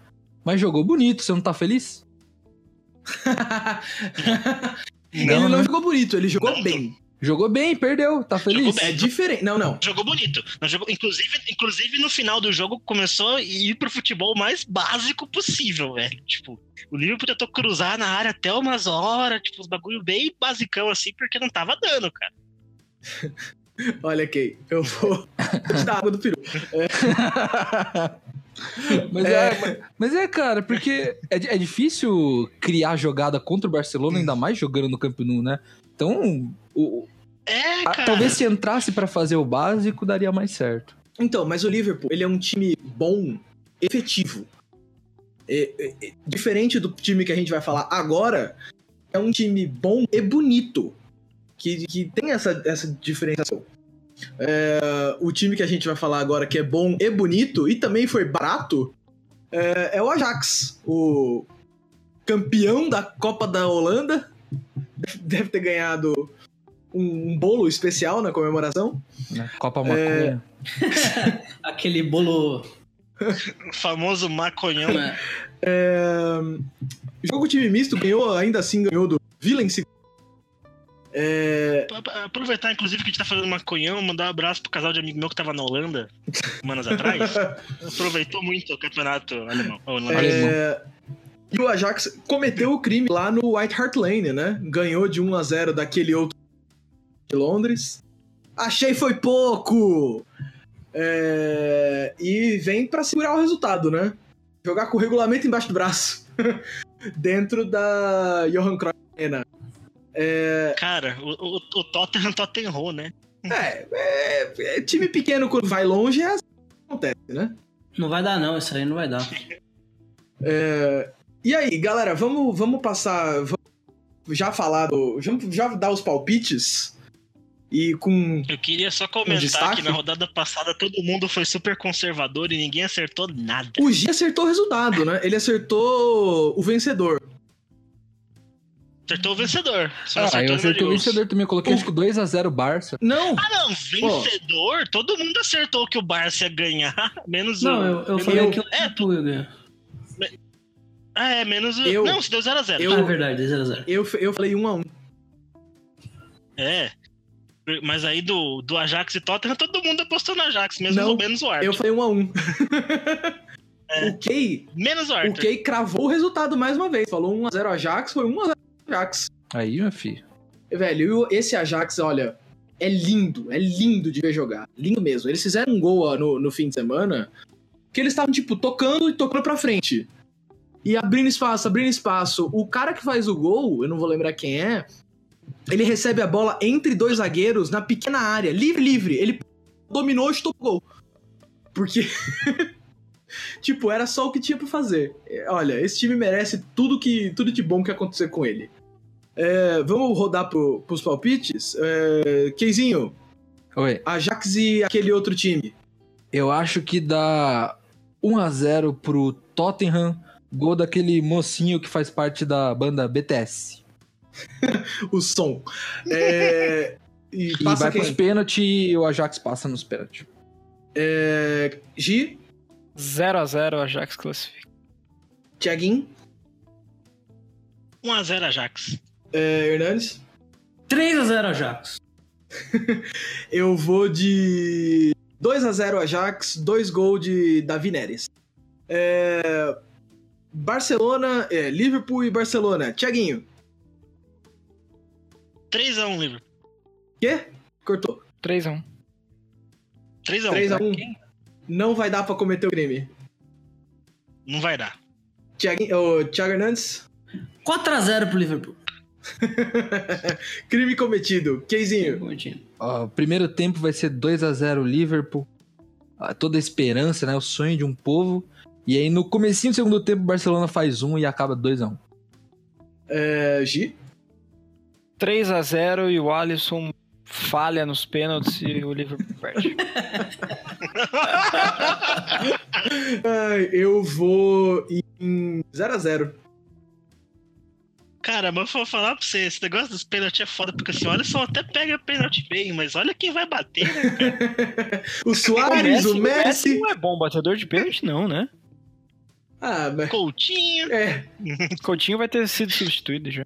F: mas jogou bonito. Você não tá feliz?
D: ele não
F: né?
D: jogou bonito, ele jogou bem.
F: Jogou bem, perdeu. Tá feliz?
H: bem.
D: É diferente. Não, não.
H: Jogou bonito. Mas jogou- inclusive, inclusive, no final do jogo, começou a ir pro futebol mais básico possível, velho. Tipo, o Liverpool tentou cruzar na área até umas horas, tipo, os bagulho bem basicão assim, porque não tava dando, cara.
D: Olha, Kay, eu vou te dar água do peru.
F: Mas é, mas- mas é, cara, porque é, di- é difícil criar jogada contra o Barcelona, ainda mais jogando no Camp Nou, né? Então, o- o-
H: É,
F: a-
H: cara.
F: Ah, talvez se entrasse pra fazer o básico, daria mais certo.
D: Então, mas o Liverpool, ele é um time bom, efetivo. É, é, é, diferente do time que a gente vai falar agora, é um time bom e bonito. que, que tem essa, essa diferenciação. É, o time que a gente vai falar agora que é bom e bonito e também foi barato é, é o Ajax, o campeão da Copa da Holanda. Deve- Deve ter ganhado um, um bolo especial na comemoração.
F: né?
D: É,
F: Copa Maconha.
G: Aquele bolo.
H: O famoso maconhão.
G: né?
D: É, Jogo time misto ganhou, ainda assim ganhou do Villense. É,
H: A- Aproveitar, inclusive, que a gente tá fazendo maconhão, mandar um abraço pro casal de amigo meu que tava na Holanda semanas atrás. Aproveitou muito o campeonato alemão. Ou não, alemão.
D: É, E o Ajax cometeu o crime lá no White Hart Lane, né? Ganhou de 1 a 0 daquele outro de Londres. Achei foi pouco! É, E vem pra segurar o resultado, né? Jogar com o regulamento embaixo do braço. Dentro da Johan Cruyff Arena.
H: Cara, o, o, o Tottenham Tottenham, né?
D: É, é, é, time pequeno quando vai longe é assim que acontece, né?
G: Não vai dar, não, isso aí não vai dar.
D: E aí, galera, vamos, vamos passar. Vamos já falar do. Já, já dar os palpites. E com.
H: Eu queria só
D: Um
H: comentar
D: destaque?
H: que na rodada passada todo mundo foi super conservador e ninguém acertou nada.
D: O G acertou o resultado, né? Ele acertou o vencedor.
H: Acertou o vencedor. Só não
F: Ah,
H: acertou
F: eu acertei o
H: número de gols.
F: vencedor também. Eu coloquei
D: é O-
F: acho que 2x0 Barça.
D: Não!
H: Ah, não, vencedor? Todo mundo acertou que o Barça ia ganhar. Menos
G: Não,
H: o.
G: eu, eu falei
D: eu-
G: que eu. É, tu, William.
H: Ah, é, menos o.
D: Eu-
H: Não, se deu 0x0.
D: Eu-
G: Ah, é verdade, 0x0.
D: Eu, eu falei 1 um a 1 um.
H: É. Mas aí do, do Ajax e Tottenham, todo mundo apostou no Ajax, mesmo
D: Não,
H: o- menos o Arthur.
D: Eu falei 1 um a 1 um. O Kay,
H: Menos o
D: o
H: Arthur.
D: Kay cravou o resultado mais uma vez. Falou 1x0 Ajax, foi 1x0 Ajax.
F: Aí, meu filho.
D: Velho, e esse Ajax, olha, é lindo, é lindo de ver jogar. Lindo mesmo. Eles fizeram um gol ó, no, no fim de semana que eles estavam, tipo, tocando e tocando pra frente. E abrindo espaço, abrindo espaço. O cara que faz o gol, eu não vou lembrar quem é, ele recebe a bola entre dois zagueiros na pequena área, livre, livre. Ele dominou e chutou pro gol. Porque. tipo, era só o que tinha pra fazer. É, Olha, esse time merece tudo que tudo de bom que acontecer com ele. É, vamos rodar pro, pros palpites? É, Keizinho,
F: Oi,
D: Ajax e aquele outro time.
F: eu acho que dá 1x0 pro Tottenham. Gol daquele mocinho que faz parte da banda BTS.
D: O som. É, e
F: E
D: passa
F: vai
D: quem?
F: pros pênaltis e o Ajax passa nos pênaltis.
D: É, Gi,
E: 0x0 Ajax classifica.
D: Thiaguinho,
H: 1x0 Ajax.
D: é, Hernandes.
G: 3x0 Ajax.
D: Eu vou de 2 a 0 Ajax, dois gols de Davi Neres. É, Barcelona, é, Liverpool e Barcelona. Thiaguinho,
H: 3x1, Liverpool.
D: quê? Cortou.
E: 3x1.
H: 3x1.
D: 3 a 1 Não vai dar pra cometer o crime. um.
H: Não vai dar.
D: Thiaguinho, ô, Thiago Hernandes.
G: 4x0 pro Liverpool.
D: Crime cometido. Keizinho.
F: Ó, o primeiro tempo vai ser 2 a 0 Liverpool. Ah, Toda a esperança, né? O sonho de um povo. E aí no comecinho do segundo tempo o Barcelona faz um e acaba 2 a 1.
D: É, Gi.
E: 3x0 e o Alisson falha nos pênaltis e o Liverpool perde.
D: Ai, eu vou em 0x0.
H: Cara, mas eu vou falar pra você, esse negócio dos pênaltis é foda, porque assim, olha só, até pega pênalti bem, mas olha quem vai bater, né?
D: O Soares, o
E: O
D: Messi.
E: não é bom batedor de pênalti, não, né?
D: Ah, mas.
H: Coutinho.
D: É.
E: Coutinho vai ter sido substituído já.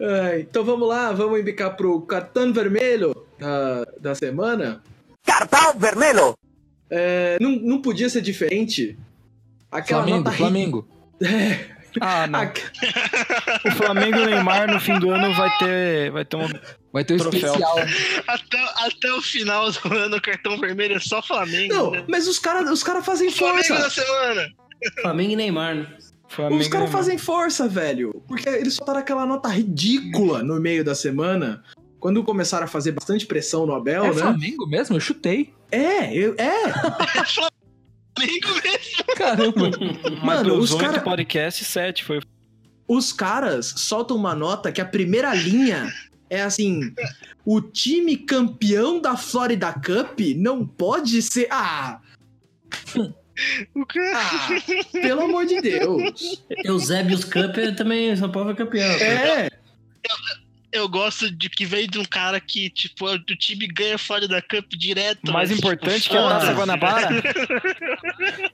D: Ai, então vamos lá, vamos indicar pro cartão vermelho da, da semana.
J: Cartão vermelho.
D: É, não, não podia ser diferente. Aquela
F: Flamengo,
D: nota ri- É,
F: Flamengo.
E: Ah, não.
D: Aque-
E: O Flamengo e o Neymar no fim do ano vai ter, vai ter uma
F: Vai ter um
E: Troféu.
F: especial.
H: Até, até o final do ano, o cartão vermelho é só Flamengo.
D: Não,
H: né?
D: mas os caras os cara fazem
H: Flamengo da
D: força.
H: semana.
G: Flamengo e Neymar, né?
E: Flamengo
D: Os caras fazem força, velho. Porque eles soltaram aquela nota ridícula no meio da semana. Quando começaram a fazer bastante pressão no Abel,
F: É
D: né?
F: Flamengo mesmo? Eu chutei.
D: É, eu- é.
H: Flamengo mesmo.
F: Caramba.
D: Mano,
E: Mano,
D: os
E: os oito
D: cara-
E: podcast, sete foi
D: Os caras soltam uma nota que a primeira linha É assim, o time campeão da Florida Cup não pode ser. Ah!
H: O cara...
D: Ah! Pelo amor de Deus!
G: Eusebius Cup é também, São Paulo é campeão.
D: É!
H: Eu gosto de que veio de um cara que, tipo, o time ganha fora da Cup direto.
E: Mais
H: mas, tipo,
E: importante que é a Taça
H: foda-se.
E: Guanabara.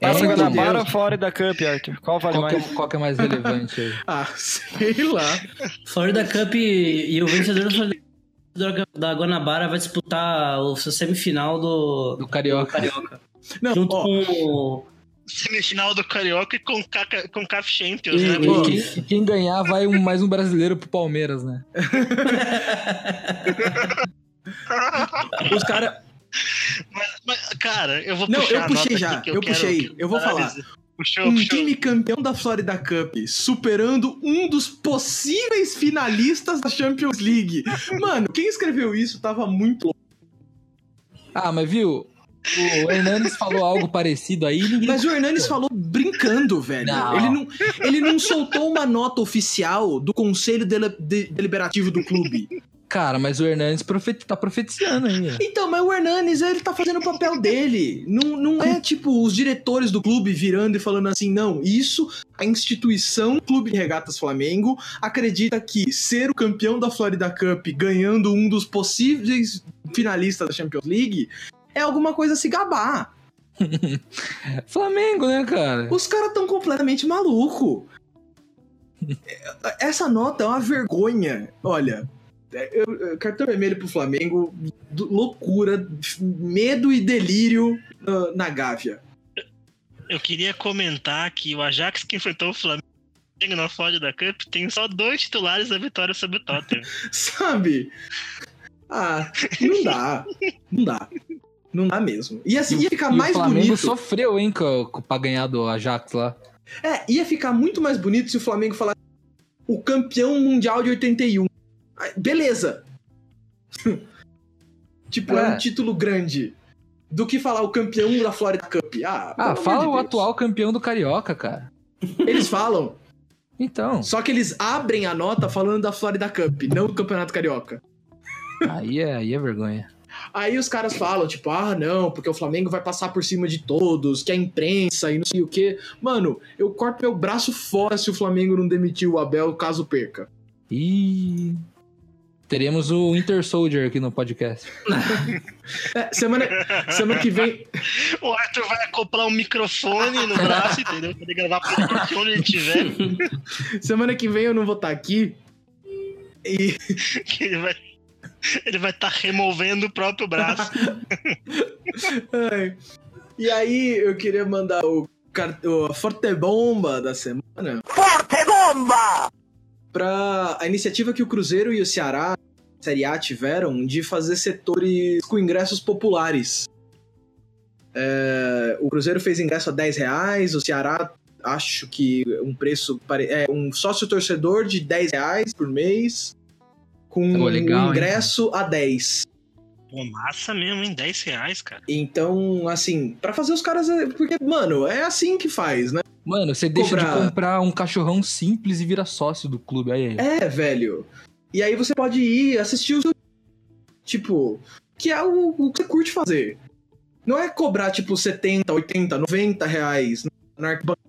E: Taça
F: Meu
E: Guanabara
F: Deus.
E: ou fora da Cup, Arthur? Qual vale
F: Qual que,
E: mais?
F: é, qual que é mais relevante aí?
D: Ah, sei lá.
G: Florida Cup e, e o vencedor da Florida Cup da Guanabara vai disputar o seu semifinal do,
F: Do Carioca.
G: Carioca.
D: Não,
G: Junto
D: ó,
G: com o.
H: Semifinal do Carioca e com, Caca, com CAF Champions,
F: E,
H: né?
F: e quem, quem ganhar vai um- mais um brasileiro pro Palmeiras, né?
D: os caras.
H: Mas, mas, cara, eu vou
D: Não,
H: puxar
D: eu
H: a
D: puxei
H: nota
D: já,
H: aqui que eu,
D: eu
H: quero-
D: puxei,
H: que
D: eu vou falar.
H: análise. Puxou,
D: Um
H: puxou.
D: time campeão da Florida Cup, superando um dos possíveis finalistas da Champions League. Mano, quem escreveu isso tava muito louco.
F: Ah, mas viu? O Hernandes falou algo parecido aí. Ninguém...
D: Mas o Hernanes falou brincando, velho.
F: Não.
D: Ele, não, ele não soltou uma nota oficial do Conselho Dele- De- Deliberativo do clube.
F: Cara, mas o Hernandes profet... tá profetizando aí. ó.
D: Então, mas o Hernanes, ele tá fazendo o papel dele. Não, não é tipo os diretores do clube virando e falando assim, não, isso a instituição Clube de Regatas Flamengo acredita que ser o campeão da Florida Cup ganhando um dos possíveis finalistas da Champions League é alguma coisa a se gabar.
F: Flamengo, né, cara?
D: Os caras tão completamente maluco. Essa nota é uma vergonha. Olha, é, eu- eu- cartão vermelho pro Flamengo, do- loucura, medo e delírio ah, na Gávea.
H: Eu queria comentar que o Ajax que enfrentou o Flamengo na Flórida da Cup tem só dois titulares da vitória sobre o Tottenham.
D: Sabe? Ah, não dá. Não dá. Não dá mesmo. E assim, ia ficar
F: E
D: mais
F: o Flamengo
D: bonito.
F: sofreu, hein, co- co- pra ganhar do Ajax lá.
D: É, ia ficar muito mais bonito se o Flamengo falasse o campeão mundial de 81. Ah, Beleza. tipo, é.
F: É.
D: um título grande. Do que falar o campeão da Florida Cup. Ah, pelo
F: Ah,
D: amor
F: fala
D: de
F: o
D: Deus.
F: atual campeão do Carioca, cara.
D: Eles falam,
F: Então,
D: só que eles abrem a nota falando da Florida Cup, não do Campeonato Carioca.
F: aí é, aí é vergonha.
D: Aí os caras falam, tipo, ah, não, porque o Flamengo vai passar por cima de todos, que a imprensa e não sei o quê. Mano, eu corto meu braço fora se o Flamengo não demitir o Abel caso perca.
F: E teremos o Inter Soldier aqui no podcast.
D: É, semana, semana que vem.
H: o Arthur vai acoplar um microfone no braço, entendeu? Pra Poder gravar por onde ele tiver.
D: Semana que vem eu não vou estar aqui.
H: que ele vai. Ele vai estar removendo o próprio braço.
D: Ai. E aí eu queria mandar o, car- o Forte Bomba da semana
J: ¡Forte bomba!
D: pra a iniciativa que o Cruzeiro e o Ceará, Série A, tiveram de fazer setores com ingressos populares. É, o Cruzeiro fez ingresso a 10 reais, o Ceará, acho que um preço. pare- É, um sócio torcedor de 10 reais por mês, com
F: Pô, legal,
D: um
F: hein?
D: ingresso a 10.
H: Pô, massa mesmo, hein? 10 reais, cara.
D: Então, assim, pra fazer os caras. é- Porque, mano, é assim que faz, né?
F: Mano, você deixa
D: Cobrar.
F: de comprar um cachorrão simples e vira sócio do clube. Aí, aí.
D: É, velho. E aí você pode ir assistir o seu. Tipo, que é o, o que você curte fazer. Não é cobrar, tipo, 70, 80, 90 reais na arquibancada.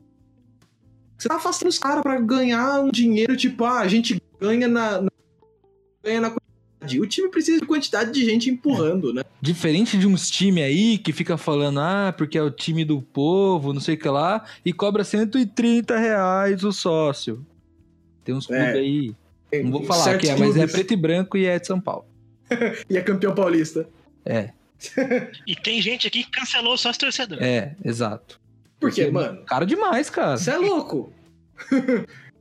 D: Você tá afastando os caras pra ganhar um dinheiro, tipo, ah, a gente ganha na, na- ganha na quantidade. O time precisa de quantidade de gente empurrando, né?
F: Diferente de uns times aí que fica falando, ah, porque é o time do povo, não sei o que lá, e cobra 130 reais o sócio. Tem uns clubes
D: É.
F: aí. Não vou falar
D: Certos
F: que é, mas é
D: clubes.
F: preto e branco e é de São Paulo.
D: E é campeão paulista.
H: E tem gente aqui que cancelou só os torcedores.
F: É, exato.
D: Por quê, mano?
F: Cara demais, cara.
D: Você é louco!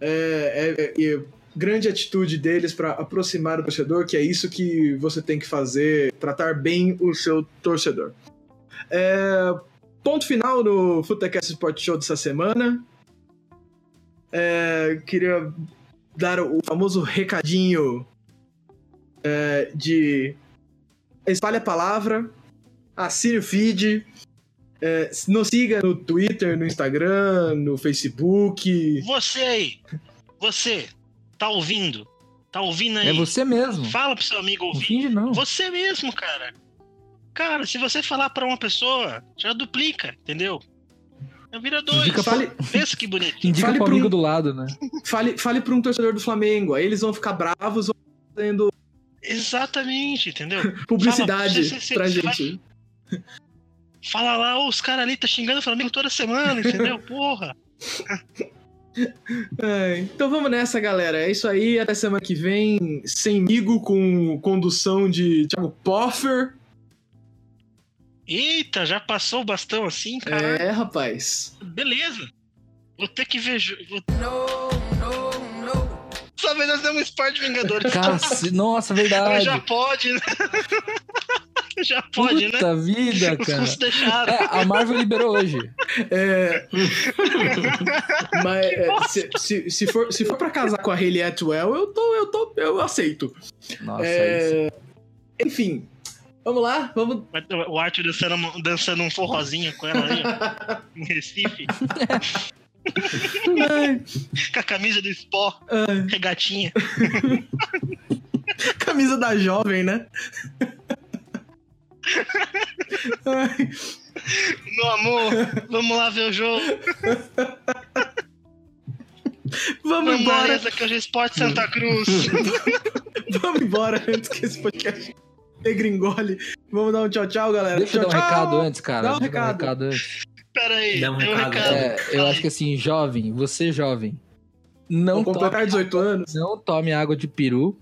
D: é, é- é- e grande atitude deles pra aproximar o torcedor, que é isso que você tem que fazer, tratar bem o seu torcedor. É, ponto final no Futecast Sport Show dessa semana. É, queria dar o famoso recadinho é, de espalhe a palavra, assine o feed, é, nos siga no Twitter, no Instagram, no Facebook.
H: Você aí, você, tá ouvindo? Tá ouvindo aí?
F: É você mesmo.
H: Fala pro seu amigo
F: Não
H: ouvir.
F: finge, não.
H: Você mesmo, cara. Cara, se você falar pra uma pessoa, já duplica, entendeu? Já vira dois.
F: Dica
D: Fale,
H: Pensa que bonito.
F: Indica
D: Fale
F: pro
D: pro-
F: amigo do lado, né?
D: fale, fale pra um torcedor do Flamengo. Aí eles vão ficar bravos, vão fazendo
H: Exatamente, entendeu?
D: publicidade
H: Fala, você- você-
D: pra
H: você
D: gente.
H: Fala lá, "Ô, os caras ali tá xingando o Flamengo toda semana, entendeu? Porra.
D: É, então vamos nessa, galera. É isso aí. Até semana que vem. Sem migo com condução de Thiago Poffer.
H: Eita, já passou o bastão assim, cara.
D: É, rapaz.
H: Beleza. Vou ter que ver. jo- Vou... Não, não, não. Sabe, nós demos spoiler de Vingadores.
F: Cace... Nossa,
H: Mas
F: verdade.
H: já pode, né? já pode, né?
F: Puta vida,
H: Os
F: cara.
H: russos deixaram.
F: É, a Marvel liberou hoje.
D: É. Mas é, se, se, se, for, se for pra casar com a Hayley Atwell, eu tô, eu tô, eu aceito.
F: Nossa,
D: É,
F: isso.
D: Enfim, vamos lá, vamos.
H: Vai ter O Arthur dançando, um- dançando um forrozinho com ela aí, ó, em Recife.
D: Ai,
H: Com a camisa do Spó, regatinha.
D: camisa da jovem, né? Ai,
H: Meu amor, vamos lá ver o jogo.
D: vamos
H: Vamos
D: embora,
H: embora. que hoje é Esporte Santa Cruz.
D: vamos embora antes que esse podcast degringole. Vamos dar um tchau, tchau, galera.
F: Deixa eu
D: tchau,
F: dar um
D: tchau.
F: recado antes, cara.
D: Dá um
F: Deixa eu dar
D: recado.
F: antes.
H: Pera aí,
G: Dá um
H: tem um
G: recado,
H: recado.
F: É, eu acho que assim, jovem, você jovem,
D: Vou
F: não
D: completar
F: tome,
D: 18 anos.
F: não tome água de peru.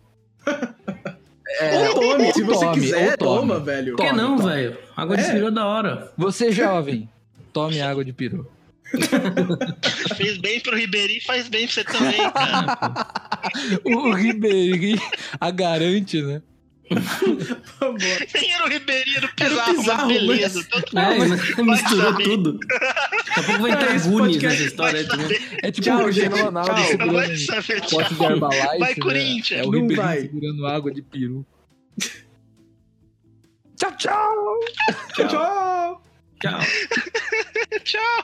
F: É,
D: ou tome, se
F: ou
D: você
F: tome,
D: quiser,
F: ou tome.
D: toma, velho.
G: Por que
F: Tome,
G: não,
F: tome.
G: velho? Água
D: É.
G: de peru é da hora.
F: você jovem, tome água de peru.
H: Fez bem pro Ribeirinho, faz bem pra você também, cara.
F: O Ribeirinho a garante, né?
D: Vambora.
H: Nem era o Ribeirinho, era o Pizarro, mas
D: Pizarro, um mas-
H: beleza. Tanto
G: É, misturou
H: saber.
G: tudo. Daqui a pouco vai entrar
D: esse
G: Gunis
D: podcast
G: nessa história. tá aí, tu vê.
F: É tipo
D: Tchau,
F: o Cristiano
D: gente.
F: Ronaldo
D: Tchau.
F: segurando
H: vai saber,
F: um
H: tchau.
F: pote de Herbalife.
H: Vai,
F: né?
H: Corinthians.
F: É o
D: Não vai.
F: Ribeirinho segurando água de peru. Tchau, tchau!
D: Tchau, tchau.
G: Tchau.
H: Tchau.